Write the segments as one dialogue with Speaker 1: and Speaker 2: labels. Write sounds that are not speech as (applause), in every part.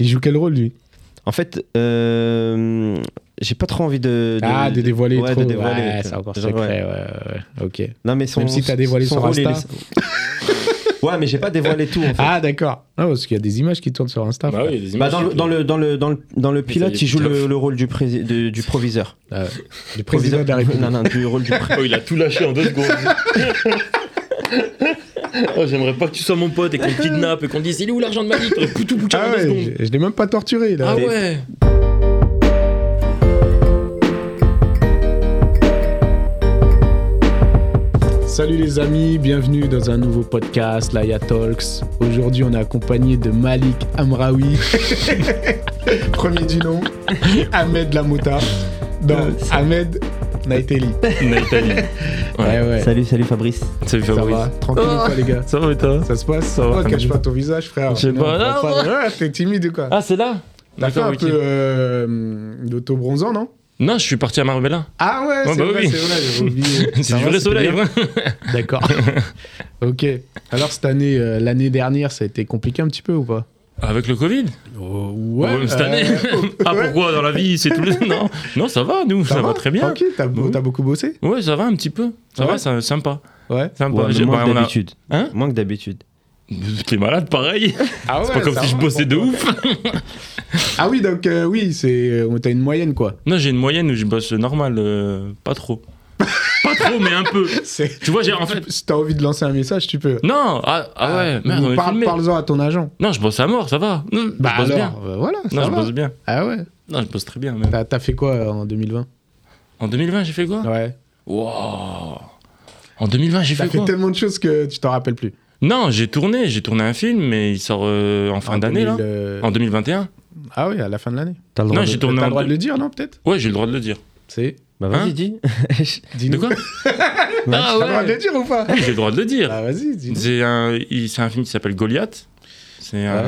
Speaker 1: Il joue quel rôle, lui
Speaker 2: En fait, euh, j'ai pas trop envie de.
Speaker 1: Ah, de dévoiler
Speaker 2: ouais,
Speaker 1: trop.
Speaker 2: de dévoiler,
Speaker 1: ouais,
Speaker 2: tu
Speaker 1: c'est
Speaker 2: vois.
Speaker 1: encore
Speaker 2: Genre,
Speaker 1: secret,
Speaker 2: ouais.
Speaker 1: ouais, ouais, ouais. Ok.
Speaker 2: Non, mais son,
Speaker 1: Même si t'as dévoilé
Speaker 2: son
Speaker 1: sur
Speaker 2: rôle, il
Speaker 1: Insta.
Speaker 2: est- (laughs) ouais, mais j'ai pas dévoilé tout. En fait.
Speaker 1: Ah, d'accord. Ah, parce qu'il y a des images qui tournent sur Insta.
Speaker 3: Bah oui, il y a des
Speaker 2: Bah,
Speaker 3: images.
Speaker 2: dans, le, dans, le, dans, le, dans, le, dans le pilote,
Speaker 3: y
Speaker 2: il
Speaker 3: est,
Speaker 2: joue le,
Speaker 3: putain.
Speaker 2: le rôle du, prési- de- du proviseur.
Speaker 1: Euh, le président de la République.
Speaker 2: (laughs) Non, non, du rôle du pré-
Speaker 3: (laughs) Oh, il a tout lâché en deux secondes. (laughs) oh, j'aimerais pas que tu sois mon pote et qu'on te kidnappe et qu'on te dise il est où l'argent de ma vie Poutou poutou
Speaker 1: Ah
Speaker 3: en deux
Speaker 1: ouais,
Speaker 3: secondes.
Speaker 1: je, je l'ai même pas torturé, là.
Speaker 3: Ah ouais
Speaker 1: Salut les amis, bienvenue dans un nouveau podcast, Laia Talks. Aujourd'hui, on est accompagné de Malik Amraoui, (laughs) premier du nom, (laughs) Euh, Ahmed Lamouta. Non, Ahmed Naiteli.
Speaker 3: Nathalie.
Speaker 1: Ouais, (laughs) ouais.
Speaker 2: Salut, salut Fabrice.
Speaker 3: Salut
Speaker 1: Ça va Tranquille ou quoi, les gars
Speaker 3: Ça va et toi
Speaker 1: Ça se passe
Speaker 3: Ça va,
Speaker 1: Oh, cache
Speaker 3: Hamid.
Speaker 1: pas ton visage, frère.
Speaker 3: Je sais
Speaker 1: Sinon,
Speaker 3: pas,
Speaker 1: on va
Speaker 3: non,
Speaker 1: Ouais, t'es timide ou quoi
Speaker 3: Ah, c'est là
Speaker 1: T'as fait
Speaker 3: D'accord,
Speaker 1: un
Speaker 3: ok.
Speaker 1: peu euh, d'auto-bronzant, non
Speaker 3: Non, je suis parti à Marbella.
Speaker 1: Ah ouais,
Speaker 3: Ouais,
Speaker 1: c'est
Speaker 3: bah
Speaker 1: vrai,
Speaker 3: oui.
Speaker 1: c'est vrai,
Speaker 3: (laughs)
Speaker 1: j'avais oublié. Ça
Speaker 3: C'est du
Speaker 1: va,
Speaker 3: vrai
Speaker 1: c'était
Speaker 3: soleil. hein.
Speaker 1: bien
Speaker 3: ouais.
Speaker 1: D'accord.
Speaker 3: (laughs)
Speaker 1: ok. Alors cette année, euh, l'année dernière, ça a été compliqué un petit peu ou pas
Speaker 3: Avec le Covid
Speaker 1: Oh, Ouais. euh,
Speaker 3: Même
Speaker 1: (laughs)
Speaker 3: cette année. (laughs) ah, pourquoi Dans la vie, c'est tous les. Non, non ça va, nous, ça, va, Mmh. très bien.
Speaker 1: Tranquille, t'as beau-
Speaker 3: Oui.
Speaker 1: t'as beaucoup bossé
Speaker 3: Ouais, ça va un petit peu. Ça
Speaker 1: Ouais.
Speaker 3: va, c'est sympa.
Speaker 1: Ouais.
Speaker 3: Sympa.
Speaker 2: Ouais, mais
Speaker 3: J'ai-
Speaker 2: moins
Speaker 3: bah,
Speaker 2: que
Speaker 3: on a-
Speaker 2: d'habitude.
Speaker 3: Hein
Speaker 2: Moins que d'habitude.
Speaker 3: T'es malade, pareil.
Speaker 1: Ah ouais,
Speaker 3: C'est pas comme
Speaker 1: ça
Speaker 3: si je
Speaker 1: va,
Speaker 3: bossais de
Speaker 1: pourquoi
Speaker 3: ouf.
Speaker 1: Ah oui, donc euh, oui, c'est euh, t'as une moyenne quoi. (laughs)
Speaker 3: Non, j'ai une moyenne où je bosse normal, euh, pas trop. pas trop, mais un peu.
Speaker 1: C'est-
Speaker 3: Tu vois, j'ai en fait.
Speaker 1: Si t'as envie de lancer un message, tu peux.
Speaker 3: Non, ah, ah ouais, merde, on est
Speaker 1: parle,
Speaker 3: filmé.
Speaker 1: Parle-en à ton agent.
Speaker 3: Non, je bosse à mort, ça va. Non,
Speaker 1: Bah
Speaker 3: je bosse
Speaker 1: alors,
Speaker 3: bien.
Speaker 1: euh, voilà,
Speaker 3: Non,
Speaker 1: ça
Speaker 3: je
Speaker 1: va.
Speaker 3: bosse bien.
Speaker 1: Ah ouais.
Speaker 3: Non, je bosse très bien. Même.
Speaker 1: T'as t'as fait quoi euh, en 2020
Speaker 3: En 2020, j'ai fait quoi
Speaker 1: Ouais.
Speaker 3: Wow. En 2020, j'ai
Speaker 1: T'as
Speaker 3: fait
Speaker 1: fait
Speaker 3: quoi
Speaker 1: tellement de choses que tu t'en rappelles plus.
Speaker 3: Non, j'ai tourné, j'ai tourné un film, mais il sort euh, en fin
Speaker 1: En
Speaker 3: d'année,
Speaker 1: 2000,
Speaker 3: là.
Speaker 1: euh,
Speaker 3: En 2021
Speaker 1: Ah oui, à la fin de l'année.
Speaker 2: T'as le
Speaker 3: Non,
Speaker 2: droit
Speaker 3: j'ai
Speaker 2: de...
Speaker 1: T'as
Speaker 3: tourné
Speaker 1: le
Speaker 3: en.
Speaker 1: droit de
Speaker 3: deux-
Speaker 1: le dire, non Peut-être.
Speaker 3: Ouais, j'ai le droit de le dire.
Speaker 1: C'est.
Speaker 2: Bah
Speaker 3: Hein
Speaker 2: vas-y, dis.
Speaker 3: De
Speaker 1: (laughs) Dis-nous.
Speaker 3: quoi
Speaker 1: T'as
Speaker 3: Ah
Speaker 1: le droit de le
Speaker 3: ouais
Speaker 1: dire ou
Speaker 3: (laughs)
Speaker 1: pas
Speaker 3: J'ai le droit de le dire.
Speaker 1: Ah vas-y, dis-nous.
Speaker 3: C'est un, il- c'est un film qui s'appelle Goliath. C'est un.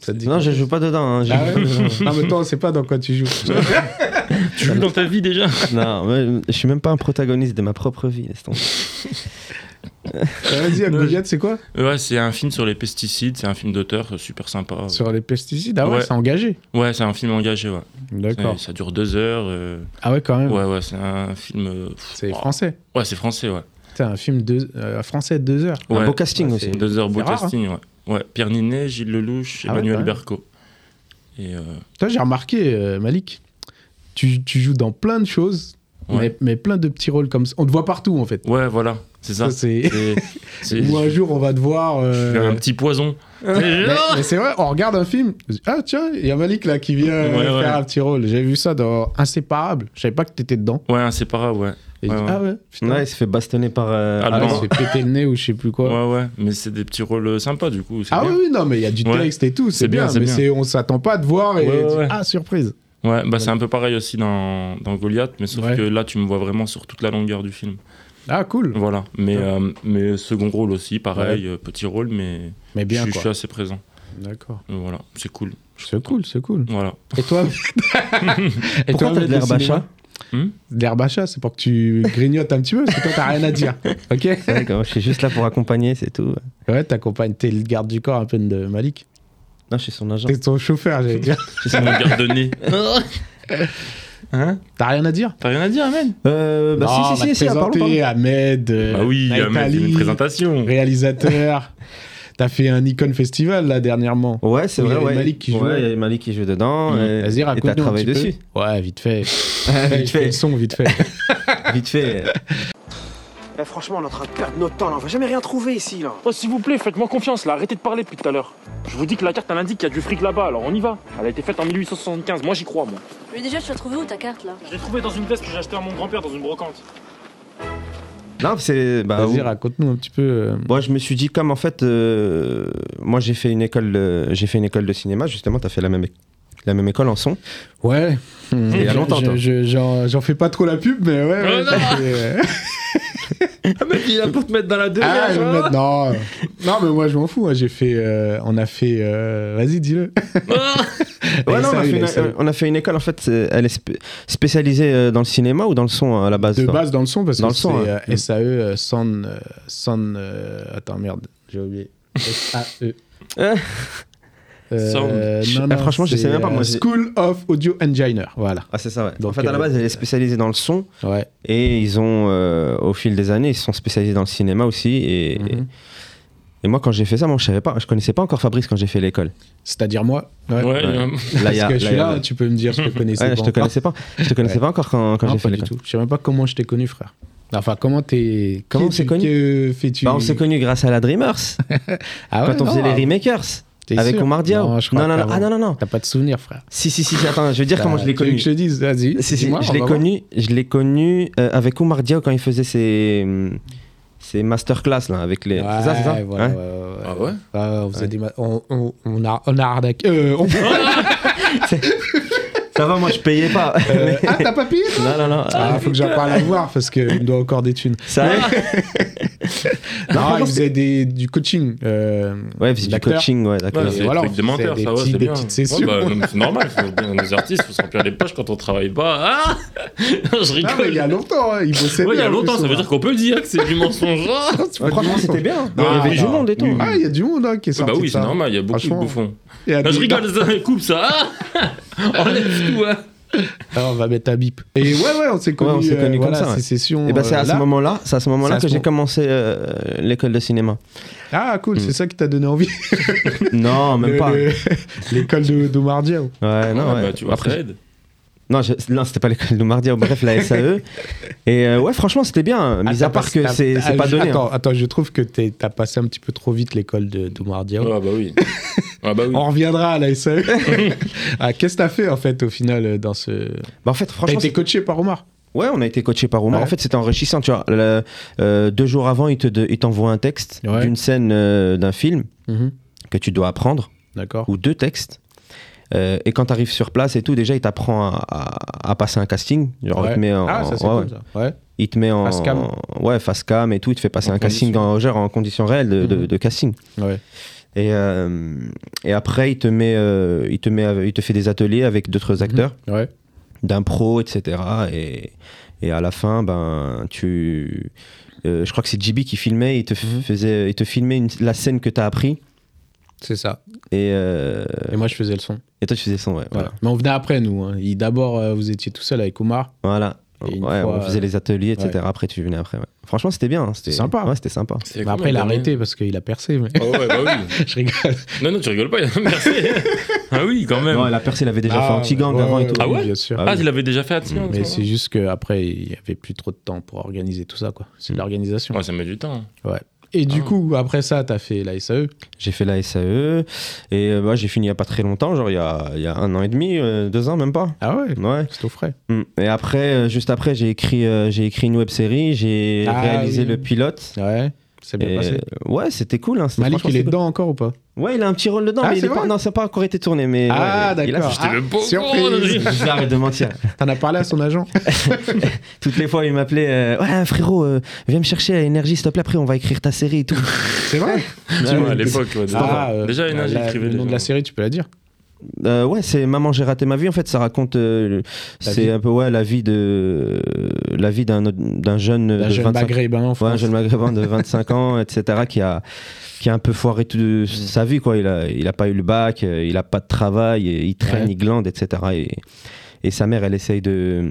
Speaker 1: Ça te dit
Speaker 2: Non,
Speaker 1: quoi
Speaker 2: je joue pas dedans. hein, je
Speaker 1: Ah
Speaker 2: joue pas (laughs)
Speaker 1: ouais
Speaker 2: dedans.
Speaker 1: non, mais toi, on sait pas dans quoi tu
Speaker 3: (laughs)
Speaker 1: joues.
Speaker 3: Tu joues dans ta vie déjà
Speaker 2: Non, mais je suis même pas un protagoniste de ma propre vie. laisse tomber.
Speaker 1: Ah, Vas-y, Goliath, c'est quoi
Speaker 3: Euh, Ouais, c'est un film sur les pesticides, c'est un film d'auteur euh, super sympa.
Speaker 1: Sur les pesticides Ah ouais,
Speaker 3: Ouais.
Speaker 1: c'est engagé.
Speaker 3: Ouais, c'est un film engagé, ouais.
Speaker 1: D'accord.
Speaker 3: C'est- Ça dure deux heures. euh,
Speaker 1: Ah ouais, quand même.
Speaker 3: Ouais, ouais, c'est un film. euh, pff,
Speaker 1: C'est
Speaker 3: oh.
Speaker 1: français.
Speaker 3: Ouais, c'est français, ouais.
Speaker 1: C'est un film de... euh, français de deux heures.
Speaker 2: Un
Speaker 3: Ouais.
Speaker 2: beau casting
Speaker 1: Ouais,
Speaker 2: aussi.
Speaker 1: c'est-
Speaker 3: Deux heures
Speaker 1: C'est
Speaker 3: beau
Speaker 1: rare, hein.
Speaker 3: casting, ouais. Ouais, Pierre Ninet, Gilles Lelouch,
Speaker 1: Ah ouais,
Speaker 3: Emmanuel
Speaker 1: quand même.
Speaker 3: Berco. Et euh,
Speaker 1: Toi, j'ai remarqué, euh, Malik, tu, tu joues dans plein de choses,
Speaker 3: Ouais.
Speaker 1: mais, mais plein de petits rôles comme ça. On te voit partout, en fait.
Speaker 3: ouais, voilà, c'est ça.
Speaker 1: Ça, c'est... (laughs)
Speaker 3: C'est- c'est-
Speaker 1: Ou un jour, on va te voir...
Speaker 3: je
Speaker 1: euh,
Speaker 3: suis un petit poison.
Speaker 1: (laughs) Mais, mais c'est vrai, on regarde un film. on se dit, Ah tiens, il y a Malik là qui vient euh,
Speaker 3: Ouais, ouais.
Speaker 1: faire un petit rôle. J'ai vu ça dans Inséparable. Je savais pas que t'étais dedans.
Speaker 3: Ouais, inséparable, ouais.
Speaker 1: Et je
Speaker 3: Ouais,
Speaker 1: dis,
Speaker 3: ouais.
Speaker 1: Ah ouais, putain.
Speaker 2: Ouais, il se fait bastonner par. euh,
Speaker 3: Ah,
Speaker 1: Ah,
Speaker 2: Alain.
Speaker 1: il se fait péter le nez ou je sais plus quoi.
Speaker 3: Ouais, ouais, mais c'est des petits rôles euh, sympas, du coup. c'est
Speaker 1: Ah
Speaker 3: bien.
Speaker 1: oui, oui, non, mais il y a du
Speaker 3: Ouais.
Speaker 1: texte et tout, c'est
Speaker 3: C'est bien,
Speaker 1: bien,
Speaker 3: c'est
Speaker 1: mais
Speaker 3: bien.
Speaker 1: c'est on s'attend pas à te voir et
Speaker 3: Ouais, ouais,
Speaker 1: dire,
Speaker 3: ouais.
Speaker 1: ah surprise.
Speaker 3: Ouais, bah c'est un peu pareil aussi dans, dans Goliath, mais sauf
Speaker 1: Ouais.
Speaker 3: que là, tu me vois vraiment sur toute la longueur du film.
Speaker 1: Ah cool,
Speaker 3: Voilà, mais,
Speaker 1: Ouais.
Speaker 3: euh, mais second rôle aussi, pareil, euh, petit rôle, mais
Speaker 1: mais
Speaker 3: je
Speaker 1: bien
Speaker 3: suis- je suis
Speaker 1: quoi.
Speaker 3: assez présent.
Speaker 1: D'accord.
Speaker 3: Donc Voilà, c'est cool.
Speaker 1: C'est cool, c'est cool.
Speaker 3: Voilà. (laughs)
Speaker 1: Et (laughs) toi Et
Speaker 2: Pourquoi
Speaker 1: toi,
Speaker 2: t'as de l'herbe à
Speaker 1: cinéma
Speaker 2: chat
Speaker 3: Hmm
Speaker 1: De l'herbe à chat, c'est pour que tu grignotes un petit peu, parce que toi t'as rien à dire. (laughs) Ok
Speaker 2: C'est vrai que moi, Je suis juste là pour accompagner, c'est tout.
Speaker 1: Ouais, t'accompagnes, t'es le garde du corps un peu de Malik.
Speaker 2: Non, je suis son agent.
Speaker 1: T'es son chauffeur, j'allais dire.
Speaker 3: C'est mon garde de nez. hein
Speaker 1: T'as rien à dire
Speaker 3: T'as rien à dire, man
Speaker 2: Euh, bah,
Speaker 1: Non,
Speaker 2: si, si,
Speaker 1: on va
Speaker 2: si,
Speaker 1: te
Speaker 2: si, ah, pardon,
Speaker 1: présenter Ahmed, euh,
Speaker 3: Bah oui,
Speaker 1: Naïf
Speaker 3: ah, mais c'est
Speaker 1: Ali,
Speaker 3: une
Speaker 2: (laughs)
Speaker 3: présentation.
Speaker 1: réalisateur. T'as fait un Icon Festival là dernièrement.
Speaker 2: pardon. Ouais, c'est
Speaker 1: Il y
Speaker 2: vrai,
Speaker 1: avait
Speaker 2: ouais.
Speaker 1: Malik qui
Speaker 2: Ouais,
Speaker 1: jouait. Mmh.
Speaker 2: il y avait Malik qui joue dedans.
Speaker 3: Mhm.
Speaker 2: et-
Speaker 1: Vas-y,
Speaker 2: Et t'as
Speaker 1: raconte-nous un
Speaker 2: travaillé
Speaker 1: petit
Speaker 2: dessus.
Speaker 1: peu. Ouais, vite fait.
Speaker 2: (laughs) Vite
Speaker 1: Fais le
Speaker 2: fait,
Speaker 1: son, vite fait. (laughs)
Speaker 2: vite fait.
Speaker 4: Eh, franchement, on est en train de perdre notre temps, là. On va jamais rien trouver ici, là.
Speaker 5: Oh, s'il vous plaît, faites-moi confiance là, arrêtez de parler depuis tout à l'heure. Je vous dis que la carte elle indique qu'il y a du fric là-bas, alors on y va. Elle a été faite en 1875, moi j'y crois, moi.
Speaker 6: Mais déjà, tu as trouvé où ta carte là
Speaker 5: Je l'ai trouvée dans une veste que j'ai achetée à mon grand-père dans une brocante.
Speaker 2: Non, c'est. Bah,
Speaker 1: Vas-y,
Speaker 2: ou-
Speaker 1: raconte-nous un petit peu. euh,
Speaker 2: Moi, je me suis dit, comme en fait, euh, moi, j'ai fait, une école, de- j'ai fait une école de cinéma, justement, t'as fait la même, é- la même école en son.
Speaker 1: Ouais.
Speaker 2: il y a
Speaker 1: Je-
Speaker 2: longtemps,
Speaker 1: je-
Speaker 2: toi.
Speaker 1: je- J'en j'en fais pas trop la pub, mais ouais. ouais,
Speaker 3: non.
Speaker 1: ça fait-
Speaker 2: Oh
Speaker 1: euh.
Speaker 2: (laughs) Ah, mec, il a pour te mettre dans la hein. deux.
Speaker 1: Ah, je vais me mettre- non. euh, non, mais moi je m'en fous. hein, J'ai fait, euh, on a fait. euh, Vas-y, dis-le.
Speaker 2: Ouais,
Speaker 1: Et
Speaker 2: non, on,
Speaker 1: ça,
Speaker 2: a
Speaker 1: il
Speaker 2: fait
Speaker 1: est seul.
Speaker 2: une, on a fait une école, en fait, c'est- elle est spé- spécialisée euh, dans le cinéma ou dans le son à la base
Speaker 1: De
Speaker 2: toi
Speaker 1: base dans le son parce
Speaker 2: Dans
Speaker 1: que
Speaker 2: le son,
Speaker 1: c'est
Speaker 2: hein.
Speaker 1: euh, SAE, euh, San, euh,
Speaker 2: (laughs)
Speaker 1: San. E. euh, Attends, merde, j'ai oublié. SAE.
Speaker 2: Hein
Speaker 3: Sound.
Speaker 1: non,
Speaker 2: Ah,
Speaker 1: non,
Speaker 2: franchement, je
Speaker 1: c'est,
Speaker 2: sais même pas, moi,
Speaker 1: euh,
Speaker 2: j'ai-
Speaker 1: School of Audio Engineer. Voilà.
Speaker 2: Ah, c'est ça, ouais. en
Speaker 1: Donc,
Speaker 2: fait, à la
Speaker 1: euh,
Speaker 2: base, elle est spécialisée dans le son.
Speaker 1: Ouais.
Speaker 2: Et ils ont, euh, au fil des années, ils se sont spécialisés dans le cinéma aussi. Et,
Speaker 1: Mhm.
Speaker 2: et moi, quand j'ai fait ça, moi, je savais pas, je connaissais pas encore Fabrice quand j'ai fait l'école.
Speaker 1: C'est-à-dire moi. Ouais.
Speaker 3: Ouais,
Speaker 2: Ouais.
Speaker 3: euh,
Speaker 2: Là, il
Speaker 1: Parce
Speaker 2: y a-
Speaker 1: que je suis
Speaker 2: il y a-
Speaker 1: là, tu peux me dire, je te connaissais
Speaker 2: Ouais,
Speaker 1: pas.
Speaker 2: je te
Speaker 1: encore.
Speaker 2: connaissais pas. Je te connaissais
Speaker 1: Ouais.
Speaker 2: pas encore quand, quand
Speaker 1: Non,
Speaker 2: j'ai fait
Speaker 1: pas du
Speaker 2: l'école.
Speaker 1: tout. Je sais même pas comment je t'ai connu, frère. Enfin, comment t'es.
Speaker 2: Comment
Speaker 1: qui
Speaker 2: on s'est
Speaker 1: tu-
Speaker 2: connus
Speaker 1: Que fais-tu
Speaker 2: Bah, on s'est connus grâce à la Dreamers,
Speaker 1: Ah ouais,
Speaker 2: quand on
Speaker 1: non,
Speaker 2: faisait les
Speaker 1: ah,
Speaker 2: Remakers,
Speaker 1: t'es
Speaker 2: avec
Speaker 1: sûr
Speaker 2: Omar Diaw.
Speaker 1: Non, je crois
Speaker 2: non, non,
Speaker 1: qu'avant.
Speaker 2: ah, non, non, non.
Speaker 1: T'as pas de souvenir, frère.
Speaker 2: Si, si, si, si, attends, je vais dire comment je l'ai
Speaker 1: Tu veux
Speaker 2: connu.
Speaker 1: que je te dise, vas-y.
Speaker 2: Si, si,
Speaker 1: dis-moi,
Speaker 2: je
Speaker 1: on
Speaker 2: l'ai
Speaker 1: va voir.
Speaker 2: connu, je l'ai connu euh, avec Omar Diaw quand il faisait ses, hum, ses masterclass là, avec les. c'est ça, c'est ça
Speaker 1: Ouais, voilà,
Speaker 2: Hein
Speaker 1: ouais, ouais, ouais.
Speaker 3: Ah ouais
Speaker 1: on faisait des ma- on, on, on a, on a arnaqué. Euh,
Speaker 3: (laughs)
Speaker 1: on-
Speaker 2: Ça va, moi je payais pas. (laughs)
Speaker 1: euh, ah, t'as pas payé
Speaker 2: non, non, non.
Speaker 1: Ah, faut que j'en parle à voir parce qu'il me doit encore des thunes.
Speaker 2: Ça
Speaker 1: Non,
Speaker 2: par
Speaker 1: il
Speaker 2: contre,
Speaker 1: faisait des, du coaching. Euh,
Speaker 2: Ouais, c'est du
Speaker 1: d'acteurs.
Speaker 2: coaching, ouais, d'accord.
Speaker 3: Ouais,
Speaker 1: Et
Speaker 3: bah, c'est
Speaker 1: voilà,
Speaker 3: voilà,
Speaker 1: on
Speaker 3: truc
Speaker 1: faisait
Speaker 3: de menteur,
Speaker 1: des
Speaker 3: ça, ouais,
Speaker 1: petits-
Speaker 3: c'est
Speaker 1: des
Speaker 3: bien.
Speaker 1: petites sessions.
Speaker 3: Ouais, bah, non, mais c'est normal, faut- on est artistes, faut se remplir les poches quand on travaille pas. Ah (laughs) Je
Speaker 1: Non, mais
Speaker 3: rigole.
Speaker 1: il y a longtemps, hein, il bossait
Speaker 3: Ouais, il y
Speaker 1: bien,
Speaker 3: a
Speaker 1: en
Speaker 3: longtemps,
Speaker 1: plus,
Speaker 3: ça veut
Speaker 1: Omar.
Speaker 3: dire qu'on peut dire que c'est
Speaker 1: (laughs)
Speaker 3: du mensonge. Ah
Speaker 1: Ouais,
Speaker 2: Franchement,
Speaker 1: du
Speaker 2: c'était bien. hein.
Speaker 1: Ah,
Speaker 2: il y avait du
Speaker 1: non.
Speaker 2: monde et tout.
Speaker 3: Oui, oui.
Speaker 1: Ah, il y a du monde hein, qui est
Speaker 3: Ouais,
Speaker 1: sorti.
Speaker 3: bah oui,
Speaker 1: de
Speaker 3: c'est
Speaker 1: ça.
Speaker 3: normal, il y a beaucoup de
Speaker 1: Franchement. hein.
Speaker 3: bouffons.
Speaker 1: Il y a
Speaker 3: Non,
Speaker 1: des-
Speaker 3: je rigole, ça, coupe ça. Ah (laughs) Enlève tout, hein.
Speaker 1: Ah, on va mettre un bip.
Speaker 3: (laughs)
Speaker 1: Et ouais, ouais, on s'est connus.
Speaker 2: on s'est
Speaker 1: euh,
Speaker 2: connus comme
Speaker 1: voilà,
Speaker 2: ça, ouais.
Speaker 1: Ces sessions.
Speaker 2: Et bah, c'est
Speaker 1: euh,
Speaker 2: à ce
Speaker 1: là.
Speaker 2: moment-là, c'est à ce moment-là
Speaker 1: C'est à
Speaker 2: que
Speaker 1: ce
Speaker 2: j'ai
Speaker 1: moment-
Speaker 2: commencé euh, l'école de cinéma.
Speaker 1: Ah, cool, c'est ça qui t'a donné envie.
Speaker 2: (laughs) non, Mm. même
Speaker 1: Le-
Speaker 2: pas.
Speaker 1: le- (laughs) L'école de d'Omar Diaw.
Speaker 2: Ouais, non, ouais.
Speaker 3: bah, tu vois,
Speaker 2: Après,
Speaker 3: Fred.
Speaker 2: Non, je- non, c'était pas l'école de Mardia, bref, la SAE. (laughs) Et euh, ouais, franchement, c'était bien, mis
Speaker 1: Ah,
Speaker 2: à
Speaker 1: t'as
Speaker 2: part
Speaker 1: passé-
Speaker 2: que
Speaker 1: t'as-
Speaker 2: c'est
Speaker 1: ah,
Speaker 2: c'est pas
Speaker 1: je-
Speaker 2: donné. hein.
Speaker 1: Attends, attends, je trouve que t'es- t'as passé un petit peu trop vite l'école de d'Omar Diaw.
Speaker 3: Ah bah
Speaker 1: (laughs)
Speaker 3: oui. Ah bah oui.
Speaker 1: On reviendra à la SAE. (laughs) ah, Qu'est-ce que t'as fait en fait au final euh, dans ce.
Speaker 2: Bah, en fait,
Speaker 1: T'as
Speaker 2: franchement,
Speaker 1: été coaché par Omar
Speaker 2: c'est- ouais, on a été coaché par Omar.
Speaker 1: Ouais.
Speaker 2: En fait, c'était enrichissant, tu vois. Le- euh, deux jours avant, il te de- il t'envoie un texte
Speaker 1: Ouais.
Speaker 2: d'une scène euh, d'un film que tu dois apprendre,
Speaker 1: D'accord.
Speaker 2: ou deux textes. Euh, et quand tu arrives sur place et tout, déjà, il t'apprend à, à- à passer un casting. Genre, il
Speaker 1: Ouais.
Speaker 2: te met en,
Speaker 1: Ah, ça c'est
Speaker 2: ouais, ouais.
Speaker 1: cool ça. Ouais.
Speaker 2: Il te met en
Speaker 1: Face cam.
Speaker 2: ouais face cam et tout. Il te fait passer
Speaker 3: En
Speaker 2: un casting
Speaker 3: condition.
Speaker 2: en, genre, en conditions réelles de, de-
Speaker 1: Mhm.
Speaker 2: de casting.
Speaker 1: Ouais.
Speaker 2: Et, euh, et après, il te met, euh, il te met, avec- il te fait des ateliers avec
Speaker 1: Mhm.
Speaker 2: d'autres acteurs,
Speaker 1: Ouais.
Speaker 2: d'impro, etc. Et, et à la fin, ben, tu, euh, je crois que c'est JB qui filmait. Il te f-
Speaker 1: Mhm.
Speaker 2: faisait, il te filmait une- la scène que t'as appris.
Speaker 1: C'est ça.
Speaker 2: Et, euh,
Speaker 1: Et moi je faisais le son.
Speaker 2: et toi, tu faisais son, ouais. Voilà.
Speaker 1: Voilà. Mais on venait après nous. hein. Il- D'abord euh, vous étiez tout seul avec Omar.
Speaker 2: Voilà.
Speaker 1: Et une
Speaker 2: Ouais,
Speaker 1: fois,
Speaker 2: on faisait
Speaker 1: euh,
Speaker 2: les ateliers, etc.
Speaker 1: ouais.
Speaker 2: Après, tu venais après. ouais. Franchement, c'était bien. hein, C'était
Speaker 1: sympa.
Speaker 2: Ouais, c'était sympa.
Speaker 3: C'est
Speaker 1: Mais
Speaker 3: combien
Speaker 1: après il a
Speaker 3: d'années
Speaker 1: arrêté parce qu'il a percé. mais- (laughs)
Speaker 3: Ah ouais, bah oui.
Speaker 1: je rigole.
Speaker 3: Non, non, tu rigoles pas,
Speaker 1: (laughs)
Speaker 3: (laughs) merci. ah oui, quand même.
Speaker 2: Non, la Perse, il avait déjà fait un petit gang
Speaker 1: ouais,
Speaker 2: avant et tout.
Speaker 3: Ah ouais
Speaker 1: Bien sûr.
Speaker 2: Ah
Speaker 3: ah,
Speaker 2: oui.
Speaker 3: il l'avait déjà fait à Tiens.
Speaker 1: Mais
Speaker 3: ça.
Speaker 1: c'est juste qu'après, il n'y avait plus trop de temps pour organiser tout ça, quoi.
Speaker 2: Mm.
Speaker 1: C'est de l'organisation.
Speaker 3: Ouais, ça met du temps.
Speaker 1: Et du
Speaker 3: Ah.
Speaker 1: coup, après ça, t'as fait la E. SAE.
Speaker 2: J'ai fait la SAE et euh, bah, j'ai fini il n'y a pas très longtemps, genre il y a, il y a un an et demi, euh, deux ans même pas.
Speaker 1: Ah ouais
Speaker 2: Ouais.
Speaker 1: C'est au frais.
Speaker 2: Mm. Et après, euh, juste après, j'ai écrit, euh, j'ai écrit une web série, j'ai
Speaker 1: Ah
Speaker 2: réalisé
Speaker 1: oui.
Speaker 2: le pilote.
Speaker 1: Ouais. C'est bien
Speaker 2: Et,
Speaker 1: passé.
Speaker 2: euh, ouais, c'était cool. hein, c'était
Speaker 1: Malik,
Speaker 2: franchement,
Speaker 1: il est
Speaker 2: c'était
Speaker 1: dedans encore ou pas
Speaker 2: cool. Ouais, il a un petit rôle dedans,
Speaker 1: Ah,
Speaker 2: mais il
Speaker 1: c'est
Speaker 2: est pas,
Speaker 1: vrai
Speaker 2: non, ça n'a pas encore été tourné. Mais
Speaker 1: Ah,
Speaker 2: ouais, il a-
Speaker 1: d'accord.
Speaker 3: J'étais
Speaker 1: Ah,
Speaker 3: le beau
Speaker 2: (laughs)
Speaker 1: surprise.
Speaker 2: il a- J'arrête de mentir.
Speaker 1: T'en as parlé à son agent
Speaker 2: Toutes les fois, il m'appelait euh, Ouais, frérot, euh, viens me chercher à l'énergie, s'il te plaît. Après, on va écrire ta série et tout.
Speaker 1: (laughs) C'est vrai
Speaker 3: Ouais, à l'époque, ouais,
Speaker 2: Ah,
Speaker 3: déjà.
Speaker 1: euh,
Speaker 3: déjà, une âge,
Speaker 1: la-
Speaker 3: écrivait
Speaker 1: Le nom
Speaker 3: déjà.
Speaker 1: de la série, tu peux la dire
Speaker 2: Euh, ouais, c'est Maman j'ai raté ma vie en fait, ça raconte euh, le-
Speaker 1: La
Speaker 2: c'est
Speaker 1: vie.
Speaker 2: un peu ouais la vie de la vie d'un autre- d'un jeune
Speaker 1: La
Speaker 2: de
Speaker 1: jeune
Speaker 2: 25
Speaker 1: maghrébin en
Speaker 2: ouais, un
Speaker 1: France.
Speaker 2: jeune maghrébin de 25 ans etc qui a qui a un peu foiré
Speaker 1: Mm.
Speaker 2: toute sa vie quoi, il a il a pas eu le bac, euh, il a pas de travail, et il traîne,
Speaker 1: Ouais.
Speaker 2: il glande etc et et sa mère elle essaye de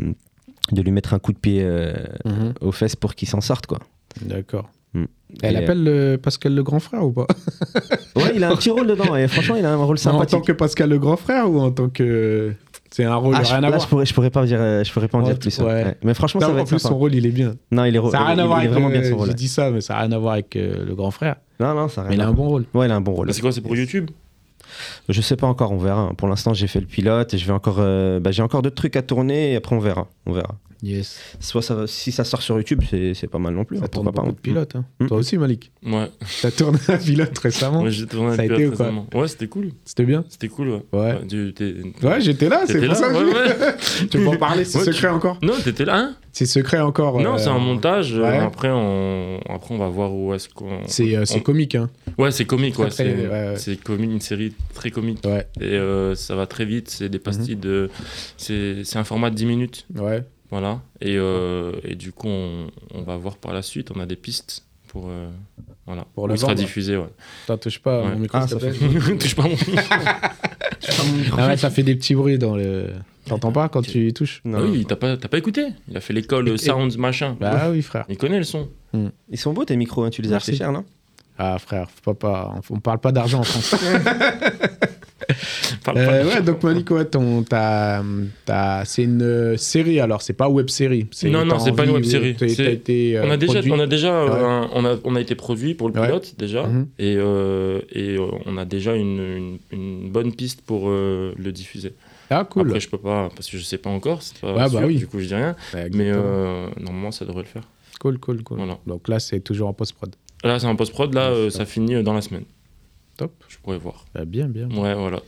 Speaker 2: de lui mettre un coup de pied euh,
Speaker 1: Mhm,
Speaker 2: aux fesses pour qu'il s'en sorte quoi.
Speaker 1: D'accord.
Speaker 2: Mm.
Speaker 1: Elle
Speaker 2: Et, euh,
Speaker 1: appelle euh, Pascal le grand frère ou pas
Speaker 2: Ouais, il a un petit rôle dedans et franchement il a un rôle
Speaker 1: En tant
Speaker 2: sympathique.
Speaker 1: que Pascal le grand frère ou en tant que. C'est un rôle,
Speaker 2: Ah, je,
Speaker 1: rien à
Speaker 2: là,
Speaker 1: voir.
Speaker 2: je pourrais, je pourrais pas dire, euh, je pourrais pas en
Speaker 1: Ouais,
Speaker 2: dire plus. ouais.
Speaker 1: ouais.
Speaker 2: Ouais. Mais franchement, ça
Speaker 1: Non,
Speaker 2: va
Speaker 1: en
Speaker 2: être
Speaker 1: plus,
Speaker 2: sympa.
Speaker 1: son rôle, il est bien.
Speaker 2: Non, il est,
Speaker 1: Ça n'a rien
Speaker 2: il-
Speaker 1: à voir
Speaker 2: il est
Speaker 1: avec
Speaker 2: vraiment bien
Speaker 1: le-
Speaker 2: son rôle. Ah,
Speaker 1: Je dis ça, mais ça n'a rien à voir avec euh, le grand frère.
Speaker 2: Non, non, ça a
Speaker 1: Mais
Speaker 2: rien.
Speaker 1: il
Speaker 2: à
Speaker 1: a un
Speaker 2: voir.
Speaker 1: bon rôle.
Speaker 2: Ouais, il a un bon rôle.
Speaker 3: Bah, c'est quoi, c'est pour YouTube
Speaker 2: Je sais pas encore, on verra. hein. Pour l'instant, j'ai fait le pilote et je vais encore, euh, bah, j'ai encore d'autres trucs à tourner et après on verra, on verra.
Speaker 1: Yes.
Speaker 2: Soit ça, va- si ça sort sur YouTube, c'est c'est pas mal non plus.
Speaker 1: Ça
Speaker 2: hein,
Speaker 1: tourne
Speaker 2: pourquoi pas
Speaker 1: beaucoup de pilotes. hein.
Speaker 2: Mm.
Speaker 1: Toi aussi, Malik.
Speaker 3: Ouais.
Speaker 1: T'as tourné un pilote récemment.
Speaker 3: Ouais, j'ai tourné
Speaker 1: Hein Ça a
Speaker 3: un
Speaker 1: été
Speaker 3: pilote
Speaker 1: ou quoi
Speaker 3: récemment. Ouais, c'était cool.
Speaker 1: C'était bien.
Speaker 3: C'était cool, ouais.
Speaker 1: Ouais.
Speaker 3: tu- t'es-
Speaker 1: Ouais, j'étais là, c'est
Speaker 3: t'étais
Speaker 1: pour
Speaker 3: là
Speaker 1: ça que
Speaker 3: ouais, ouais.
Speaker 1: (laughs) je- tu peux en parler. C'est
Speaker 3: Ouais, tu-
Speaker 1: secret encore.
Speaker 3: Non, t'étais là, hein
Speaker 1: C'est secret encore.
Speaker 3: Non,
Speaker 1: euh,
Speaker 3: c'est un montage. euh,
Speaker 1: ouais.
Speaker 3: Après, on... Après, on va voir où est-ce qu'on.
Speaker 1: C'est euh, c'est
Speaker 3: On-
Speaker 1: comique. Hein.
Speaker 3: Ouais, c'est comique,
Speaker 1: Très,
Speaker 3: ouais.
Speaker 1: très-
Speaker 3: C'est
Speaker 1: ouais, ouais.
Speaker 3: c'est comique, une série très comique.
Speaker 1: Ouais,
Speaker 3: Et euh, ça va très vite, c'est des
Speaker 1: Mhm.
Speaker 3: pastilles de. C'est c'est un format de 10 minutes.
Speaker 1: ouais.
Speaker 3: Voilà. Et, euh, et du coup, on, on va voir par la suite. On a des pistes pour, euh, voilà,
Speaker 1: Pour
Speaker 3: où
Speaker 1: la
Speaker 3: il sera
Speaker 1: vendre.
Speaker 3: diffusé. Ouais.
Speaker 1: Attends, touche pas à
Speaker 3: Ouais.
Speaker 1: mon micro,
Speaker 2: Ah,
Speaker 1: s'il te
Speaker 2: ça
Speaker 1: plaît.
Speaker 3: (laughs)
Speaker 1: (laughs)
Speaker 3: Touche pas mon.
Speaker 1: Ah ouais, ça fait des petits bruits dans le. T'entends pas quand tu y touches
Speaker 2: Non.
Speaker 3: Ah oui, t'as pas, t'as pas écouté. Il a fait l'école euh, Sounds machin.
Speaker 1: Bah oui, frère.
Speaker 3: Il connaît le son.
Speaker 2: Ils sont beaux tes micros, hein, tu les as
Speaker 1: Merci.
Speaker 2: achetés cher, non
Speaker 1: Ah frère, faut pas, pas- on parle pas d'argent en
Speaker 3: (laughs)
Speaker 1: France.
Speaker 3: Parle pas
Speaker 1: Euh,
Speaker 3: de-
Speaker 1: ouais, donc Malik, ouais, ton- t'as- t'as- c'est une euh, série alors, c'est pas web série.
Speaker 3: Non, non, c'est pas une web-série. C'est- On a déjà, on a déjà, euh,
Speaker 1: Ouais.
Speaker 3: un- on a, on a été produit pour le
Speaker 1: Ouais.
Speaker 3: pilote déjà,
Speaker 1: Mhm.
Speaker 3: et euh, et euh, on a déjà une, une, une bonne piste pour euh, le diffuser.
Speaker 1: Ah cool.
Speaker 3: Après, je peux pas parce que je sais pas encore, c'est pas
Speaker 1: Ouais, bah
Speaker 3: sûr,
Speaker 1: oui.
Speaker 3: du coup je dis rien.
Speaker 1: Ouais,
Speaker 3: Mais
Speaker 1: exactement.
Speaker 3: euh, normalement, ça devrait le faire.
Speaker 1: Cool, cool, cool.
Speaker 3: Voilà.
Speaker 1: Donc là, c'est toujours en post-prod.
Speaker 3: Là, c'est un post prod. Là,
Speaker 1: Ouais,
Speaker 3: euh,
Speaker 1: c'est
Speaker 3: ça finit euh, dans la semaine.
Speaker 1: Top.
Speaker 3: Je pourrais voir.
Speaker 1: Ah, bien, bien.
Speaker 3: Ouais, voilà.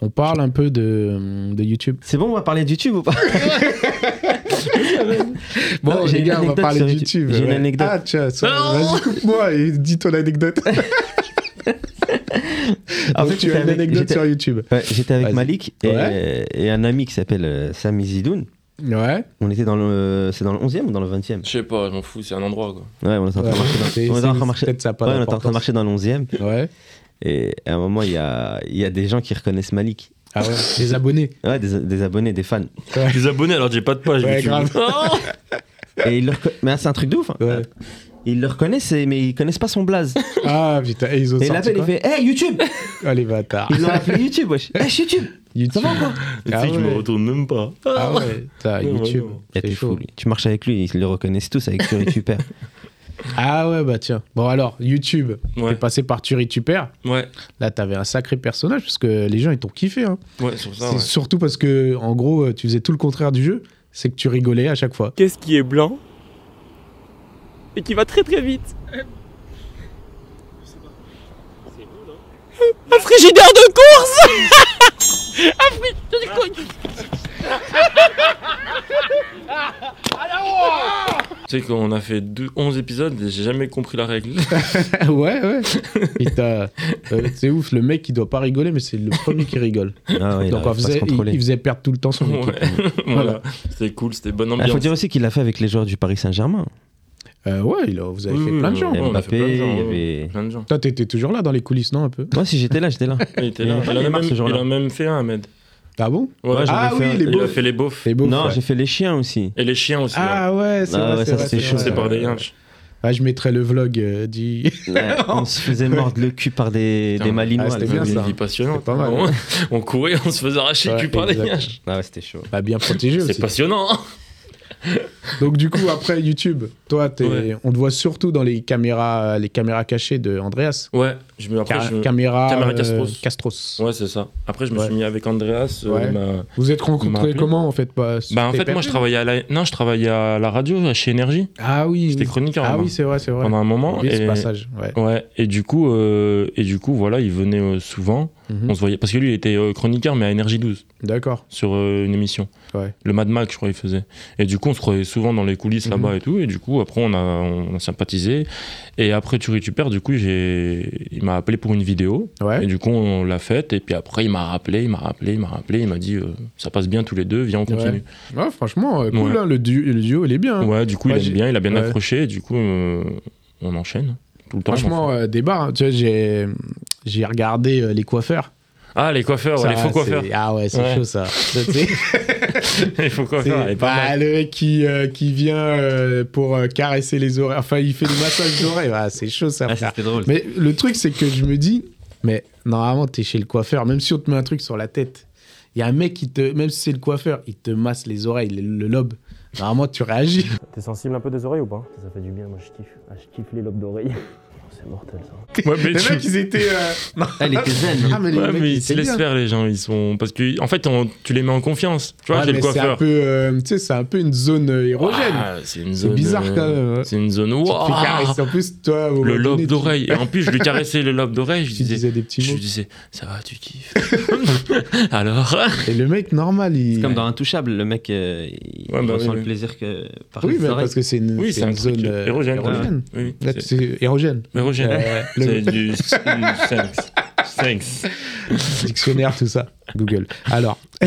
Speaker 1: On parle un peu de, de
Speaker 2: (coughs)
Speaker 1: YouTube.
Speaker 2: C'est bon, on va parler de YouTube ou (laughs) pas
Speaker 1: Bon,
Speaker 2: Non, j'ai
Speaker 1: les
Speaker 2: une
Speaker 1: gars, on va
Speaker 2: anecdote
Speaker 1: parler
Speaker 2: sur
Speaker 1: de
Speaker 2: YouTube.
Speaker 1: YouTube.
Speaker 2: J'ai une
Speaker 1: ouais.
Speaker 2: anecdote.
Speaker 1: Ah, tiens, ça-
Speaker 3: Non
Speaker 1: vas-y, coupe-moi et dis ton
Speaker 2: (laughs)
Speaker 1: anecdote.
Speaker 2: En
Speaker 1: Donc,
Speaker 2: fait,
Speaker 1: tu as
Speaker 2: j'étais
Speaker 1: une
Speaker 2: avec-
Speaker 1: anecdote
Speaker 2: j'étais-
Speaker 1: sur YouTube.
Speaker 2: Ouais, J'étais avec
Speaker 1: Vas-y.
Speaker 2: Malik et,
Speaker 1: Ouais.
Speaker 2: et un ami qui s'appelle euh, Sami Zidoun.
Speaker 1: Ouais.
Speaker 2: On était dans le, c'est dans le 11e ou dans le 20e
Speaker 3: Je sais pas, je m'en fous. C'est un endroit quoi.
Speaker 2: Ouais, on était en train de marcher dans-
Speaker 1: C'est-
Speaker 2: on était en train de
Speaker 1: c'est-
Speaker 2: marcher-
Speaker 1: Peut-être ça a pas
Speaker 2: ouais, on était en train de
Speaker 1: d'importance.
Speaker 2: marcher dans le 11e.
Speaker 1: Ouais.
Speaker 2: Et à un moment, il y a, il y a des gens qui reconnaissent Malik.
Speaker 1: Ah ouais, les
Speaker 2: (laughs)
Speaker 1: abonnés.
Speaker 2: Ouais, des, des abonnés, des fans.
Speaker 3: Les abonnés, alors j'ai pas de page.
Speaker 1: Ouais,
Speaker 3: YouTube.
Speaker 1: grave.
Speaker 2: Et ils le reco- Mais c'est un truc de ouf. hein.
Speaker 1: Ouais.
Speaker 2: Ils le reconnaissent, et- mais ils connaissent pas son blaze.
Speaker 1: Ah putain, et ils ont
Speaker 2: Et il
Speaker 1: sorti
Speaker 2: appelle, il
Speaker 1: quoi
Speaker 2: fait Hey YouTube
Speaker 1: Ah les bâtards.
Speaker 2: Ils l'ont appelé YouTube, wesh. Hey YouTube Ça
Speaker 1: (laughs) YouTube.
Speaker 2: va quoi
Speaker 3: Tu
Speaker 1: Ah
Speaker 3: sais que je
Speaker 1: ouais.
Speaker 3: me retourne même pas.
Speaker 1: Ah ouais, putain,
Speaker 3: Non,
Speaker 1: YouTube.
Speaker 3: vraiment.
Speaker 2: Et
Speaker 1: C'est
Speaker 2: t'es fou,
Speaker 1: chaud.
Speaker 2: lui. Tu marches avec lui, ils le reconnaissent tous avec
Speaker 1: (laughs)
Speaker 2: Turituper.
Speaker 1: Ah ouais, bah tiens. Bon alors, YouTube,
Speaker 3: Ouais.
Speaker 1: t'es passé par Turituper.
Speaker 3: Ouais,
Speaker 1: Là, t'avais un sacré personnage parce que les gens, ils t'ont kiffé. Hein.
Speaker 3: ouais, sur ça.
Speaker 1: C'est
Speaker 3: ouais.
Speaker 1: surtout parce que, en gros, euh, tu faisais tout le contraire du jeu. C'est que tu rigolais à chaque fois.
Speaker 7: Qu'est-ce qui est blanc et qui va très très vite Un frigidaire de course Un frigidaire de course
Speaker 3: Tu sais qu'on a fait deux, 11 épisodes et j'ai jamais compris la (laughs) règle.
Speaker 1: (laughs) ouais, ouais. Putain, euh, c'est ouf, le mec, il doit pas rigoler, mais c'est le premier qui rigole.
Speaker 2: Ah (laughs) ouais, il
Speaker 1: Donc,
Speaker 2: arrive pas
Speaker 1: on
Speaker 2: à se
Speaker 1: faisait, il,
Speaker 2: contrôler.
Speaker 1: il faisait perdre tout le temps son
Speaker 3: Ouais.
Speaker 1: équipe. Voilà.
Speaker 3: (laughs) voilà. C'était cool, c'était bonne
Speaker 2: Il
Speaker 3: ambiance.
Speaker 2: Ah, faut dire aussi qu'il l'a fait avec les joueurs du Paris Saint-Germain.
Speaker 1: Euh, ouais, il a- vous avez
Speaker 3: Oui,
Speaker 1: fait
Speaker 3: oui,
Speaker 1: plein de
Speaker 3: oui,
Speaker 1: gens. hein.
Speaker 3: oui. on a fait plein de
Speaker 2: Mbappé,
Speaker 3: gens,
Speaker 2: il y
Speaker 3: ouais.
Speaker 2: avait.
Speaker 3: Plein de gens.
Speaker 1: Toi, t'étais toujours là dans les coulisses, non, un peu
Speaker 2: Moi, si j'étais là, j'étais là.
Speaker 3: Il était
Speaker 2: Il y
Speaker 3: là.
Speaker 2: avait pas
Speaker 3: Il en a
Speaker 2: Neymar,
Speaker 3: même,
Speaker 2: ce jour-là.
Speaker 3: il en a même fait un, Ahmed.
Speaker 1: Ah bon
Speaker 3: Ouais,
Speaker 2: Ouais,
Speaker 3: j'en ai
Speaker 1: Ah
Speaker 3: fait
Speaker 1: oui,
Speaker 3: un.
Speaker 1: les
Speaker 3: Il a
Speaker 1: beaufs.
Speaker 3: fait les beaufs.
Speaker 1: C'est beau.
Speaker 2: Non,
Speaker 1: ouais.
Speaker 2: j'ai fait les chiens aussi.
Speaker 3: Et les chiens aussi. ouais.
Speaker 1: Ah ouais, c'est
Speaker 2: Ah
Speaker 1: vrai,
Speaker 2: ouais,
Speaker 1: c'est
Speaker 2: ça,
Speaker 1: vrai,
Speaker 2: c'était chaud,
Speaker 1: vrai.
Speaker 3: C'est
Speaker 2: ouais.
Speaker 3: par des yinches.
Speaker 1: Ah, je mettrai le vlog euh,
Speaker 3: (laughs)
Speaker 1: du.
Speaker 2: (laughs) Ouais, on se faisait mordre le cul par des,
Speaker 3: Putain.
Speaker 2: des malinois.
Speaker 1: Ah, c'était
Speaker 2: là.
Speaker 1: bien,
Speaker 3: Une
Speaker 1: ça.
Speaker 3: vie passionnante.
Speaker 1: C'est pas mal,
Speaker 3: Ah ouais. On courait, on se faisait arracher
Speaker 1: Ouais,
Speaker 3: le cul par des
Speaker 1: exact.
Speaker 3: yinches.
Speaker 2: Ah ouais, c'était chaud.
Speaker 1: Bah, bien protégé aussi.
Speaker 3: C'est passionnant. hein.
Speaker 1: Donc du coup après YouTube, toi t'es-
Speaker 3: Ouais.
Speaker 1: on te voit surtout dans les caméras les caméras cachées de Andreas.
Speaker 3: Ouais, je me après
Speaker 1: Ca-
Speaker 3: je me-
Speaker 1: Caméra,
Speaker 3: Caméra
Speaker 1: euh,
Speaker 3: Castros.
Speaker 1: Castros.
Speaker 3: Ouais, c'est ça. Après, je me
Speaker 1: Ouais.
Speaker 3: suis mis avec Andreas. euh,
Speaker 1: Ouais.
Speaker 3: ma-
Speaker 1: Vous êtes
Speaker 3: M'a
Speaker 1: rencontrés
Speaker 3: appelé.
Speaker 1: comment en fait pas
Speaker 3: Bah, en fait, moi, je travaillais à la... Non, je travaillais à la radio, euh, chez Énergie.
Speaker 1: Ah oui.
Speaker 3: J'étais chroniqueur
Speaker 1: Ah
Speaker 3: moi,
Speaker 1: oui, c'est vrai, c'est vrai.
Speaker 3: pendant un moment.
Speaker 1: Oui, ce
Speaker 3: et...
Speaker 1: passage, ouais.
Speaker 3: Ouais, et du coup, euh, et du coup, voilà, il venait euh, souvent.
Speaker 1: Mhm.
Speaker 3: On se voyait parce que lui, il était euh, chroniqueur, mais à Énergie 12
Speaker 1: D'accord.
Speaker 3: sur euh, une émission.
Speaker 1: Ouais.
Speaker 3: Le Mad Max, je crois, il faisait. Et du coup, on se croyait souvent dans les coulisses
Speaker 1: Mhm.
Speaker 3: là-bas et tout. Et du coup, après, on a, on a sympathisé. Et après, tu récupères. Du coup, j'ai, il m'a appelé pour une vidéo. Et
Speaker 1: Ouais.
Speaker 3: du coup, on l'a faite. Et puis après, il m'a rappelé, il m'a rappelé, il m'a rappelé. Il m'a dit, euh, ça passe bien tous les deux. Viens, on continue.
Speaker 1: Ouais, franchement euh, cool
Speaker 3: Ouais.
Speaker 1: hein, le, du- le duo il est bien. hein.
Speaker 3: Ouais, du coup,
Speaker 1: Ouais,
Speaker 3: il
Speaker 1: j'ai-
Speaker 3: aime bien. Il a bien
Speaker 1: ouais.
Speaker 3: accroché. Et du coup, euh, on enchaîne tout le temps. on en
Speaker 1: Franchement
Speaker 3: fait.
Speaker 1: euh, des bars, hein. tu vois j'ai j'ai regardé euh, les coiffeurs.
Speaker 3: Ah, les coiffeurs,
Speaker 1: Ça,
Speaker 3: les faux
Speaker 1: c'est-
Speaker 3: coiffeurs,
Speaker 1: Ah ouais, c'est
Speaker 3: Ouais.
Speaker 1: chaud
Speaker 3: (laughs)
Speaker 1: ça. Ça, tu sais,
Speaker 3: les faux coiffeurs. elle
Speaker 1: C'est
Speaker 3: est pas mal.
Speaker 1: bah, le mec qui, euh, qui vient euh, pour euh, caresser les oreilles. Enfin, il fait des massages d'oreilles. Ah, c'est chaud ça.
Speaker 2: Ah,
Speaker 1: frère.
Speaker 2: c'était drôle.
Speaker 1: mais le truc, c'est que je me dis, mais normalement, t'es chez le coiffeur, même si on te met un truc sur la tête, il y a un mec qui te, même si c'est le coiffeur, il te masse les oreilles, le, le lobe. Normalement, tu
Speaker 3: (laughs)
Speaker 1: réagis.
Speaker 8: T'es sensible un peu des oreilles ou pas Ça fait du bien, moi je kiffe. Ah, je kiffe les lobes d'oreilles. C'est mortel ça.
Speaker 3: Ouais, mais
Speaker 1: Les
Speaker 3: tu-
Speaker 1: mecs, ils étaient. euh, non.
Speaker 2: Elle était zen.
Speaker 1: Ah, mais les
Speaker 3: Ouais,
Speaker 1: mecs,
Speaker 3: mais
Speaker 1: ils
Speaker 3: ils se
Speaker 1: étaient
Speaker 3: laissent
Speaker 1: bien.
Speaker 3: faire les gens, ils sont parce que en fait on- tu les mets en confiance. Tu vois,
Speaker 1: Ouais,
Speaker 3: j'ai le
Speaker 1: mais c'est un
Speaker 3: coiffeur.
Speaker 1: peu, euh, tu sais, c'est un peu une zone euh, érogène.
Speaker 3: Ah, c'est une
Speaker 1: c'est
Speaker 3: zone
Speaker 1: bizarre
Speaker 3: euh,
Speaker 1: quand même. ouais.
Speaker 3: C'est une zone
Speaker 1: Tu te fais
Speaker 3: Ouah
Speaker 1: caresser. En plus, toi, au
Speaker 3: le
Speaker 1: moment
Speaker 3: lobe
Speaker 1: donné, tu-
Speaker 3: d'oreille et en plus je lui caressais le lobe d'oreille, je
Speaker 1: Tu
Speaker 3: disais
Speaker 1: disais des petits
Speaker 3: je
Speaker 1: mots.
Speaker 3: lui disais ça va, tu kiffes. (laughs) Alors (laughs)
Speaker 1: Et le mec, normal, il.
Speaker 2: C'est comme dans Intouchable, le mec, euh, il
Speaker 3: Ouais, bah
Speaker 2: ressent
Speaker 3: oui,
Speaker 2: le
Speaker 3: oui.
Speaker 2: plaisir que par
Speaker 1: Oui,
Speaker 2: les
Speaker 1: mais
Speaker 2: oreilles.
Speaker 1: parce que c'est une,
Speaker 3: Oui,
Speaker 1: c'est une
Speaker 3: c'est un truc
Speaker 1: zone euh,
Speaker 3: érogène.
Speaker 1: érogène.
Speaker 3: oui,
Speaker 1: Là,
Speaker 3: c'est
Speaker 1: c'est érogène. (laughs)
Speaker 3: mais Roger,
Speaker 1: Euh,
Speaker 3: c'est
Speaker 1: le
Speaker 3: du sexe. Sexe.
Speaker 1: dictionnaire, tout ça. Google. Alors,
Speaker 2: Ça,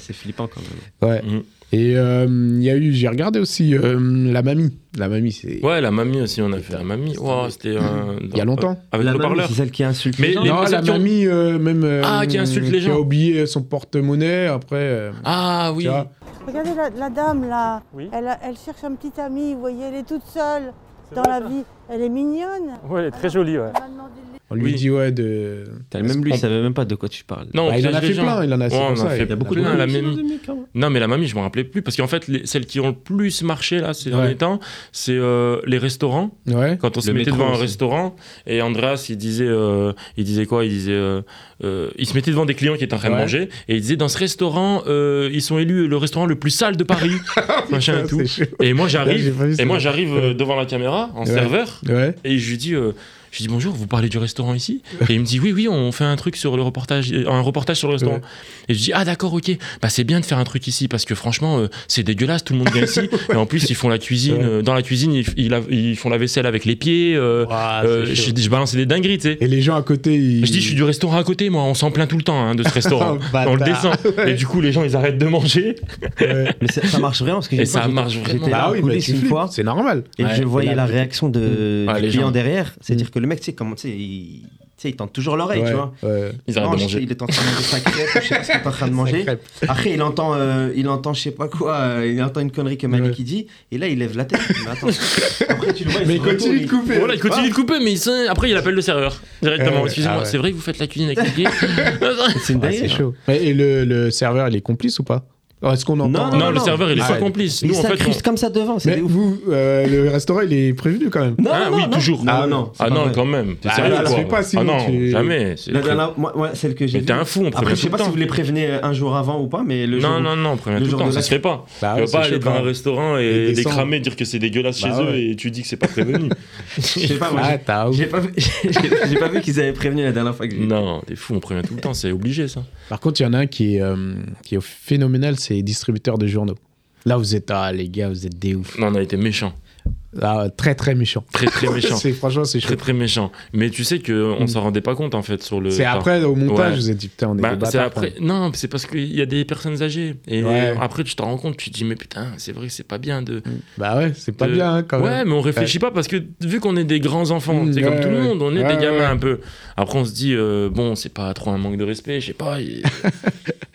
Speaker 2: C'est flippant quand même.
Speaker 1: ouais.
Speaker 3: Mm.
Speaker 1: Et euh, il y a eu, j'ai regardé aussi euh, La Mamie. La Mamie, c'est.
Speaker 3: Ouais, la mamie aussi, on a fait la mamie. Ouah, c'était. euh,
Speaker 1: Il y a longtemps.
Speaker 3: Avec
Speaker 2: La
Speaker 3: le
Speaker 2: mamie,
Speaker 3: parleur.
Speaker 2: c'est celle qui insulte.
Speaker 3: Mais
Speaker 2: les gens.
Speaker 3: les-
Speaker 1: non, la
Speaker 3: celles qui ont-
Speaker 1: mamie, euh, même. euh,
Speaker 3: Ah, qui insulte les
Speaker 1: Qui a
Speaker 3: gens.
Speaker 1: oublié son porte-monnaie après. euh,
Speaker 3: Ah
Speaker 1: tu
Speaker 3: oui.
Speaker 1: vois.
Speaker 9: Regardez la, la dame là,
Speaker 7: Oui.
Speaker 9: elle, a- elle cherche un petit ami, vous voyez, elle est toute seule
Speaker 7: C'est
Speaker 9: dans
Speaker 7: vrai,
Speaker 9: la
Speaker 7: ça
Speaker 9: vie. Elle est mignonne.
Speaker 7: Ouais, elle est très jolie, ouais.
Speaker 9: Elle m'a demandé de
Speaker 1: On lui
Speaker 3: Oui.
Speaker 1: dit, ouais, de.
Speaker 2: T'as- Même lui,
Speaker 1: On-
Speaker 2: il savait même pas de quoi tu parles.
Speaker 3: Non, on
Speaker 1: Bah, il en a
Speaker 3: piège les
Speaker 1: fait
Speaker 3: gens.
Speaker 1: plein, il en a, c'est
Speaker 3: Ouais, on
Speaker 1: pour
Speaker 3: en
Speaker 1: ça,
Speaker 3: a
Speaker 1: il-
Speaker 3: fait
Speaker 2: Il y a beaucoup de
Speaker 3: plein,
Speaker 2: gens
Speaker 3: la
Speaker 2: qui sont
Speaker 3: mamie.
Speaker 2: dans le mec, hein.
Speaker 3: Non, mais la mamie, je me rappelais plus. Parce qu'en fait, les- celles qui ont le plus marché là ces
Speaker 1: Ouais.
Speaker 3: derniers temps, c'est euh, les restaurants.
Speaker 1: Ouais.
Speaker 3: Quand on se
Speaker 2: Le
Speaker 3: mettait
Speaker 2: métro
Speaker 3: devant un
Speaker 2: aussi.
Speaker 3: restaurant, et Andreas, il disait, euh, il disait quoi Il disait, euh, euh, il se mettait devant des clients qui étaient en train
Speaker 1: Ouais.
Speaker 3: de manger, et il disait, dans ce restaurant, euh, ils sont élus le restaurant le plus sale de
Speaker 1: (laughs)
Speaker 3: Paris, machin et tout.
Speaker 1: Ah, C'est chaud.
Speaker 3: Et moi,
Speaker 1: Là, j'ai
Speaker 3: j'arrive,
Speaker 1: pas vu ça.
Speaker 3: et moi, j'arrive euh, devant la caméra en
Speaker 1: Ouais.
Speaker 3: serveur,
Speaker 1: Ouais.
Speaker 3: et je lui dis. euh, je lui dis bonjour, vous parlez du restaurant ici Et il me dit oui, oui, on fait un truc sur le reportage, euh, un reportage sur le restaurant.
Speaker 1: Ouais.
Speaker 3: Et je dis ah d'accord, ok, bah c'est bien de faire un truc ici parce que franchement euh, c'est dégueulasse, tout le monde vient ici.
Speaker 1: (laughs)
Speaker 3: Et en plus ils font la cuisine,
Speaker 1: Ouais.
Speaker 3: euh, dans la cuisine ils, ils la- ils font la vaisselle avec les pieds. euh, euh, je, je balançais des dingueries, tu sais.
Speaker 1: Ah, Et les gens à côté, ils.
Speaker 3: Je dis je suis du restaurant à côté, moi, on s'en plaint tout le temps
Speaker 1: (laughs)
Speaker 3: hein, de ce restaurant.
Speaker 1: Bâtard.
Speaker 3: on
Speaker 1: (laughs)
Speaker 3: le descend. Et du coup les gens ils arrêtent de manger.
Speaker 1: Ouais.
Speaker 2: Mais ça, ça marche vraiment parce que
Speaker 3: Et
Speaker 2: j'ai-
Speaker 3: ça
Speaker 2: j'étais-
Speaker 3: marche
Speaker 2: J'étais
Speaker 3: vraiment.
Speaker 2: là
Speaker 1: Bah
Speaker 2: en
Speaker 1: oui, mais
Speaker 2: coulisses
Speaker 1: tu
Speaker 2: une
Speaker 1: flippes,
Speaker 2: fois
Speaker 1: c'est normal.
Speaker 2: et
Speaker 3: Ouais,
Speaker 2: je voyais
Speaker 1: la-
Speaker 2: la réaction de
Speaker 3: Ah,
Speaker 2: du
Speaker 3: les
Speaker 2: client
Speaker 3: gens.
Speaker 2: derrière. C'est-à-dire
Speaker 1: Mm.
Speaker 2: que le mec, tu sais, comment, tu sais, il, tu sais, il tente toujours l'oreille,
Speaker 1: Ouais,
Speaker 2: tu vois.
Speaker 1: ouais.
Speaker 3: Ils arrêtent
Speaker 2: Non,
Speaker 3: de
Speaker 2: je-
Speaker 3: manger.
Speaker 2: Il est en train de manger sa crêpe, je sais pas ce qu'il est en
Speaker 3: (laughs)
Speaker 2: train de manger.
Speaker 1: Sacré.
Speaker 2: Après, il entend, euh, il entend, je sais pas quoi, euh, il entend une connerie que Malik
Speaker 1: Ouais.
Speaker 2: il dit, et là, il lève la tête. Il dit, Mais attends. Après, tu le vois, il
Speaker 1: Mais
Speaker 2: se
Speaker 1: il continue de
Speaker 2: retourne,
Speaker 1: couper.
Speaker 3: Voilà, il continue de couper, mais il sait- après il appelle le serveur directement.
Speaker 1: Ah ouais,
Speaker 3: Excusez-moi,
Speaker 1: ah ouais.
Speaker 3: c'est vrai que vous faites la cuisine avec
Speaker 1: (laughs)
Speaker 3: les pieds
Speaker 2: il- C'est une
Speaker 1: Ah,
Speaker 2: dinguerie,
Speaker 1: c'est
Speaker 2: hein.
Speaker 1: chaud. Et, et le, le serveur, il est complice ou pas Alors, Est-ce qu'on entend
Speaker 3: Non,
Speaker 2: non,
Speaker 3: le
Speaker 2: non.
Speaker 3: serveur il est
Speaker 1: Ah
Speaker 3: pas
Speaker 1: ouais.
Speaker 3: complice.
Speaker 2: Il
Speaker 3: Nous en fait, on-
Speaker 2: s'incruste comme ça devant, c'est
Speaker 1: Mais
Speaker 2: des ouf.
Speaker 1: vous, euh, le restaurant, il est prévenu quand même.
Speaker 2: Non,
Speaker 3: Ah
Speaker 2: non,
Speaker 3: oui,
Speaker 2: non.
Speaker 3: toujours.
Speaker 2: Ah non, c'est
Speaker 3: Ah
Speaker 2: pas
Speaker 3: non,
Speaker 2: vrai.
Speaker 3: quand même. T'es
Speaker 1: Bah,
Speaker 3: sérieux
Speaker 2: là,
Speaker 3: quoi.
Speaker 1: tu fais pas, sinon
Speaker 3: Ah non,
Speaker 1: tu-
Speaker 3: jamais. c'est
Speaker 2: La
Speaker 3: très-
Speaker 2: dernière, moi, ouais, celle que j'ai.
Speaker 3: Mais t'es
Speaker 2: vue.
Speaker 3: un fou, on
Speaker 2: Après,
Speaker 3: prévient
Speaker 2: je
Speaker 3: tout
Speaker 2: sais
Speaker 3: le
Speaker 2: pas si
Speaker 3: temps.
Speaker 2: vous les prévenez euh, un jour avant ou pas, mais le
Speaker 3: Non,
Speaker 2: jour.
Speaker 3: non, non, on prévient
Speaker 2: le
Speaker 3: tout le
Speaker 2: jour
Speaker 3: temps,
Speaker 2: de
Speaker 3: ça
Speaker 2: la- Ah
Speaker 3: se fait pas.
Speaker 1: Bah
Speaker 3: Tu
Speaker 1: ouais,
Speaker 3: vas pas
Speaker 1: c'est
Speaker 3: aller
Speaker 1: chaud,
Speaker 3: devant
Speaker 1: quand
Speaker 3: un
Speaker 1: même.
Speaker 3: restaurant et
Speaker 1: Et
Speaker 3: les
Speaker 1: descendre.
Speaker 3: cramer, dire que c'est dégueulasse
Speaker 1: Bah
Speaker 3: chez eux
Speaker 1: ouais.
Speaker 3: et tu dis que c'est
Speaker 2: (laughs)
Speaker 3: pas prévenu.
Speaker 2: Je sais pas, moi,
Speaker 1: Ah,
Speaker 2: j'ai-
Speaker 1: t'as
Speaker 2: j'ai pas vu- (laughs) j'ai- j'ai pas vu qu'ils avaient prévenu la dernière fois que j'ai.
Speaker 3: Non, t'es fou, on prévient tout le temps, c'est obligé ça.
Speaker 1: Par contre, il y en a un qui est, euh, qui est phénoménal, c'est distributeur de journaux. Là, vous êtes, ah les gars, vous êtes des ouf.
Speaker 3: Non, on a été méchant,
Speaker 1: Ah, très très méchant. (laughs)
Speaker 3: très très méchant,
Speaker 1: C'est franchement, c'est chaud.
Speaker 3: très très méchant. Mais tu sais que on s'en rendait pas compte en fait sur le.
Speaker 1: C'est
Speaker 3: enfin,
Speaker 1: après au montage,
Speaker 3: Ouais.
Speaker 1: vous êtes dit putain, on est
Speaker 3: bah,
Speaker 1: des bâtards.
Speaker 3: c'est après. Non, c'est parce qu'il y a des personnes âgées. Et
Speaker 1: Ouais.
Speaker 3: après, tu t'en rends compte, tu te dis, mais putain, c'est vrai que c'est pas bien de.
Speaker 1: quand même. Bah ouais, c'est pas
Speaker 3: de-
Speaker 1: bien hein, quand
Speaker 3: Euh, ouais,
Speaker 1: même.
Speaker 3: mais on réfléchit pas parce que vu qu'on est des grands enfants,
Speaker 1: Mm,
Speaker 3: c'est
Speaker 1: ouais,
Speaker 3: comme tout le
Speaker 1: ouais.
Speaker 3: monde, on est
Speaker 1: Ouais,
Speaker 3: des gamins
Speaker 1: ouais.
Speaker 3: un peu. Après, on se dit, euh, bon, c'est pas trop un manque de respect, je sais
Speaker 1: (laughs)
Speaker 3: pas. et-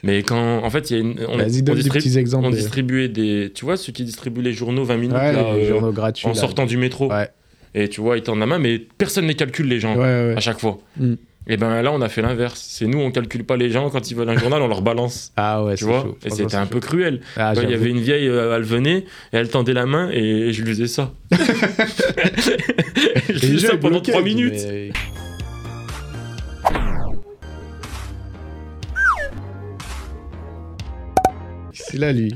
Speaker 3: mais quand, en fait, il y a une- on,
Speaker 1: Vas-y, donne
Speaker 3: on
Speaker 1: des
Speaker 3: distribue-
Speaker 1: petits exemples.
Speaker 3: on
Speaker 1: de-
Speaker 3: distribuait des. Tu vois, ceux qui distribuent les journaux 20 minutes
Speaker 1: Ouais,
Speaker 3: là,
Speaker 1: les
Speaker 3: euh,
Speaker 1: journaux gratuits.
Speaker 3: en
Speaker 1: là.
Speaker 3: sortant du métro.
Speaker 1: Ouais.
Speaker 3: Et tu vois, ils tendent la main, mais personne les calcule, les gens,
Speaker 1: Ouais, ouais.
Speaker 3: à chaque fois.
Speaker 1: Mm.
Speaker 3: Et ben là, on a fait l'inverse. C'est nous, on calcule pas les gens quand ils veulent un journal, on
Speaker 1: (laughs)
Speaker 3: leur balance.
Speaker 1: Ah ouais,
Speaker 3: Tu
Speaker 1: c'est
Speaker 3: vois,
Speaker 1: chaud.
Speaker 3: et
Speaker 1: Franchement,
Speaker 3: c'était
Speaker 1: c'est
Speaker 3: un
Speaker 1: chaud.
Speaker 3: peu cruel.
Speaker 1: Ah,
Speaker 3: Tu vois, Il y
Speaker 1: j'avoue.
Speaker 3: avait une vieille, euh, elle venait et elle tendait la main et je lui faisais ça. (laughs) je lui
Speaker 1: Et les
Speaker 3: faisais
Speaker 1: gens,
Speaker 3: ça
Speaker 1: ils
Speaker 3: pendant
Speaker 1: bloquaient,
Speaker 3: 3
Speaker 1: ils disaient,
Speaker 3: minutes.
Speaker 1: mais- C'est là (laughs) lui.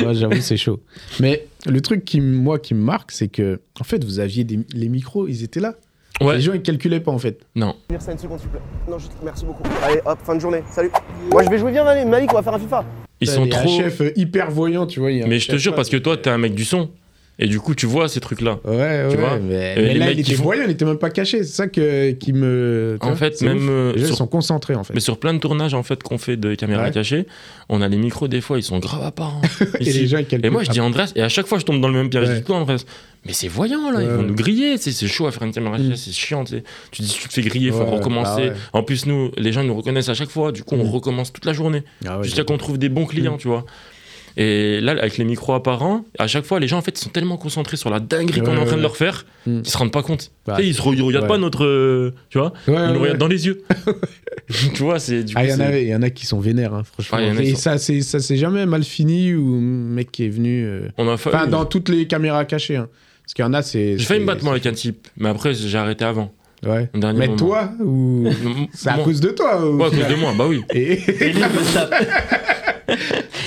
Speaker 1: Moi j'avoue c'est chaud. Mais le truc qui m- moi qui me marque c'est que en fait vous aviez des- les micros ils étaient là.
Speaker 3: Ouais.
Speaker 1: Les gens ils calculaient pas en fait.
Speaker 8: Venir ça une seconde, s'il vous plaît. Non, je... merci beaucoup. Allez, hop, fin de journée. Salut. Moi, je vais jouer bien, Malik, Malik, on va faire un FIFA.
Speaker 3: Ils sont
Speaker 1: Les
Speaker 3: trop.
Speaker 1: chef euh, hyper voyant tu vois. il y a un
Speaker 3: Mais je te
Speaker 1: HF,
Speaker 3: jure, parce que toi, t'es un mec du son. Et du coup, tu vois ces trucs-là.
Speaker 1: Ouais ouais.
Speaker 3: Tu vois,
Speaker 1: mais,
Speaker 3: euh,
Speaker 1: mais
Speaker 3: les
Speaker 1: là
Speaker 3: mecs
Speaker 1: il
Speaker 3: qui
Speaker 1: était
Speaker 3: font-
Speaker 1: voyant il était même pas caché c'est ça que qui me. tu
Speaker 3: En
Speaker 1: vois,
Speaker 3: fait,
Speaker 1: c'est
Speaker 3: même.
Speaker 1: ouf.
Speaker 3: euh,
Speaker 1: Les gens ils
Speaker 3: sur-
Speaker 1: sont concentrés en fait.
Speaker 3: Mais sur plein de tournages en fait qu'on fait de caméras
Speaker 1: Ouais.
Speaker 3: cachées, on a les micros des fois, ils sont grave
Speaker 1: (laughs)
Speaker 3: apparents.
Speaker 1: (laughs) Et
Speaker 3: Ici.
Speaker 1: les gens ils calculent.
Speaker 3: Et moi je dis Andrés, et à chaque fois je tombe dans le même piège.
Speaker 1: Ouais.
Speaker 3: Je dis quoi Andrés Mais c'est voyant là, ils
Speaker 1: Ouais.
Speaker 3: vont nous griller, tu sais, c'est chaud à faire une caméra
Speaker 1: Mm.
Speaker 3: cachée, c'est chiant. tu sais. Tu dis tu te fais griller, faut
Speaker 1: Ouais,
Speaker 3: recommencer.
Speaker 1: bah ouais.
Speaker 3: En plus nous, les gens ils nous reconnaissent à chaque fois, du coup on
Speaker 1: Mm.
Speaker 3: recommence toute la journée
Speaker 1: Ah ouais,
Speaker 3: jusqu'à qu'on trouve des bons clients, tu vois. Et là, avec les micros apparents, à chaque fois, les gens en fait ils sont tellement concentrés sur la dinguerie qu'on est
Speaker 1: Ouais,
Speaker 3: en train
Speaker 1: ouais.
Speaker 3: de leur faire,
Speaker 1: Mm.
Speaker 3: ils se rendent pas compte.
Speaker 1: Bah,
Speaker 3: Tu sais, ils se re- ils regardent
Speaker 1: ouais.
Speaker 3: pas notre, euh, tu
Speaker 1: Ouais,
Speaker 3: vois, ils
Speaker 1: ouais,
Speaker 3: nous
Speaker 1: ouais.
Speaker 3: regardent dans
Speaker 1: (laughs)
Speaker 3: les yeux. (laughs) tu vois, c'est du coup.
Speaker 1: Ah, il y, en
Speaker 3: c'est-
Speaker 1: a- il y en a qui sont vénères, hein, franchement.
Speaker 3: Ah, il y en a qui
Speaker 1: et
Speaker 3: sont-
Speaker 1: ça, c'est, ça s'est jamais mal fini ou un mec qui est venu. euh,
Speaker 3: On a fa-
Speaker 1: Enfin, dans toutes les caméras cachées. hein. Parce qu'il y en a, c'est.
Speaker 3: J'ai failli
Speaker 1: c'est-
Speaker 3: me battre moi avec un type, mais après j'ai arrêté avant.
Speaker 1: Ouais.
Speaker 3: au dernier
Speaker 1: Mais
Speaker 3: moment.
Speaker 1: toi,
Speaker 3: (laughs)
Speaker 1: ou.
Speaker 3: M-
Speaker 1: C'est à
Speaker 3: moi.
Speaker 1: cause de toi ou...
Speaker 3: Ouais, à cause de moi, bah oui.
Speaker 1: (laughs) Et...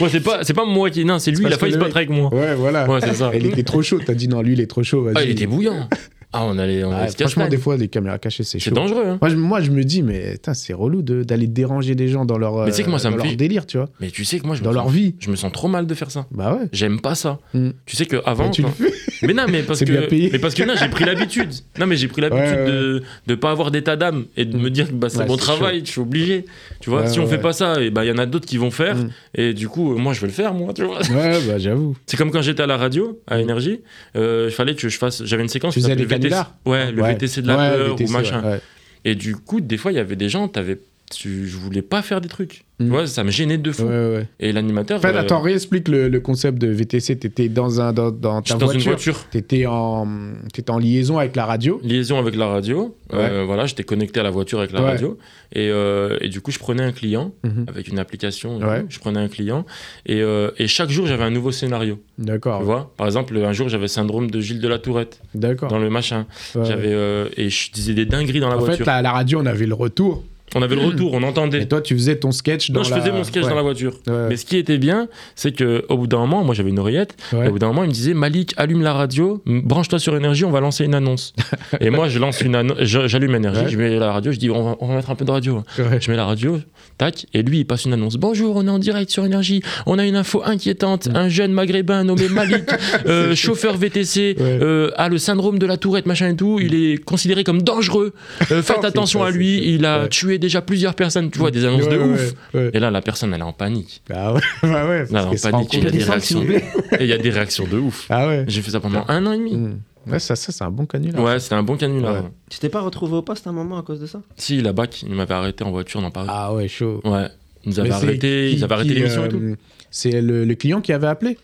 Speaker 3: Ouais, c'est pas, c'est pas moi qui. Non, c'est lui, il
Speaker 1: parce
Speaker 3: a failli
Speaker 1: que
Speaker 3: se
Speaker 1: le
Speaker 3: battre avec moi.
Speaker 1: Ouais, voilà.
Speaker 3: Ouais, c'est ça.
Speaker 1: Il était trop chaud, t'as dit non, lui il est trop chaud, vas-y.
Speaker 3: Ah, il était bouillant. Ah, on allait. On
Speaker 1: Ouais,
Speaker 3: allait se
Speaker 1: franchement,
Speaker 3: casse-tête.
Speaker 1: des fois, les caméras cachées, c'est
Speaker 3: c'est
Speaker 1: chaud.
Speaker 3: dangereux. hein.
Speaker 1: Moi je, moi, je me dis, mais putain, c'est relou de- d'aller déranger les gens dans leur, euh,
Speaker 3: Mais tu sais que moi, ça
Speaker 1: dans
Speaker 3: me
Speaker 1: leur
Speaker 3: fait-
Speaker 1: délire, tu vois,
Speaker 3: Mais tu sais que moi, je me,
Speaker 1: dans leur
Speaker 3: sens,
Speaker 1: vie.
Speaker 3: je me sens trop mal de faire ça.
Speaker 1: Bah ouais.
Speaker 3: J'aime pas ça.
Speaker 1: Mm.
Speaker 3: Tu sais que avant.
Speaker 1: Bah, tu le
Speaker 3: quand-
Speaker 1: fais.
Speaker 3: Mais non, mais parce
Speaker 1: C'est bien payé.
Speaker 3: que. Mais parce que non, j'ai pris l'habitude. Non, mais j'ai pris l'habitude
Speaker 1: Ouais, ouais,
Speaker 3: de de pas avoir d'état d'âme et de me dire que bah, c'est
Speaker 1: Ouais,
Speaker 3: mon
Speaker 1: c'est
Speaker 3: travail, je suis obligé. Tu vois,
Speaker 1: Ouais,
Speaker 3: si on
Speaker 1: ouais,
Speaker 3: fait
Speaker 1: ouais.
Speaker 3: pas ça, et bah il y en a d'autres qui vont faire.
Speaker 1: Mm.
Speaker 3: Et du coup, euh, moi, je vais le faire, moi. Tu vois.
Speaker 1: Ouais, bah j'avoue.
Speaker 3: C'est comme quand j'étais à la radio, à Énergie, euh, il fallait que je fasse. J'avais une séquence.
Speaker 1: Tu
Speaker 3: qui
Speaker 1: faisais
Speaker 3: s'appelait
Speaker 1: les
Speaker 3: VTC.
Speaker 1: canulars
Speaker 3: Ouais, le
Speaker 1: Ouais.
Speaker 3: VTC de la
Speaker 1: Ouais,
Speaker 3: peur
Speaker 1: VTC,
Speaker 3: ou machin.
Speaker 1: ouais, ouais.
Speaker 3: Et du coup, des fois, il y avait des gens, t'avais, tu, je voulais pas faire des trucs.
Speaker 1: Mm.
Speaker 3: Tu vois, ça me gênait de fou.
Speaker 1: Ouais, ouais, ouais.
Speaker 3: Et l'animateur.
Speaker 1: En fait,
Speaker 3: euh,
Speaker 1: attends, réexplique le, le concept de VTC. T'étais dans, un, dans, dans
Speaker 3: je
Speaker 1: ta
Speaker 3: suis dans
Speaker 1: voiture.
Speaker 3: une voiture.
Speaker 1: T'étais en, t'étais en liaison avec la radio.
Speaker 3: Liaison avec la radio. Euh, voilà, j'étais connecté à la voiture avec la
Speaker 1: Ouais.
Speaker 3: radio. Et, euh, et du coup, je prenais un client
Speaker 1: Mhm.
Speaker 3: avec une application. et
Speaker 1: Ouais.
Speaker 3: tout. Je prenais un client. Et, euh, et chaque jour, j'avais un nouveau scénario. Tu
Speaker 1: D'accord.
Speaker 3: vois Par exemple, un jour, j'avais syndrome de Gilles de la Tourette
Speaker 1: D'accord.
Speaker 3: dans le machin.
Speaker 1: Ouais.
Speaker 3: J'avais, euh, et je disais des dingueries dans la
Speaker 1: En fait,
Speaker 3: voiture.
Speaker 1: là, à la radio, on avait le retour.
Speaker 3: On avait le retour, on entendait.
Speaker 1: Et toi, tu faisais ton sketch dans
Speaker 3: non, je
Speaker 1: la.
Speaker 3: faisais mon sketch
Speaker 1: Ouais.
Speaker 3: dans la voiture.
Speaker 1: Ouais.
Speaker 3: Mais ce qui était bien, c'est que au bout d'un moment, moi j'avais une oreillette,
Speaker 1: Ouais.
Speaker 3: et au bout d'un moment, il me disait Malik, allume la radio, m- branche-toi sur énergie, on va lancer une
Speaker 1: (laughs)
Speaker 3: annonce. et moi, je lance une annonce, je- j'allume énergie,
Speaker 1: Ouais.
Speaker 3: je mets la radio, je dis on va, on va mettre un peu de radio.
Speaker 1: Ouais.
Speaker 3: Je mets la radio, tac, et lui, il passe une annonce Bonjour, on est en direct sur énergie, on a une info inquiétante, un jeune maghrébin
Speaker 1: (laughs)
Speaker 3: nommé Malik, euh, chauffeur VTC,
Speaker 1: Ouais.
Speaker 3: euh, a le syndrome de la tourette, machin et tout, il est considéré comme dangereux, Euh, faites
Speaker 1: Oh, c'est
Speaker 3: attention
Speaker 1: ça,
Speaker 3: à
Speaker 1: c'est
Speaker 3: lui,
Speaker 1: ça.
Speaker 3: il a
Speaker 1: Ouais.
Speaker 3: tué déjà plusieurs personnes, tu vois, des annonces de
Speaker 1: Ouais,
Speaker 3: ouf.
Speaker 1: ouais, ouais.
Speaker 3: Et là, la personne, elle est en panique.
Speaker 1: Ah ouais, (laughs) bah ouais.
Speaker 3: Non,
Speaker 1: parce qu'elle se rend
Speaker 3: panique. Il y a
Speaker 1: compte.
Speaker 3: des réactions. Et il y a des réactions de ouf.
Speaker 1: Ah ouais.
Speaker 3: J'ai fait ça pendant un an et demi.
Speaker 1: Hmm. Ouais, ça, ça c'est un bon canular.
Speaker 3: Ouais, c'était un bon canular.
Speaker 1: Ouais.
Speaker 2: Tu t'es pas retrouvé au poste à un moment à cause de
Speaker 3: (laughs)
Speaker 2: ça
Speaker 3: Si, la BAC, ils m'avaient arrêté en voiture dans Paris.
Speaker 1: Ah ouais, chaud.
Speaker 3: Ouais. Ils nous avaient
Speaker 1: Mais c'est
Speaker 3: arrêté,
Speaker 1: qui-
Speaker 3: ils avaient arrêté
Speaker 1: qui,
Speaker 3: l'émission et
Speaker 1: euh,
Speaker 3: tout.
Speaker 1: C'est le, le client qui avait appelé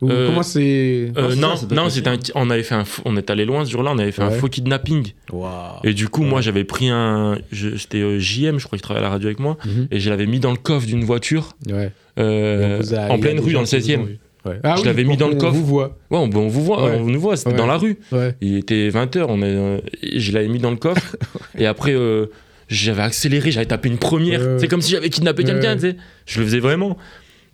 Speaker 1: Ou
Speaker 3: Euh,
Speaker 1: comment c'est.
Speaker 3: Euh,
Speaker 2: c'est ça,
Speaker 3: non,
Speaker 2: ça doit
Speaker 3: non,
Speaker 2: être
Speaker 3: c'était un, on avait fait un, faux- on est allé loin ce jour-là, on avait fait un
Speaker 1: Ouais.
Speaker 3: faux kidnapping.
Speaker 1: Waouh.
Speaker 3: Et du coup, moi, j'avais pris un, je- c'était euh, JM, je crois qu'il travaillait à la radio avec moi,
Speaker 1: Mhm.
Speaker 3: et je l'avais mis dans le coffre d'une voiture
Speaker 1: Ouais.
Speaker 3: euh,
Speaker 1: On vous a-
Speaker 3: en
Speaker 1: il y a
Speaker 3: pleine
Speaker 1: des
Speaker 3: rue,
Speaker 1: gens
Speaker 3: dans le
Speaker 1: qui vous
Speaker 3: 16e.
Speaker 1: ont
Speaker 3: Ouais,
Speaker 1: vu. Ouais. Ah
Speaker 3: Je
Speaker 1: oui,
Speaker 3: l'avait
Speaker 1: pour
Speaker 3: mis dans le
Speaker 1: qu'on
Speaker 3: coffre.
Speaker 1: vous voit.
Speaker 3: on, on vous voit,
Speaker 1: Ouais.
Speaker 3: on nous voit, c'était
Speaker 1: Ouais.
Speaker 3: dans la rue.
Speaker 1: Ouais.
Speaker 3: Il était 20h, on est, euh, je l'avais mis dans
Speaker 1: (laughs)
Speaker 3: le coffre. et après, euh, j'avais accéléré, j'avais tapé une première.
Speaker 1: Ouais.
Speaker 3: C'est comme si j'avais kidnappé
Speaker 1: Ouais.
Speaker 3: quelqu'un, tu sais. Je le faisais vraiment.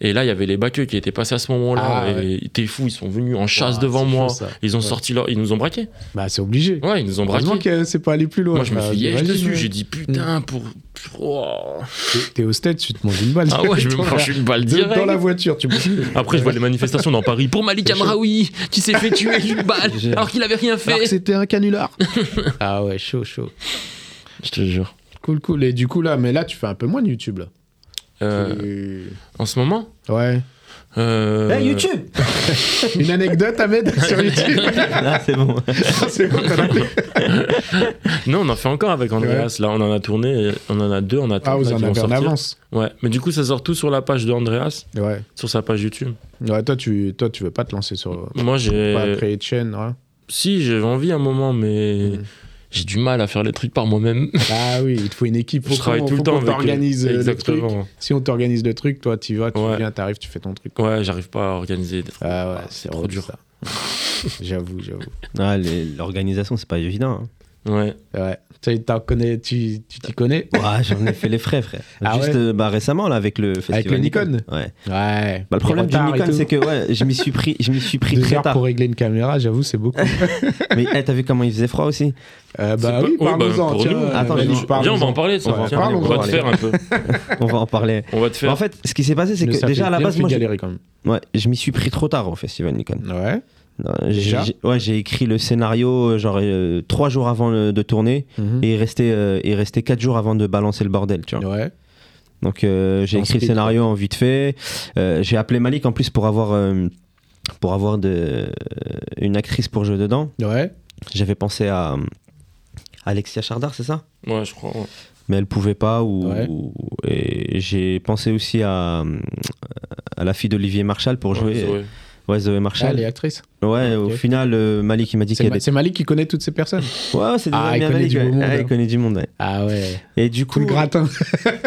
Speaker 3: Et là, il y avait les baqueux qui étaient passés à ce moment-là.
Speaker 1: Ah,
Speaker 3: et ils étaient fous, ils sont venus en chasse
Speaker 1: Ouah,
Speaker 3: devant
Speaker 1: Ah, c'est
Speaker 3: moi.
Speaker 1: chaud, ça.
Speaker 3: Ils ont
Speaker 1: Ouais.
Speaker 3: sorti leur. Ils nous ont braqué.
Speaker 1: Bah, c'est obligé.
Speaker 3: Ouais, ils nous ont
Speaker 1: Heureusement
Speaker 3: braqué.
Speaker 1: que c'est pas allé plus loin.
Speaker 3: Moi, je me
Speaker 1: Bah,
Speaker 3: suis liège
Speaker 1: j'imagine,
Speaker 3: dessus.
Speaker 1: ouais.
Speaker 3: J'ai dit putain, pour. Oh.
Speaker 1: T'es- T'es au stade, tu te manges une balle.
Speaker 3: Ah ouais, (laughs) je me mange une
Speaker 1: (laughs)
Speaker 3: balle
Speaker 1: Dans-
Speaker 3: direct.
Speaker 1: Dans la voiture, tu bouges.
Speaker 3: Après, je vois les manifestations dans Paris pour
Speaker 1: (laughs)
Speaker 3: Malik Amraoui qui s'est fait tuer d'une balle
Speaker 2: J'ai-
Speaker 3: alors qu'il avait rien
Speaker 1: Alors que
Speaker 3: fait.
Speaker 1: c'était un canular. ah ouais, chaud, chaud.
Speaker 3: Je te jure.
Speaker 1: Cool, cool. Et du coup, là, mais là, tu fais un peu moins de YouTube, là.
Speaker 3: Euh,
Speaker 1: Tu-
Speaker 3: En ce moment
Speaker 1: Ouais.
Speaker 3: euh,
Speaker 2: Eh, YouTube
Speaker 1: Une anecdote,
Speaker 3: (laughs)
Speaker 1: Ahmed, sur YouTube.
Speaker 2: Ah, c'est bon.
Speaker 1: c'est bon, t'en as pris.
Speaker 3: Non, on en fait encore avec Andreas. Là, on en a tourné, euh, on en a deux, on a
Speaker 1: Ah, vous en avez en
Speaker 3: sortir.
Speaker 1: avance.
Speaker 3: Ouais, mais du coup, ça sort tout sur la page de Andreas,
Speaker 1: Ouais.
Speaker 3: sur sa page YouTube.
Speaker 1: Ouais, toi, tu, toi, tu veux pas te lancer sur.
Speaker 3: Moi,
Speaker 1: Pas
Speaker 3: j'ai.
Speaker 1: créer de chaîne, hein? ouais.
Speaker 3: Si, j'avais envie un moment, mais
Speaker 1: Mm.
Speaker 3: j'ai du mal à faire les trucs par moi-même.
Speaker 1: Ah oui, il te faut une équipe. Faut
Speaker 3: (laughs) Je travaille
Speaker 1: qu'on-
Speaker 3: tout le
Speaker 1: faut
Speaker 3: temps
Speaker 1: qu'on
Speaker 3: avec.
Speaker 1: t'organise euh, le truc.
Speaker 3: Exactement.
Speaker 1: Si on t'organise le truc, toi, tu vas, tu
Speaker 3: Ouais.
Speaker 1: viens, t'arrives, tu fais ton truc.
Speaker 3: Ouais, j'arrive pas à organiser des trucs.
Speaker 1: Ah ouais,
Speaker 3: c'est
Speaker 1: c'est
Speaker 3: trop
Speaker 1: relou,
Speaker 3: dur.
Speaker 1: ça. (laughs) j'avoue, j'avoue.
Speaker 2: Ah, les- l'organisation, c'est pas évident. hein.
Speaker 3: Ouais.
Speaker 1: Ouais. Tu t'en connais, tu tu t'y connais
Speaker 2: Ouais, j'en ai fait les frais, frère.
Speaker 1: (laughs) Ah
Speaker 2: Juste
Speaker 1: ouais
Speaker 2: euh, bah, récemment, là, avec le festival.
Speaker 1: le Nikon
Speaker 2: Ouais.
Speaker 1: Ouais.
Speaker 2: Bah, le problème du Nikon, c'est que ouais, je m'y suis pris, je m'y suis pris
Speaker 1: Deux
Speaker 2: très
Speaker 1: heures
Speaker 2: tard.
Speaker 1: pour régler une caméra, j'avoue, c'est (laughs) beaucoup.
Speaker 2: Mais hey, t'as vu comment il faisait froid aussi
Speaker 1: Euh, bah
Speaker 3: C'est
Speaker 1: oui,
Speaker 3: pas- ouais, bah,
Speaker 1: parle-nous-en.
Speaker 3: pour
Speaker 1: tiens,
Speaker 3: nous.
Speaker 1: euh,
Speaker 2: Attends,
Speaker 1: Manu,
Speaker 2: je-
Speaker 1: parle-nous-en.
Speaker 3: Viens, on va en parler de ça.
Speaker 1: Ouais,
Speaker 3: Tiens,
Speaker 1: parlons, on
Speaker 3: on
Speaker 1: va
Speaker 3: va te
Speaker 1: parler.
Speaker 3: faire un peu.
Speaker 2: On va en parler.
Speaker 3: On va te
Speaker 2: (laughs)
Speaker 3: faire.
Speaker 2: En fait, ce qui s'est passé, c'est
Speaker 1: Mais
Speaker 2: que
Speaker 1: ça
Speaker 2: déjà
Speaker 1: fait
Speaker 2: à la
Speaker 1: bien
Speaker 2: base,
Speaker 1: fait
Speaker 2: moi, je,
Speaker 1: galérer quand même.
Speaker 2: ouais, je m'y suis pris trop tard au festival Nikon.
Speaker 1: Ouais.
Speaker 2: Non, j'ai-
Speaker 1: Déjà
Speaker 2: j'ai- ouais, j'ai écrit le scénario euh, genre euh, trois jours avant euh, de tourner
Speaker 1: Mhm.
Speaker 2: et il restait euh, il restait quatre jours avant de balancer le bordel, tu vois.
Speaker 1: Ouais.
Speaker 2: Donc euh, j'ai
Speaker 1: En
Speaker 2: écrit le
Speaker 1: speed,
Speaker 2: scénario en vite fait. Euh, j'ai appelé Malik en plus pour avoir euh, pour avoir de euh, une actrice pour jouer dedans.
Speaker 1: Ouais.
Speaker 2: J'avais pensé à euh, Alexia Chardard, c'est ça
Speaker 3: Ouais, je crois. ouais.
Speaker 2: Mais elle pouvait pas ou,
Speaker 1: Ouais.
Speaker 2: ou- et j'ai pensé aussi à euh, à la fille d'Olivier Marshall pour jouer
Speaker 3: Ouais,
Speaker 2: ouais,
Speaker 3: Zoé.
Speaker 2: Zoé
Speaker 1: Ah,
Speaker 2: Marshall.
Speaker 1: les actrices.
Speaker 2: Ouais, au
Speaker 1: Ok.
Speaker 2: final euh, Malik il m'a dit qu'il
Speaker 1: C'est
Speaker 2: y a
Speaker 1: Ma-
Speaker 2: des
Speaker 1: c'est Malik qui connaît toutes ces
Speaker 2: (laughs)
Speaker 1: personnes.
Speaker 2: Ouais, c'est des
Speaker 1: Ah,
Speaker 2: amis
Speaker 1: il
Speaker 2: à
Speaker 1: connaît
Speaker 2: Malik,
Speaker 1: du
Speaker 2: ouais.
Speaker 1: beau monde,
Speaker 2: Ah, il
Speaker 1: hein.
Speaker 2: connaît du monde, ouais.
Speaker 1: Ah ouais.
Speaker 2: Et du
Speaker 1: Coup
Speaker 2: coup,
Speaker 1: le gratin. (laughs)